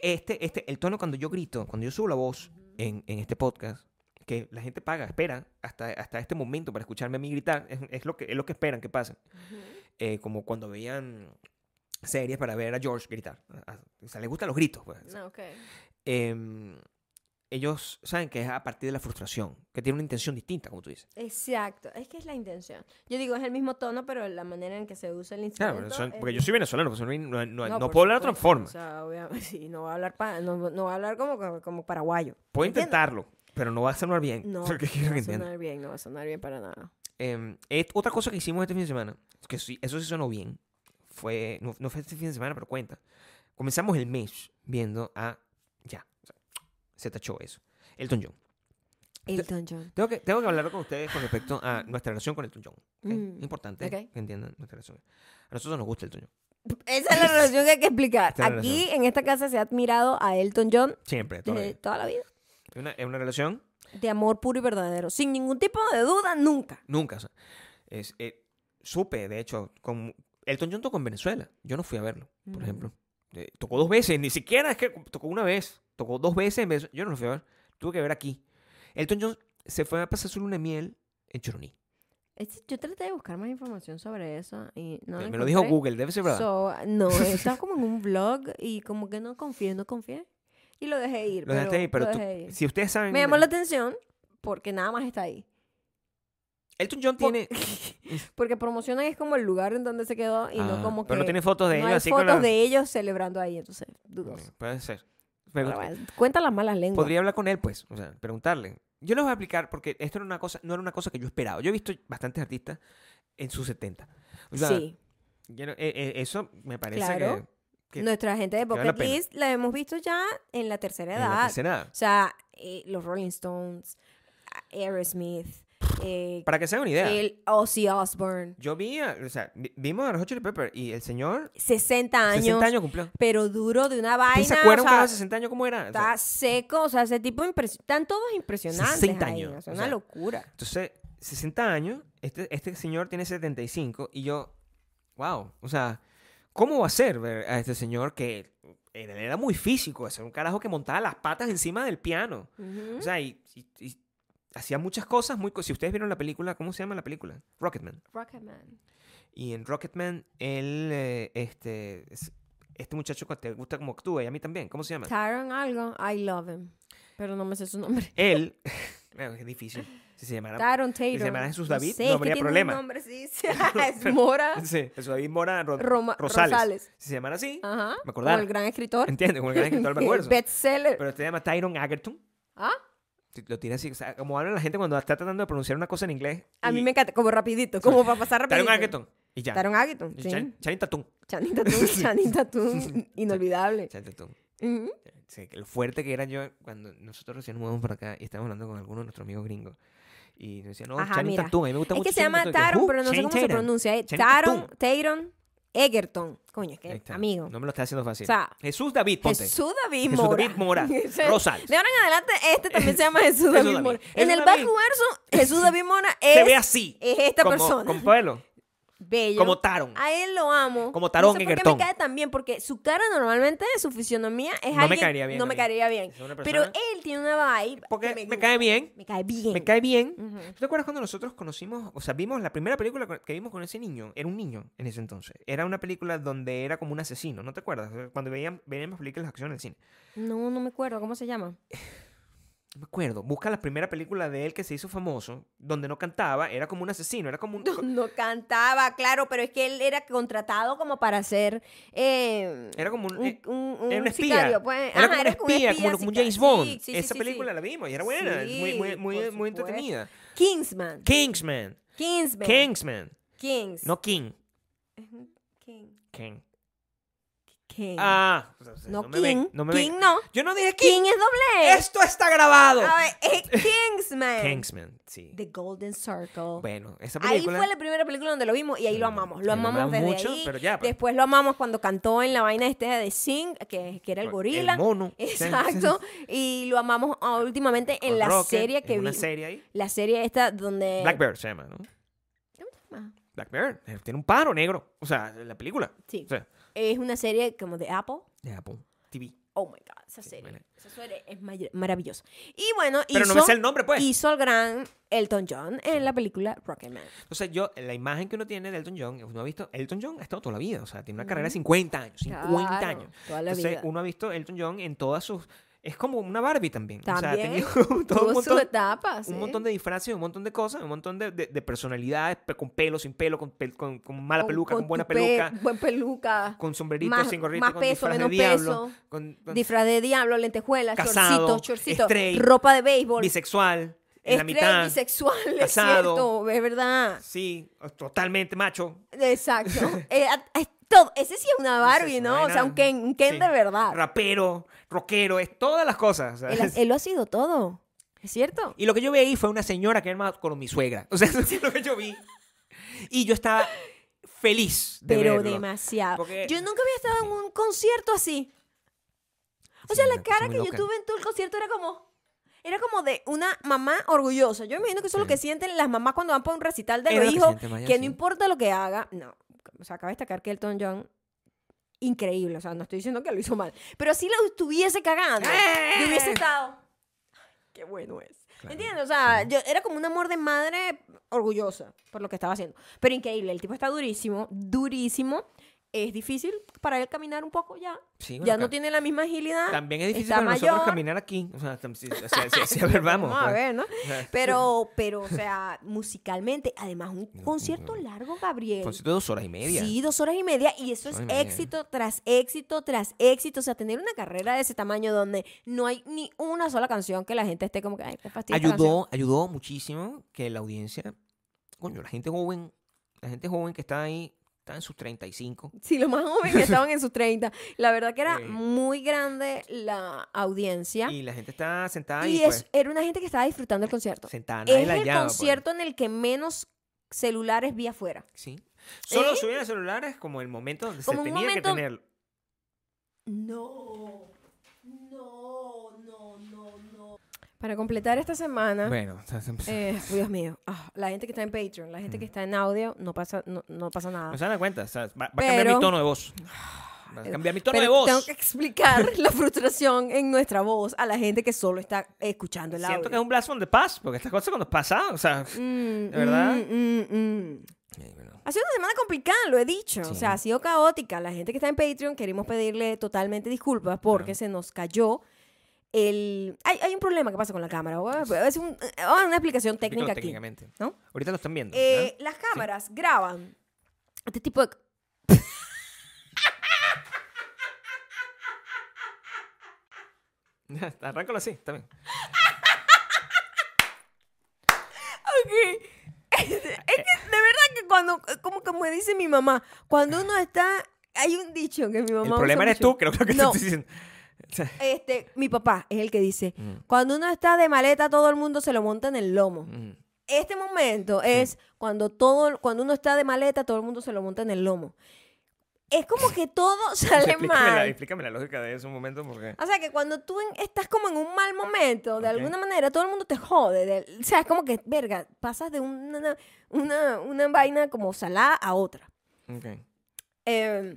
Speaker 2: Este, este, el tono cuando yo grito, cuando yo subo la voz en, en este podcast, que la gente paga, espera hasta, hasta este momento para escucharme a mí gritar, es, es lo, que, es lo que esperan que pase. Eh, como cuando veían series para ver a George gritar. A- a- O sea, les gustan los gritos. pues.
Speaker 1: No, ok.
Speaker 2: Em, ellos saben que es a partir de la frustración, que tiene una intención distinta, como tú dices.
Speaker 1: Exacto, es que es la intención. Yo digo, es el mismo tono, pero la manera en que se usa el
Speaker 2: Claro,
Speaker 1: instrumento.
Speaker 2: pero son-
Speaker 1: es
Speaker 2: porque yo soy venezolano, pues, no, no- no- no
Speaker 1: por
Speaker 2: puedo hablar de otra
Speaker 1: supuesto,
Speaker 2: forma.
Speaker 1: O sea, obviamente, sí, no va a hablar, pa- no, no va a hablar como, como, como paraguayo.
Speaker 2: puedo
Speaker 1: ¿entiendes?
Speaker 2: intentarlo, pero no va a sonar bien.
Speaker 1: No,
Speaker 2: Porque
Speaker 1: no
Speaker 2: quiero que
Speaker 1: va a
Speaker 2: entiendan.
Speaker 1: sonar bien, no va a sonar bien para nada.
Speaker 2: Em, et- otra cosa que hicimos este fin de semana, que sí, eso sí sonó bien, fue, no, no fue este fin de semana, pero cuenta. Comenzamos el mes viendo a, ya, o sea, se tachó eso, Elton John.
Speaker 1: Elton John.
Speaker 2: Tengo que, tengo que hablar con ustedes con respecto a nuestra relación con Elton John. ¿ok?
Speaker 1: Mm,
Speaker 2: Importante
Speaker 1: ok.
Speaker 2: que entiendan nuestra relación. A nosotros nos gusta Elton John.
Speaker 1: Esa es la relación que hay que explicar.
Speaker 2: Esa es la
Speaker 1: Aquí, en esta casa, se ha admirado a Elton John
Speaker 2: Siempre, toda la
Speaker 1: desde
Speaker 2: vida.
Speaker 1: toda la vida.
Speaker 2: Es una, es una relación,
Speaker 1: De amor puro y verdadero. Sin ningún tipo de duda, nunca.
Speaker 2: nunca. o sea, es, eh, supe, de hecho, con, Elton John tocó en Venezuela. Yo no fui a verlo, por
Speaker 1: Mm.
Speaker 2: ejemplo. Eh, tocó dos veces, ni siquiera es que tocó una vez. Tocó dos veces en Venezuela. Yo no lo fui a ver. Tuve que ver aquí. Elton John se fue a pasar su luna de miel en Choroní.
Speaker 1: Es- Yo traté de buscar más información sobre eso y no
Speaker 2: me
Speaker 1: la
Speaker 2: me lo dijo
Speaker 1: encontré.
Speaker 2: Google, debe ser verdad.
Speaker 1: So, no, estaba como en un vlog y como que no confié, no confié. Y lo dejé ir.
Speaker 2: lo dejaste ahí, pero
Speaker 1: lo
Speaker 2: tú-
Speaker 1: dejé ir.
Speaker 2: si ustedes saben.
Speaker 1: Me llamó la atención porque nada más está ahí.
Speaker 2: Elton John
Speaker 1: Po-
Speaker 2: tiene.
Speaker 1: Porque promocionan es como el lugar en donde se quedó y no
Speaker 2: Ah,
Speaker 1: como que...
Speaker 2: Pero no tiene fotos de
Speaker 1: no
Speaker 2: ellos
Speaker 1: hay
Speaker 2: así
Speaker 1: fotos
Speaker 2: con la-
Speaker 1: de ellos celebrando ahí, entonces, dudoso.
Speaker 2: Mm, Puede ser.
Speaker 1: Pero
Speaker 2: Pero
Speaker 1: bueno, cuenta las malas lenguas.
Speaker 2: podría hablar con él, pues. O sea, preguntarle. Yo les voy a explicar porque esto era una cosa, no era una cosa que yo esperaba. Yo he visto bastantes artistas en sus 70. O sea,
Speaker 1: sí,
Speaker 2: yo no- eh, eh, eso me parece
Speaker 1: Claro.
Speaker 2: que. que-
Speaker 1: nuestra gente de
Speaker 2: vale la
Speaker 1: Pocket
Speaker 2: pena.
Speaker 1: List la hemos visto ya en la tercera
Speaker 2: en
Speaker 1: edad.
Speaker 2: la tercera.
Speaker 1: O sea, eh, los Rolling Stones, Aerosmith, eh,
Speaker 2: Para que se hagan una idea.
Speaker 1: el Ozzy Osbourne,
Speaker 2: Yo vi, a- o sea, vi- vimos a los Hot Chili Peppers y el señor
Speaker 1: 60 años,
Speaker 2: 60 años cumplió.
Speaker 1: pero duro de una
Speaker 2: ¿Ustedes
Speaker 1: vaina.
Speaker 2: se acuerdan
Speaker 1: o sea,
Speaker 2: cuando era 60 años cómo era? O sea,
Speaker 1: Está seco, o sea, ese tipo impresi- están todos impresionantes.
Speaker 2: 60
Speaker 1: ahí,
Speaker 2: años,
Speaker 1: o sea,
Speaker 2: o
Speaker 1: una
Speaker 2: sea,
Speaker 1: locura.
Speaker 2: Entonces, 60 años, este, este señor tiene 75 y yo, wow, o sea, ¿cómo va a ser ver a este señor que era, era muy físico, era un carajo que montaba las patas encima del piano?
Speaker 1: Ujú.
Speaker 2: O sea, y, y- y hacía muchas cosas muy... co- Si ustedes vieron la película, ¿cómo se llama la película? Rocketman.
Speaker 1: Rocketman.
Speaker 2: Y en Rocketman, él, eh, este, es- este muchacho que te gusta como actúa y a mí también, ¿cómo se llama?
Speaker 1: Tyron algo, I love him. Pero no me sé su nombre.
Speaker 2: Él, claro, es difícil, si se llamara...
Speaker 1: Tyron Taylor.
Speaker 2: llamara Jesús
Speaker 1: No
Speaker 2: David,
Speaker 1: sé, es
Speaker 2: no
Speaker 1: que
Speaker 2: habría
Speaker 1: tiene un
Speaker 2: problema.
Speaker 1: nombre, sí, sí, es Mora
Speaker 2: Sí, Jesús David Mora Ro-
Speaker 1: Roma-
Speaker 2: Rosales.
Speaker 1: Rosales.
Speaker 2: Si se llamara así,
Speaker 1: Ajá.
Speaker 2: Me
Speaker 1: Como
Speaker 2: acordaba.
Speaker 1: el gran escritor.
Speaker 2: entiende, como el gran escritor me acuerdo.
Speaker 1: Bestseller.
Speaker 2: Pero este se llama Tyron Egerton.
Speaker 1: ¿Ah?
Speaker 2: Si Lo tiene así, o sea, como habla la gente cuando está tratando de pronunciar una cosa en inglés.
Speaker 1: A mí
Speaker 2: y-
Speaker 1: me encanta, como rapidito, como para pasar rapidito.
Speaker 2: Tyron Egerton. Y ya.
Speaker 1: Taron Egerton,
Speaker 2: Y
Speaker 1: sí.
Speaker 2: Chan- Channing Tatum.
Speaker 1: Channing Tatum, Channing Tatum, inolvidable.
Speaker 2: Channing Tatum.
Speaker 1: Ujú.
Speaker 2: Sí, que lo fuerte que era yo cuando nosotros recién nos mudamos para acá y estábamos hablando con algunos de nuestros amigos gringos. Y nos decían, no,
Speaker 1: Ajá,
Speaker 2: Channing
Speaker 1: mira.
Speaker 2: Tatum. A mí me gusta
Speaker 1: Es
Speaker 2: mucho.
Speaker 1: que se
Speaker 2: Channing
Speaker 1: llama
Speaker 2: Tatum. Y yo,
Speaker 1: Taron,
Speaker 2: "Uh,
Speaker 1: pero no sé
Speaker 2: Channing
Speaker 1: cómo se
Speaker 2: Tatum".
Speaker 1: pronuncia. eh.
Speaker 2: Channing
Speaker 1: Taron,
Speaker 2: Tatum.
Speaker 1: Taron Egerton. Coño, es
Speaker 2: Ahí
Speaker 1: que
Speaker 2: está.
Speaker 1: amigo.
Speaker 2: No me lo está haciendo fácil.
Speaker 1: O sea,
Speaker 2: Jesús David, ponte.
Speaker 1: Jesús David
Speaker 2: Jesús
Speaker 1: Mora.
Speaker 2: David Mora.
Speaker 1: Ese-
Speaker 2: Rosales.
Speaker 1: De ahora en adelante, este también se llama Jesús David
Speaker 2: David.
Speaker 1: Mora.
Speaker 2: Jesús
Speaker 1: En el
Speaker 2: David.
Speaker 1: Backverso, Jesús David Mora
Speaker 2: se ve
Speaker 1: es
Speaker 2: así.
Speaker 1: es esta
Speaker 2: como,
Speaker 1: persona.
Speaker 2: Con pelo.
Speaker 1: bello.
Speaker 2: Como Taron.
Speaker 1: A él lo amo.
Speaker 2: Como Tarón
Speaker 1: no sé
Speaker 2: en
Speaker 1: por qué
Speaker 2: Gertón.
Speaker 1: me cae tan bien, porque su cara normalmente, su fisionomía es
Speaker 2: No me
Speaker 1: alguien...
Speaker 2: caería bien
Speaker 1: No
Speaker 2: a
Speaker 1: me
Speaker 2: mí.
Speaker 1: caería bien.
Speaker 2: Es una
Speaker 1: Pero
Speaker 2: persona-
Speaker 1: él tiene una vibe
Speaker 2: Porque
Speaker 1: que
Speaker 2: me,
Speaker 1: gusta.
Speaker 2: cae bien.
Speaker 1: Me cae bien.
Speaker 2: Me cae bien.
Speaker 1: Ujú.
Speaker 2: ¿Tú te acuerdas cuando nosotros conocimos, o sea, vimos la primera película con- que vimos con ese niño? Era un niño en ese entonces. Era una película donde era como un asesino, ¿no te acuerdas? Cuando veían, veíamos películas de acción en el cine.
Speaker 1: No, no me acuerdo. ¿Cómo se llama?
Speaker 2: No me acuerdo. Busca la primera película de él que se hizo famoso, donde no cantaba, era como un asesino, era como un...
Speaker 1: No cantaba, claro, pero es que él era contratado como para hacer... eh,
Speaker 2: Era como un... eh,
Speaker 1: un,
Speaker 2: era un espía.
Speaker 1: sicario, pues.
Speaker 2: Era
Speaker 1: Ajá,
Speaker 2: como
Speaker 1: un
Speaker 2: un espía, como, como un
Speaker 1: sicario.
Speaker 2: James Bond.
Speaker 1: Sí, sí, sí,
Speaker 2: Esa
Speaker 1: sí,
Speaker 2: película
Speaker 1: sí.
Speaker 2: la vimos y era buena, es muy, muy,
Speaker 1: Sí,
Speaker 2: muy,
Speaker 1: por
Speaker 2: muy
Speaker 1: supuesto.
Speaker 2: entretenida.
Speaker 1: Kingsman.
Speaker 2: Kingsman.
Speaker 1: Kingsman.
Speaker 2: Kingsman.
Speaker 1: Kings.
Speaker 2: No King.
Speaker 1: King.
Speaker 2: King.
Speaker 1: King.
Speaker 2: Ah.
Speaker 1: no,
Speaker 2: me
Speaker 1: King.
Speaker 2: ven, no me ven.
Speaker 1: King no.
Speaker 2: Yo no dije King.
Speaker 1: King es doble.
Speaker 2: Esto está grabado.
Speaker 1: A ver, es Kingsman.
Speaker 2: Kingsman, sí.
Speaker 1: The Golden Circle.
Speaker 2: Bueno, esa
Speaker 1: Ahí
Speaker 2: película. mm,
Speaker 1: fue la primera película donde lo vimos y ahí lo amamos. Lo
Speaker 2: Sí,
Speaker 1: amamos desde ahí.
Speaker 2: pero ya. pues,
Speaker 1: Después lo amamos cuando cantó en la vaina este de Sing, que, que era el gorila.
Speaker 2: pues, mono.
Speaker 1: Exacto. Y lo amamos ah, últimamente en
Speaker 2: Con
Speaker 1: la
Speaker 2: Rocket,
Speaker 1: serie que
Speaker 2: en Una
Speaker 1: vi. Eh.
Speaker 2: serie ahí.
Speaker 1: La serie esta donde... Ah,
Speaker 2: Blackbird se llama, ¿no?
Speaker 1: llama?
Speaker 2: Blackbird. eh, Tiene un pájaro negro. O sea, la película.
Speaker 1: Sí.
Speaker 2: O sea,
Speaker 1: Es una serie como de Apple.
Speaker 2: de Apple TV.
Speaker 1: Oh my God, esa
Speaker 2: Sí,
Speaker 1: serie.
Speaker 2: bueno.
Speaker 1: Esa serie es may- maravillosa. Y bueno,
Speaker 2: Pero
Speaker 1: hizo,
Speaker 2: no me sé el nombre, pues.
Speaker 1: hizo el gran Elton John en la película Rocketman.
Speaker 2: Entonces, yo, la imagen que uno tiene de Elton John, uno ha visto. Elton John ha estado toda la vida. O sea, tiene una carrera de 50 años. 50
Speaker 1: Claro,
Speaker 2: años.
Speaker 1: Toda la
Speaker 2: Entonces,
Speaker 1: vida.
Speaker 2: uno ha visto Elton John en todas sus. Es como una Barbie también. O sea, ha
Speaker 1: También.
Speaker 2: tenido todo un
Speaker 1: Tuvo su
Speaker 2: montón,
Speaker 1: etapa, sí.
Speaker 2: un montón de disfraces, un montón de cosas, un montón de, de- de personalidades, pe- con pelo, sin pelo, con, pel- con, con mala peluca, con, buena
Speaker 1: tu pe-
Speaker 2: peluca,
Speaker 1: Buen peluca.
Speaker 2: con sombrerito,
Speaker 1: más-
Speaker 2: sin gorrito,
Speaker 1: más
Speaker 2: con
Speaker 1: peso,
Speaker 2: disfraz de
Speaker 1: menos
Speaker 2: diablo,
Speaker 1: peso,
Speaker 2: con, con
Speaker 1: Disfraz de diablo, lentejuelas,
Speaker 2: Casado,
Speaker 1: chorcito, chorcito,
Speaker 2: straight,
Speaker 1: ropa de béisbol.
Speaker 2: bisexual, en la
Speaker 1: straight,
Speaker 2: mitad.
Speaker 1: bisexual,
Speaker 2: casado.
Speaker 1: es cierto, es verdad.
Speaker 2: Sí, totalmente macho.
Speaker 1: Exacto. Eh, a- a- todo. Ese sí es una Barbie,
Speaker 2: Entonces,
Speaker 1: ¿no? O sea,
Speaker 2: vaina-
Speaker 1: un Ken, un Ken
Speaker 2: sí,
Speaker 1: de verdad.
Speaker 2: Rapero, rockero, es todas las cosas. o sea,
Speaker 1: Él,
Speaker 2: es-
Speaker 1: él lo ha sido todo. ¿Es cierto?
Speaker 2: Y lo que yo vi ahí fue una señora que era más con mi suegra. O sea, eso es lo que yo vi. Y yo estaba feliz de
Speaker 1: Pero
Speaker 2: verlo.
Speaker 1: demasiado.
Speaker 2: Porque-
Speaker 1: Yo nunca había estado en un concierto así. O
Speaker 2: Sí,
Speaker 1: sea,
Speaker 2: es
Speaker 1: la
Speaker 2: una cosa
Speaker 1: cara
Speaker 2: muy
Speaker 1: que yo
Speaker 2: loca.
Speaker 1: tuve en todo el concierto era como. Era como de una mamá orgullosa. Yo me imagino que eso es lo que sienten las mamás cuando van para un recital de
Speaker 2: Es lo
Speaker 1: los
Speaker 2: que
Speaker 1: hijos. Que,
Speaker 2: siente Maya,
Speaker 1: no
Speaker 2: sí.
Speaker 1: importa lo que haga. No. O sea, acaba de destacar que Elton John. Increíble. O sea, no estoy diciendo que lo hizo mal. Pero si lo estuviese cagando. Yo hubiese
Speaker 2: ¡Eh!
Speaker 1: estado. "Ay, Qué bueno es.
Speaker 2: Claro,
Speaker 1: ¿Entiendes? O sea, yo era como un amor de madre orgullosa por lo que estaba haciendo. Pero increíble, el tipo está durísimo, durísimo. Es difícil para él caminar un poco ya.
Speaker 2: Sí, bueno,
Speaker 1: ya
Speaker 2: ca-
Speaker 1: no tiene la misma agilidad.
Speaker 2: También es difícil
Speaker 1: está
Speaker 2: para nosotros
Speaker 1: mayor.
Speaker 2: caminar aquí. O sea, tam- si- o sea, si- si- a ver, vamos.
Speaker 1: Vamos a
Speaker 2: pues.
Speaker 1: ver, ¿no?
Speaker 2: O sea,
Speaker 1: Pero, pero, o sea, musicalmente, además, un concierto largo, Gabriel.
Speaker 2: Concierto de Pues, dos horas y media.
Speaker 1: Sí, dos horas y media. Y eso
Speaker 2: Dos
Speaker 1: es
Speaker 2: horas y media.
Speaker 1: éxito tras éxito tras éxito. O sea, tener una carrera de ese tamaño donde no hay ni una sola canción que la gente esté como que, ay, qué fastidio. esta canción".
Speaker 2: ayudó, ayudó muchísimo que la audiencia, coño, la gente joven, la gente joven que está ahí, está en sus 35.
Speaker 1: Sí, los más jóvenes que estaban en sus 30. La verdad que era
Speaker 2: Eh.
Speaker 1: muy grande la audiencia. Y,
Speaker 2: Y la gente está sentada ahí,
Speaker 1: es- era una gente que estaba disfrutando el concierto.
Speaker 2: pues, sentada, nadie
Speaker 1: Es
Speaker 2: la
Speaker 1: el
Speaker 2: llama, pues.
Speaker 1: concierto en el que menos celulares vi afuera.
Speaker 2: Sí. Solo
Speaker 1: ¿Eh?
Speaker 2: subir a celulares como el momento donde
Speaker 1: Como un
Speaker 2: se tenía
Speaker 1: momento-
Speaker 2: que tenerlo.
Speaker 1: No, no, no, no, no. Para completar esta semana,
Speaker 2: Bueno,
Speaker 1: Ah. eh, Dios mío, ah, la gente que está en Patreon, la gente
Speaker 2: Mm.
Speaker 1: que está en audio, no pasa, no, no pasa nada.
Speaker 2: no se dan cuenta. o sea, va, va a cambiar
Speaker 1: Pero- Ah,
Speaker 2: mi tono de voz. Va a cambiar mi tono
Speaker 1: Pero
Speaker 2: de voz.
Speaker 1: tengo que explicar la frustración en nuestra voz a la gente que solo está escuchando el
Speaker 2: Siento que es
Speaker 1: audio.
Speaker 2: un blasón de paz, porque estas cosas cuando pasan, o sea.
Speaker 1: Mm,
Speaker 2: ¿De verdad?
Speaker 1: mm, mm, mm.
Speaker 2: eh, bueno,
Speaker 1: Ha sido una semana complicada, lo he dicho. O
Speaker 2: Sí.
Speaker 1: sea, ha sido caótica. La gente que está en Patreon queremos pedirle totalmente disculpas porque se nos cayó el... Hay, hay un problema que pasa con la cámara. Voy a- voy a hacer un- eh, vamos a una explicación
Speaker 2: explícalo
Speaker 1: técnica aquí.
Speaker 2: técnicamente.
Speaker 1: ¿no?
Speaker 2: Ahorita lo están viendo.
Speaker 1: Eh,
Speaker 2: ¿verdad?
Speaker 1: Las cámaras graban este tipo de...
Speaker 2: Arráncalo así, está bien.
Speaker 1: Ok. Es que, de verdad que cuando, eh, como, como dice mi mamá, cuando uno está, hay un dicho que mi mamá
Speaker 2: El
Speaker 1: usa
Speaker 2: problema eres
Speaker 1: mucho.
Speaker 2: tú, creo, creo que
Speaker 1: No,
Speaker 2: te estoy diciendo.
Speaker 1: este, mi papá es el que dice, cuando uno está de maleta, todo el mundo se lo monta en el lomo.
Speaker 2: Mm.
Speaker 1: Este momento es cuando todo, cuando uno está de maleta, todo el mundo se lo monta en el lomo. Es como que todo sale
Speaker 2: Pues explícame, la,
Speaker 1: mal.
Speaker 2: explícame la lógica de ese momento porque...
Speaker 1: O sea, que cuando tú en- estás como en un mal momento, de
Speaker 2: Ok.
Speaker 1: alguna manera, todo el mundo te jode. de- o sea, es como que, verga, pasas de una, una, una vaina como salada a otra.
Speaker 2: Ah, Ok.
Speaker 1: Eh,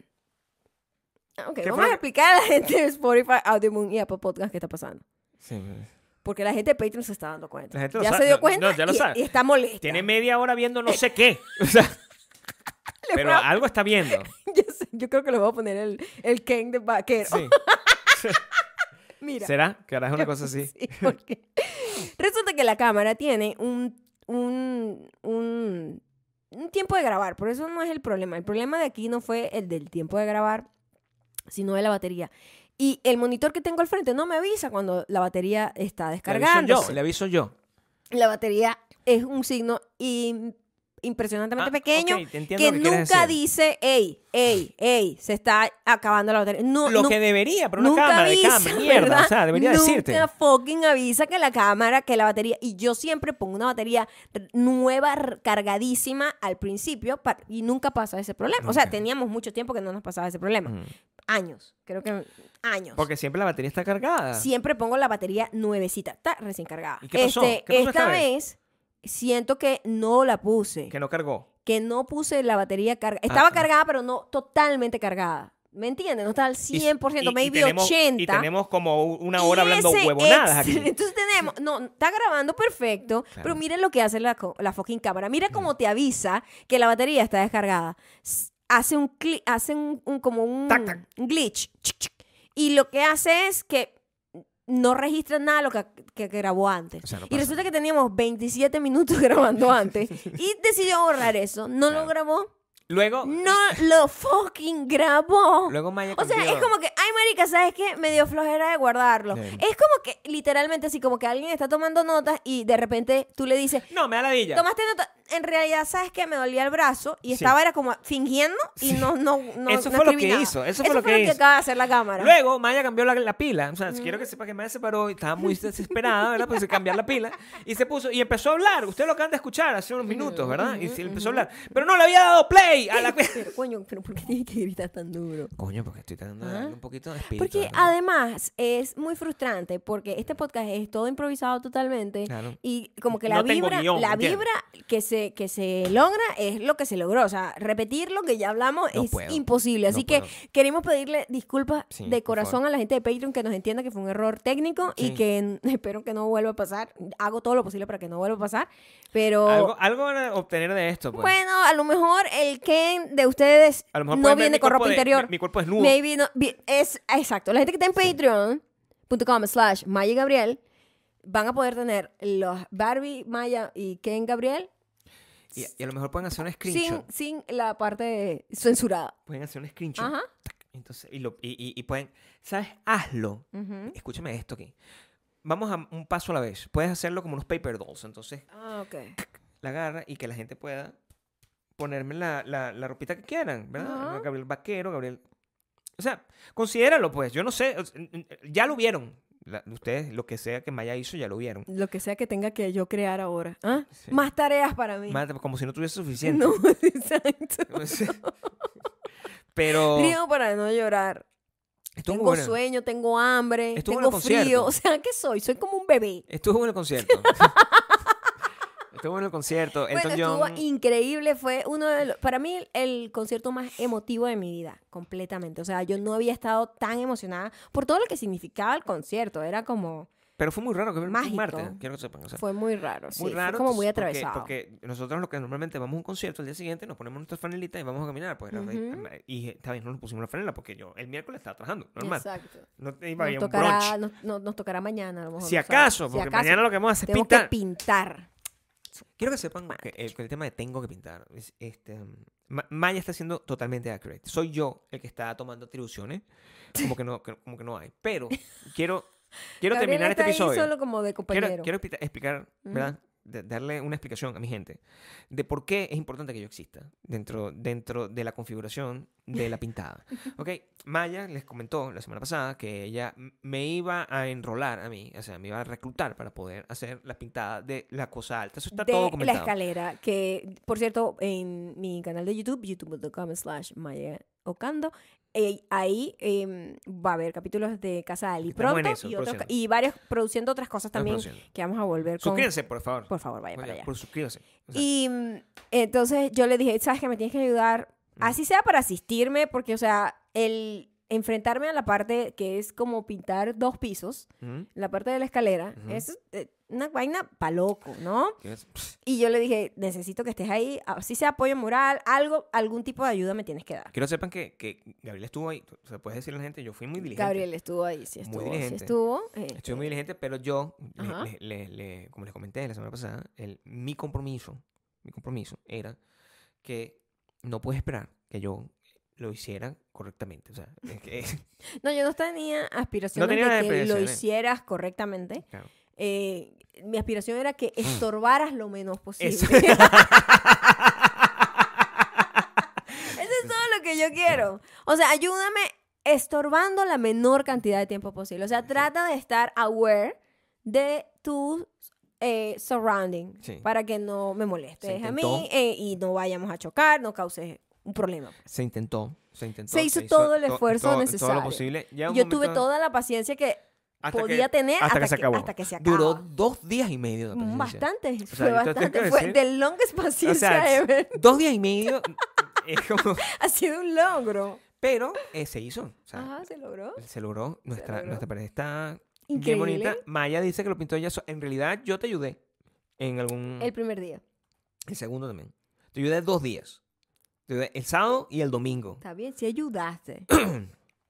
Speaker 1: ah, ok,
Speaker 2: ¿Qué
Speaker 1: vamos
Speaker 2: fue?
Speaker 1: a explicar a la gente de Spotify, Audioboom y Apple Podcast qué está pasando.
Speaker 2: Sí, pues.
Speaker 1: Porque la gente de Patreon se está dando cuenta.
Speaker 2: La gente lo
Speaker 1: ya
Speaker 2: sabe.
Speaker 1: se dio
Speaker 2: No,
Speaker 1: cuenta
Speaker 2: no, ya lo
Speaker 1: y,
Speaker 2: sabe.
Speaker 1: y está molesta.
Speaker 2: Tiene media hora viendo no sé qué. O sea,
Speaker 1: Le
Speaker 2: pero
Speaker 1: voy a-
Speaker 2: algo está viendo.
Speaker 1: yo, sé, yo creo que le voy a poner el, el Ken de vaquero.
Speaker 2: Sí.
Speaker 1: oh, Mira.
Speaker 2: ¿Será? Que harás una cosa así.
Speaker 1: Sí, porque resulta que la cámara tiene un, un, un, un tiempo de grabar, por eso no es el problema. El problema de aquí no fue el del tiempo de grabar, sino de la batería. Y el monitor que tengo al frente no me avisa cuando la batería está
Speaker 2: Le
Speaker 1: descargando.
Speaker 2: aviso yo. Le aviso yo.
Speaker 1: La batería es un signo im- impresionantemente
Speaker 2: Ah,
Speaker 1: pequeño
Speaker 2: ok, te
Speaker 1: que
Speaker 2: entiendo lo que quieres
Speaker 1: nunca
Speaker 2: decir.
Speaker 1: dice, hey, hey, hey, se está acabando la batería. No,
Speaker 2: Lo
Speaker 1: no-
Speaker 2: que debería, pero una
Speaker 1: Nunca
Speaker 2: cámara de
Speaker 1: avisa,
Speaker 2: cámara, mierda.
Speaker 1: ¿verdad?
Speaker 2: O sea, debería
Speaker 1: Nunca
Speaker 2: decirte.
Speaker 1: fucking avisa que la cámara, que la batería. Y yo siempre pongo una batería r- nueva, r- cargadísima al principio pa- y nunca pasa ese problema. O sea,
Speaker 2: Nunca.
Speaker 1: teníamos mucho tiempo que no nos pasaba ese problema.
Speaker 2: Mm.
Speaker 1: Años, creo que años.
Speaker 2: Porque siempre la batería está cargada.
Speaker 1: siempre pongo la batería nuevecita, está recién cargada.
Speaker 2: ¿Y qué pasó?
Speaker 1: Este,
Speaker 2: ¿Qué pasó
Speaker 1: esta
Speaker 2: esta
Speaker 1: vez? siento que no la puse,
Speaker 2: Que no cargó.
Speaker 1: que no puse la batería cargada. Estaba
Speaker 2: ah.
Speaker 1: cargada, pero no totalmente cargada. ¿Me entiendes? No estaba al 100%,
Speaker 2: Y- y
Speaker 1: maybe
Speaker 2: tenemos-
Speaker 1: 80.
Speaker 2: Y tenemos como una hora hablando
Speaker 1: Ese
Speaker 2: huevonadas
Speaker 1: ex-
Speaker 2: aquí.
Speaker 1: Entonces tenemos, no, está grabando perfecto, pero miren lo que hace la, co- la fucking cámara. Mira
Speaker 2: Mm.
Speaker 1: cómo te avisa que la batería está descargada. S- Hace un clic, hace un, un- como un,
Speaker 2: Tac, tac.
Speaker 1: un glitch. Chic, chic. Y lo que hace es que no registra nada de lo que, que grabó antes.
Speaker 2: O sea, no
Speaker 1: y
Speaker 2: pasa
Speaker 1: resulta que teníamos 27 minutos grabando antes y decidió borrar eso. No
Speaker 2: Claro.
Speaker 1: lo grabó,
Speaker 2: Luego,
Speaker 1: no lo fucking grabó.
Speaker 2: luego Maya
Speaker 1: O sea,
Speaker 2: cambió.
Speaker 1: es como que, ay, marica, ¿sabes qué? Me dio flojera de guardarlo.
Speaker 2: Sí.
Speaker 1: Es como que, literalmente, así como que alguien está tomando notas y de repente tú le dices,
Speaker 2: No, me da la villa.
Speaker 1: tomaste nota. En realidad, ¿sabes qué? Me dolía el brazo y
Speaker 2: Sí.
Speaker 1: estaba era como fingiendo y
Speaker 2: Sí.
Speaker 1: no, no, no
Speaker 2: Eso
Speaker 1: no
Speaker 2: fue lo
Speaker 1: escribí
Speaker 2: que
Speaker 1: nada.
Speaker 2: hizo, eso fue lo que hizo.
Speaker 1: acaba de hacer la cámara.
Speaker 2: Luego Maya cambió la, la pila. O sea,
Speaker 1: Mm.
Speaker 2: quiero que sepa que Maya se paró y estaba muy desesperada, ¿verdad? Pues cambiar la pila. Y se puso y empezó a hablar. Usted lo acaban de escuchar hace unos minutos, ¿verdad? Y se empezó a hablar. Pero no le había dado play. ¡Ey! A la cu-
Speaker 1: Pero coño, pero ¿por qué tienes que gritar tan duro?
Speaker 2: Coño, porque estoy tratando de
Speaker 1: Ajá.
Speaker 2: darle un poquito de espíritu.
Speaker 1: Porque
Speaker 2: a la-
Speaker 1: además es muy frustrante porque este podcast es todo improvisado totalmente
Speaker 2: Claro.
Speaker 1: y como que la
Speaker 2: No tengo
Speaker 1: vibra,
Speaker 2: guión,
Speaker 1: la
Speaker 2: ¿entiendes?
Speaker 1: vibra que se que se logra es lo que se logró, o sea, repetir lo que ya hablamos
Speaker 2: No
Speaker 1: es
Speaker 2: puedo,
Speaker 1: imposible, así
Speaker 2: no
Speaker 1: que
Speaker 2: puedo.
Speaker 1: queremos pedirle disculpas
Speaker 2: Sí,
Speaker 1: de
Speaker 2: por
Speaker 1: corazón
Speaker 2: favor.
Speaker 1: a la gente de Patreon que nos entienda que fue un error técnico y
Speaker 2: Sí.
Speaker 1: que n- espero que no vuelva a pasar. Hago todo lo posible para que no vuelva a pasar, pero
Speaker 2: Algo, algo van a obtener de esto, pues.
Speaker 1: bueno, a lo mejor el Ken de ustedes
Speaker 2: a lo mejor
Speaker 1: no
Speaker 2: pueden ver mi
Speaker 1: viene con
Speaker 2: cuerpo
Speaker 1: ropa
Speaker 2: de-
Speaker 1: interior.
Speaker 2: Mi, mi cuerpo desnudo.
Speaker 1: Maybe no- vi- es, exacto. La gente que está en patreon.com slash Maya y Gabriel van a poder tener los Barbie, Maya y Ken Gabriel
Speaker 2: Y, y a lo mejor pueden hacer un
Speaker 1: Pues, sin,
Speaker 2: screenshot.
Speaker 1: sin la parte censurada.
Speaker 2: Pueden hacer un screenshot.
Speaker 1: Ajá.
Speaker 2: Entonces, y, lo, y, y- y pueden, ¿sabes? Hazlo.
Speaker 1: Ujú.
Speaker 2: Escúchame esto aquí. Vamos a un paso a la vez. Puedes hacerlo como unos paper dolls. Entonces,
Speaker 1: Ah, ok.
Speaker 2: la agarra y que la gente pueda ponerme la, la, la ropita que quieran, ¿verdad?
Speaker 1: Ajá.
Speaker 2: Gabriel Vaquero, Gabriel... O sea, considéralo, pues. Yo no sé. o sea, n- n- Ya lo vieron. La- ustedes, lo que sea que Maya hizo, ya lo vieron.
Speaker 1: Lo que sea que tenga que yo crear ahora. ¿Ah?
Speaker 2: Sí.
Speaker 1: Más tareas para mí.
Speaker 2: Más- pues, Como si no tuviese suficiente.
Speaker 1: no, exacto.
Speaker 2: O sea, Pero...
Speaker 1: Río para no llorar.
Speaker 2: Estuvo muy
Speaker 1: tengo
Speaker 2: bueno.
Speaker 1: sueño, tengo hambre,
Speaker 2: Estuvo
Speaker 1: tengo
Speaker 2: en el
Speaker 1: frío.
Speaker 2: concierto.
Speaker 1: O sea, ¿qué soy? Soy como un bebé.
Speaker 2: Estuvo bueno el concierto. estuvo bueno el concierto. Elton
Speaker 1: bueno,
Speaker 2: John.
Speaker 1: estuvo increíble, fue uno de los, para mí el concierto más emotivo de mi vida, completamente. O sea, yo no había estado tan emocionada por todo lo que significaba el concierto, era como,
Speaker 2: Pero fue muy raro que fue
Speaker 1: Mágico.
Speaker 2: un martes. Quiero que sepan. o sea,
Speaker 1: fue muy raro, sí,
Speaker 2: muy
Speaker 1: fue
Speaker 2: raro.
Speaker 1: como
Speaker 2: entonces,
Speaker 1: muy
Speaker 2: porque-
Speaker 1: atravesado.
Speaker 2: Porque, nosotros lo que normalmente vamos a un concierto al día siguiente, nos ponemos nuestras franelitas y vamos a caminar. Pues,
Speaker 1: Ujú.
Speaker 2: Y esta vez no nos pusimos la franela porque yo el miércoles estaba trabajando. Normal.
Speaker 1: Exacto.
Speaker 2: No te iba a
Speaker 1: Nos
Speaker 2: ir a un
Speaker 1: tocará,
Speaker 2: brunch.
Speaker 1: nos, no- nos tocará mañana, a lo mejor,
Speaker 2: Si
Speaker 1: no sabes.
Speaker 2: acaso,
Speaker 1: Si
Speaker 2: porque
Speaker 1: acaso,
Speaker 2: mañana lo que vamos a hacer es
Speaker 1: tengo
Speaker 2: pintar.
Speaker 1: que pintar.
Speaker 2: Quiero que sepan que el, que el tema de tengo que pintar. es, este, um, Ma- Maya está siendo totalmente accurate. Soy yo el que está tomando atribuciones. Como que no, que- como que no hay. Pero quiero, quiero
Speaker 1: Gabriel
Speaker 2: terminar este
Speaker 1: está ahí
Speaker 2: episodio.
Speaker 1: solo como de
Speaker 2: Quiero,
Speaker 1: compañero.
Speaker 2: quiero explica- explicar,
Speaker 1: Ujú.
Speaker 2: ¿verdad? De- darle una explicación a mi gente de por qué es importante que yo exista dentro, dentro de la configuración de la pintada. Ok, Maya les comentó la semana pasada que ella m- me iba a enrolar a mí, o sea, me iba a reclutar para poder hacer la pintada de la cosa alta. Eso está
Speaker 1: de
Speaker 2: todo
Speaker 1: la
Speaker 2: comentado.
Speaker 1: escalera, que por cierto, en mi canal de YouTube, youtube.com slash Maya Ocando, eh, ahí eh, va a haber capítulos de Casa de Ali
Speaker 2: Estamos en
Speaker 1: pronto
Speaker 2: eso,
Speaker 1: y, otros
Speaker 2: produciendo.
Speaker 1: ca- y varios produciendo otras cosas
Speaker 2: Estamos
Speaker 1: también
Speaker 2: produciendo.
Speaker 1: que vamos a volver con.
Speaker 2: Suscríbanse, por favor.
Speaker 1: Por favor, vaya
Speaker 2: Oiga,
Speaker 1: para allá.
Speaker 2: Por suscríbanse. O sea,
Speaker 1: Y mm, entonces yo le dije, sabes que me tienes que ayudar,
Speaker 2: Mm.
Speaker 1: así sea para asistirme, porque o sea, el enfrentarme a la parte que es como pintar dos pisos,
Speaker 2: ¿Mm?
Speaker 1: la parte de la escalera,
Speaker 2: Ujú.
Speaker 1: es eh, una vaina pa' loco, ¿no?
Speaker 2: ¿Qué es? Pss,
Speaker 1: Y yo le dije, necesito que estés ahí, así sea apoyo moral, algo, algún tipo de ayuda me tienes que dar.
Speaker 2: Quiero que sepan que, que Gabriel estuvo ahí. O sea, puedes decirle a la gente, yo fui muy diligente.
Speaker 1: Gabriel estuvo ahí, sí
Speaker 2: Muy
Speaker 1: estuvo, sí
Speaker 2: diligente.
Speaker 1: estuvo. eh,
Speaker 2: Estuve muy diligente, pero yo, le-
Speaker 1: Ajá.
Speaker 2: le- le- le- como les comenté la semana pasada, el, mi compromiso, mi compromiso era que no puedes esperar que yo lo hiciera correctamente. O sea, es que-
Speaker 1: No, yo no tenía aspiración
Speaker 2: No tenía
Speaker 1: de que lo
Speaker 2: aspiraciones.
Speaker 1: hicieras correctamente.
Speaker 2: claro.
Speaker 1: Eh, mi aspiración era que estorbaras lo menos posible.
Speaker 2: Mm. Eso.
Speaker 1: Eso es todo lo que yo quiero. O sea, ayúdame estorbando la menor cantidad de tiempo posible. O sea, trata de estar aware de tus eh, surrounding
Speaker 2: Sí.
Speaker 1: para que no me molestes
Speaker 2: Se
Speaker 1: a mí
Speaker 2: intentó.
Speaker 1: eh, y no vayamos a chocar, no causes un problema.
Speaker 2: se intentó, se intentó.
Speaker 1: Se hizo todo el
Speaker 2: to-
Speaker 1: esfuerzo
Speaker 2: todo- Todo
Speaker 1: necesario.
Speaker 2: lo posible. Ya
Speaker 1: Yo
Speaker 2: un
Speaker 1: tuve
Speaker 2: momento
Speaker 1: toda la paciencia que
Speaker 2: hasta que-
Speaker 1: podía tener
Speaker 2: hasta, que se acabó.
Speaker 1: hasta que se acabó.
Speaker 2: Duró dos días y medio. de
Speaker 1: Mm,
Speaker 2: paciencia.
Speaker 1: Bastante,
Speaker 2: sea,
Speaker 1: fue
Speaker 2: yo te tengo que
Speaker 1: bastante. Fue
Speaker 2: decir-
Speaker 1: the longest
Speaker 2: O
Speaker 1: paciencia
Speaker 2: sea,
Speaker 1: ever.
Speaker 2: dos días y medio es como-
Speaker 1: Ha sido un logro.
Speaker 2: Pero eh, se hizo. o sea,
Speaker 1: Ajá, se logró.
Speaker 2: se logró. Nuestra,
Speaker 1: logró.
Speaker 2: nuestra pared está
Speaker 1: Increíble.
Speaker 2: bien bonita. Maya dice que lo pintó ella. so- En realidad, yo te ayudé. En algún.
Speaker 1: El
Speaker 2: El,
Speaker 1: primer día.
Speaker 2: segundo también. Te ayudé dos días. Te ayudé el sábado y el domingo.
Speaker 1: Está bien, sí ayudaste.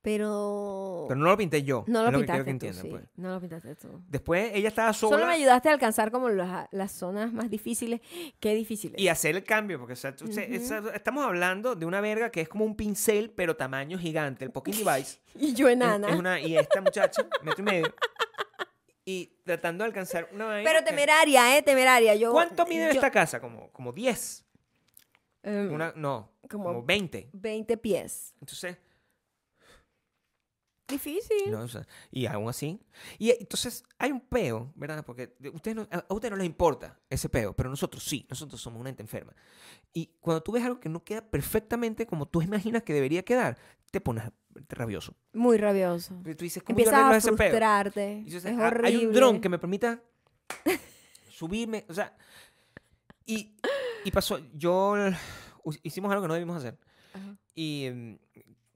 Speaker 1: pero...
Speaker 2: Pero no lo pinté yo.
Speaker 1: no
Speaker 2: es
Speaker 1: lo
Speaker 2: que
Speaker 1: pintaste
Speaker 2: quiero que
Speaker 1: tú,
Speaker 2: entiendan,
Speaker 1: sí.
Speaker 2: pues.
Speaker 1: No lo pintaste tú.
Speaker 2: Después ella estaba sola.
Speaker 1: Solo me ayudaste a alcanzar como las, las zonas más difíciles. Qué difíciles.
Speaker 2: y hacer el cambio, porque o sea, tú- se-
Speaker 1: Ujú.
Speaker 2: esa- estamos hablando de una verga que es como un pincel, pero tamaño gigante, el Pocket Device.
Speaker 1: Y yo
Speaker 2: Es-
Speaker 1: enana.
Speaker 2: Es una, y esta muchacha, metro y medio. Y tratando de alcanzar una vaina.
Speaker 1: Pero
Speaker 2: que-
Speaker 1: temeraria, ¿eh? Temeraria. Yo,
Speaker 2: ¿Cuánto mide
Speaker 1: yo-
Speaker 2: esta casa? Como, como 10.
Speaker 1: em,
Speaker 2: Una, no,
Speaker 1: Como-
Speaker 2: como, 20.
Speaker 1: 20 pies.
Speaker 2: Entonces,
Speaker 1: difícil.
Speaker 2: No, o sea, y aún así. Y eh, entonces hay un peo, ¿verdad? Porque de- ustedes no- a a ustedes no les importa ese peo, pero nosotros sí, nosotros somos una ente enferma. Y cuando tú ves algo que no queda perfectamente como tú imaginas que debería quedar, te pones rabioso.
Speaker 1: Muy rabioso.
Speaker 2: Y tú dices, ¿cómo yo
Speaker 1: Empiezas
Speaker 2: arreglo
Speaker 1: a
Speaker 2: ese peo?
Speaker 1: frustrarte.
Speaker 2: Y yo
Speaker 1: es
Speaker 2: decía, "Ah,
Speaker 1: horrible.
Speaker 2: Hay un dron que me permita subirme, o sea. Y, y pasó, yo hu- hicimos algo que no debimos hacer.
Speaker 1: Ajá.
Speaker 2: Y mm,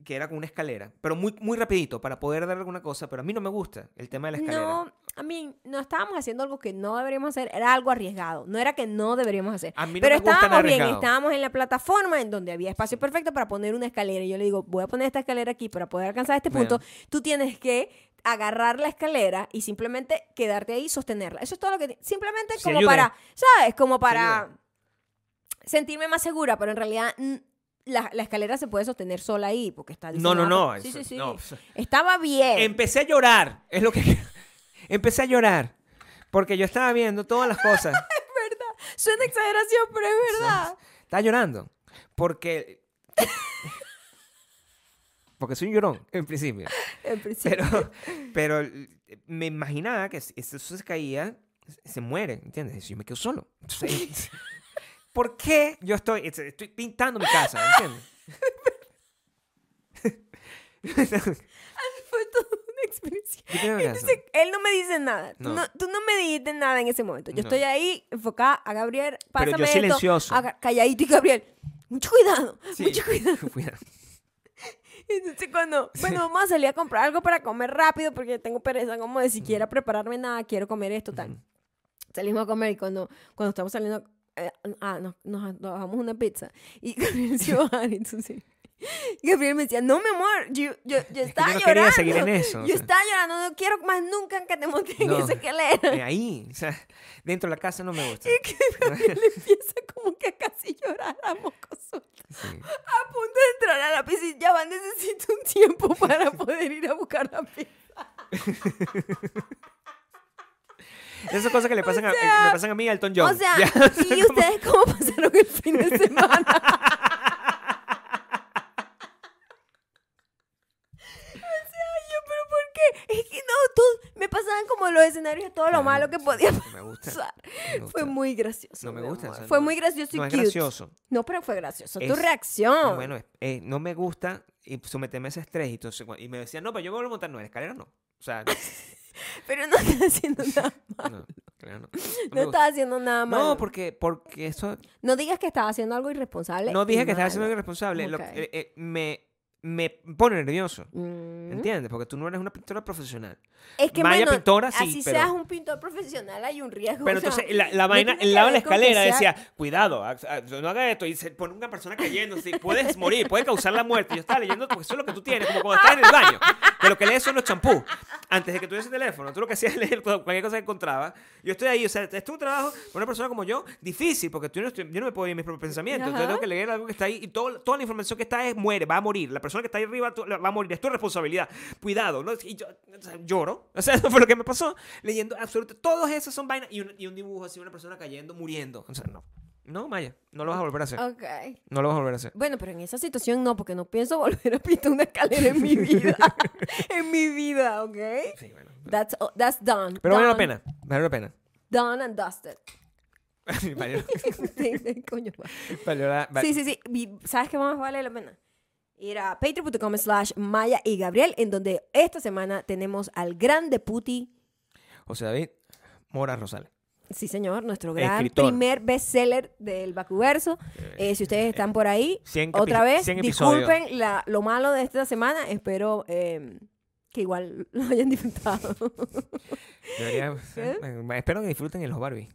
Speaker 2: que era con una escalera, pero muy, muy rapidito para poder dar alguna cosa, pero a mí no me gusta el tema de la escalera.
Speaker 1: No, a mí, no estábamos haciendo algo que no deberíamos hacer, era algo arriesgado. No era que no deberíamos hacer.
Speaker 2: A mí no
Speaker 1: pero
Speaker 2: me gusta nada
Speaker 1: estábamos bien,
Speaker 2: arriesgado.
Speaker 1: estábamos en la plataforma en donde había espacio perfecto para poner una escalera. Y yo le digo, voy a poner esta escalera aquí para poder alcanzar este punto. Tú tienes que agarrar la escalera y simplemente quedarte ahí y sostenerla. Eso es todo lo que... ti- Simplemente
Speaker 2: Sí,
Speaker 1: como
Speaker 2: ayuda.
Speaker 1: para, ¿sabes? Como para
Speaker 2: ayuda.
Speaker 1: sentirme más segura, pero en realidad... mm, La, la escalera se puede sostener sola ahí porque está
Speaker 2: No, no,
Speaker 1: diseñada
Speaker 2: no.
Speaker 1: para- Sí,
Speaker 2: eso-
Speaker 1: sí, Eh. sí.
Speaker 2: no.
Speaker 1: Estaba bien.
Speaker 2: Empecé a llorar, es lo que... Empecé a llorar, porque yo estaba viendo todas las cosas.
Speaker 1: Suena exageración, pero es verdad.
Speaker 2: Estaba llorando, porque... Porque soy un llorón, en principio.
Speaker 1: En principio.
Speaker 2: Pero, pero eh, me imaginaba que si eso se caía, se muere, ¿entiendes? Y Yo me quedo solo. Entonces, ¿Por qué yo estoy, estoy pintando mi casa, ¿entiendes?
Speaker 1: Fue toda una experiencia.
Speaker 2: Yo tengo mi casa.
Speaker 1: Entonces, él no me dice nada.
Speaker 2: No.
Speaker 1: No, tú no me dijiste nada en ese momento. Yo
Speaker 2: No.
Speaker 1: estoy ahí enfocada a Gabriel.
Speaker 2: Pero yo
Speaker 1: Pásame esto,
Speaker 2: silencioso.
Speaker 1: haga- calladito y Gabriel. Mucho cuidado,
Speaker 2: Sí.
Speaker 1: mucho cuidado.
Speaker 2: Cuidado.
Speaker 1: Entonces cuando, bueno, vamos a salir a comprar algo para comer rápido porque tengo pereza como de siquiera prepararme nada, quiero comer esto, tal. Salimos a comer y cuando, cuando estamos saliendo, eh, ah, no, nos bajamos una pizza y Gabriel se iba a bajar, entonces... Gabriel me decía, no, mi amor, yo, yo, yo
Speaker 2: Es que
Speaker 1: estaba
Speaker 2: yo no
Speaker 1: llorando.
Speaker 2: quería seguir en eso. o
Speaker 1: Yo
Speaker 2: sea.
Speaker 1: estaba llorando, no quiero más nunca que te montes en
Speaker 2: No.
Speaker 1: esa escalera.
Speaker 2: Eh, Ahí, o sea, dentro de la casa no me gusta.
Speaker 1: Él empieza como que a casi llorar a moco suelto.
Speaker 2: Sí.
Speaker 1: A punto de entrar a la piscina, ya va, necesito un tiempo para poder ir a buscar la pizza.
Speaker 2: Esas cosas que le pasan, a, eh,
Speaker 1: sea,
Speaker 2: le pasan a mí y a Elton
Speaker 1: O
Speaker 2: John.
Speaker 1: sea,
Speaker 2: Ya, o sea,
Speaker 1: ¿y
Speaker 2: como-
Speaker 1: ustedes cómo pasaron el fin de semana? O sea, yo, pero ¿por qué? Es que no, tú me pasaban como los escenarios, todo lo
Speaker 2: Claro,
Speaker 1: malo que
Speaker 2: sí,
Speaker 1: podía
Speaker 2: no me gusta,
Speaker 1: pasar.
Speaker 2: me gusta.
Speaker 1: Fue muy gracioso.
Speaker 2: No me
Speaker 1: mi
Speaker 2: gusta,
Speaker 1: amor.
Speaker 2: o sea,
Speaker 1: Fue
Speaker 2: no-
Speaker 1: muy gracioso y
Speaker 2: no es
Speaker 1: cute.
Speaker 2: gracioso.
Speaker 1: No, pero fue gracioso. Tu
Speaker 2: Es-
Speaker 1: reacción.
Speaker 2: Bueno, es- eh, no me gusta y someterme a ese estrés. Y, entonces, cu- y me decían, no, pero yo me vuelvo a montar. No, en la escalera no. O sea,
Speaker 1: Pero no estás haciendo nada.
Speaker 2: no, escalera no. No, me
Speaker 1: No
Speaker 2: gusta.
Speaker 1: estás haciendo nada malo.
Speaker 2: No, porque, porque eso.
Speaker 1: No digas que estás haciendo algo irresponsable.
Speaker 2: No
Speaker 1: y
Speaker 2: dije que estaba siendo
Speaker 1: malo.
Speaker 2: irresponsable. lo-
Speaker 1: Ok.
Speaker 2: eh, eh, me, me pone nervioso.
Speaker 1: Mm.
Speaker 2: ¿Entiendes? Porque tú no eres una pintora profesional.
Speaker 1: Es que,
Speaker 2: Maya
Speaker 1: mano,
Speaker 2: pintora, sí,
Speaker 1: así
Speaker 2: pero-
Speaker 1: seas un pintor profesional hay un riesgo.
Speaker 2: Pero
Speaker 1: o sea,
Speaker 2: entonces la, la
Speaker 1: no
Speaker 2: vaina,
Speaker 1: tiene que
Speaker 2: el lado de la
Speaker 1: ver con que
Speaker 2: escalera
Speaker 1: sea-
Speaker 2: decía, cuidado, ah, ah, no haga esto. Y se pone una persona cayendo, así, puedes morir, puede causar la muerte. Yo estaba leyendo, porque eso es lo que tú tienes, como cuando estás en el baño. Que lo que lees son los champús. Antes de que tuviese teléfono, tú lo que hacías es leer todo- cualquier cosa que encontrabas. Yo estoy ahí, o sea, es tu trabajo, para una persona como yo, difícil, porque tú no estoy- yo no me puedo ir mis propios pensamientos. Entonces
Speaker 1: Ajá.
Speaker 2: tengo que leer algo que está ahí y todo- toda la información que está es muere, va a morir. La persona que está ahí arriba tú- la- va a morir, es tu responsabilidad. Cuidado, ¿no? Y yo o sea, lloro. O sea, eso fue lo que me pasó leyendo absoluto. Todos esos son vainas y un, y un dibujo así, una persona cayendo, muriendo. O sea, no. No, Maya, no lo vas a volver a hacer.
Speaker 1: Ok.
Speaker 2: No lo vas a volver a hacer.
Speaker 1: Bueno, pero en esa situación no, porque no pienso volver a pintar una escalera en mi vida. en mi vida, ¿ok?
Speaker 2: Sí, bueno.
Speaker 1: That's, all- that's done.
Speaker 2: Pero vale la
Speaker 1: Done.
Speaker 2: pena, vale la pena.
Speaker 1: Done and dusted.
Speaker 2: Valió-
Speaker 1: Coño, va.
Speaker 2: valió la- va-
Speaker 1: Sí, sí, sí. Vi- ¿Sabes qué más vale la pena? Ir a patreon.com slash Maya y Gabriel, en donde esta semana tenemos al grande Puti.
Speaker 2: José David Mora Rosales.
Speaker 1: Sí, señor, nuestro gran
Speaker 2: Escritor.
Speaker 1: primer bestseller del Bacuverso. Eh, si ustedes están por ahí,
Speaker 2: 100 epi-
Speaker 1: otra vez,
Speaker 2: 100 episodios.
Speaker 1: disculpen la- lo malo de esta semana. Espero eh, que igual lo hayan disfrutado.
Speaker 2: Debería-
Speaker 1: ¿Qué?
Speaker 2: eh, espero que disfruten en los Barbie.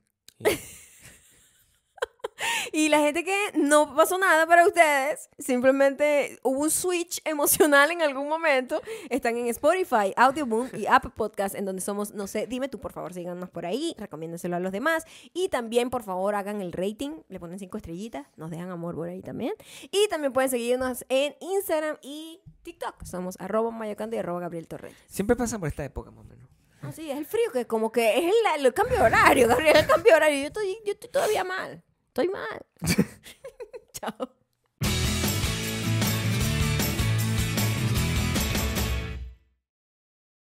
Speaker 1: y la gente que no pasó nada para ustedes, simplemente hubo un switch emocional en algún momento, están en Spotify, Audioboom y Apple Podcast, en donde somos, no sé, dime tú, por favor, síganos por ahí, recomiéndenselo a los demás. Y también, por favor, hagan el rating, le ponen cinco estrellitas, nos dejan amor por ahí también. Y también pueden seguirnos en Instagram y TikTok. Somos arroba mayocando y arroba Gabriel Torreyes.
Speaker 2: Siempre pasan por esta época, más o menos.
Speaker 1: Así Ah, es el frío que como que es el, el cambio de horario, Gabriel, el cambio de horario. Yo estoy, yo estoy todavía mal. Estoy mal. Chao.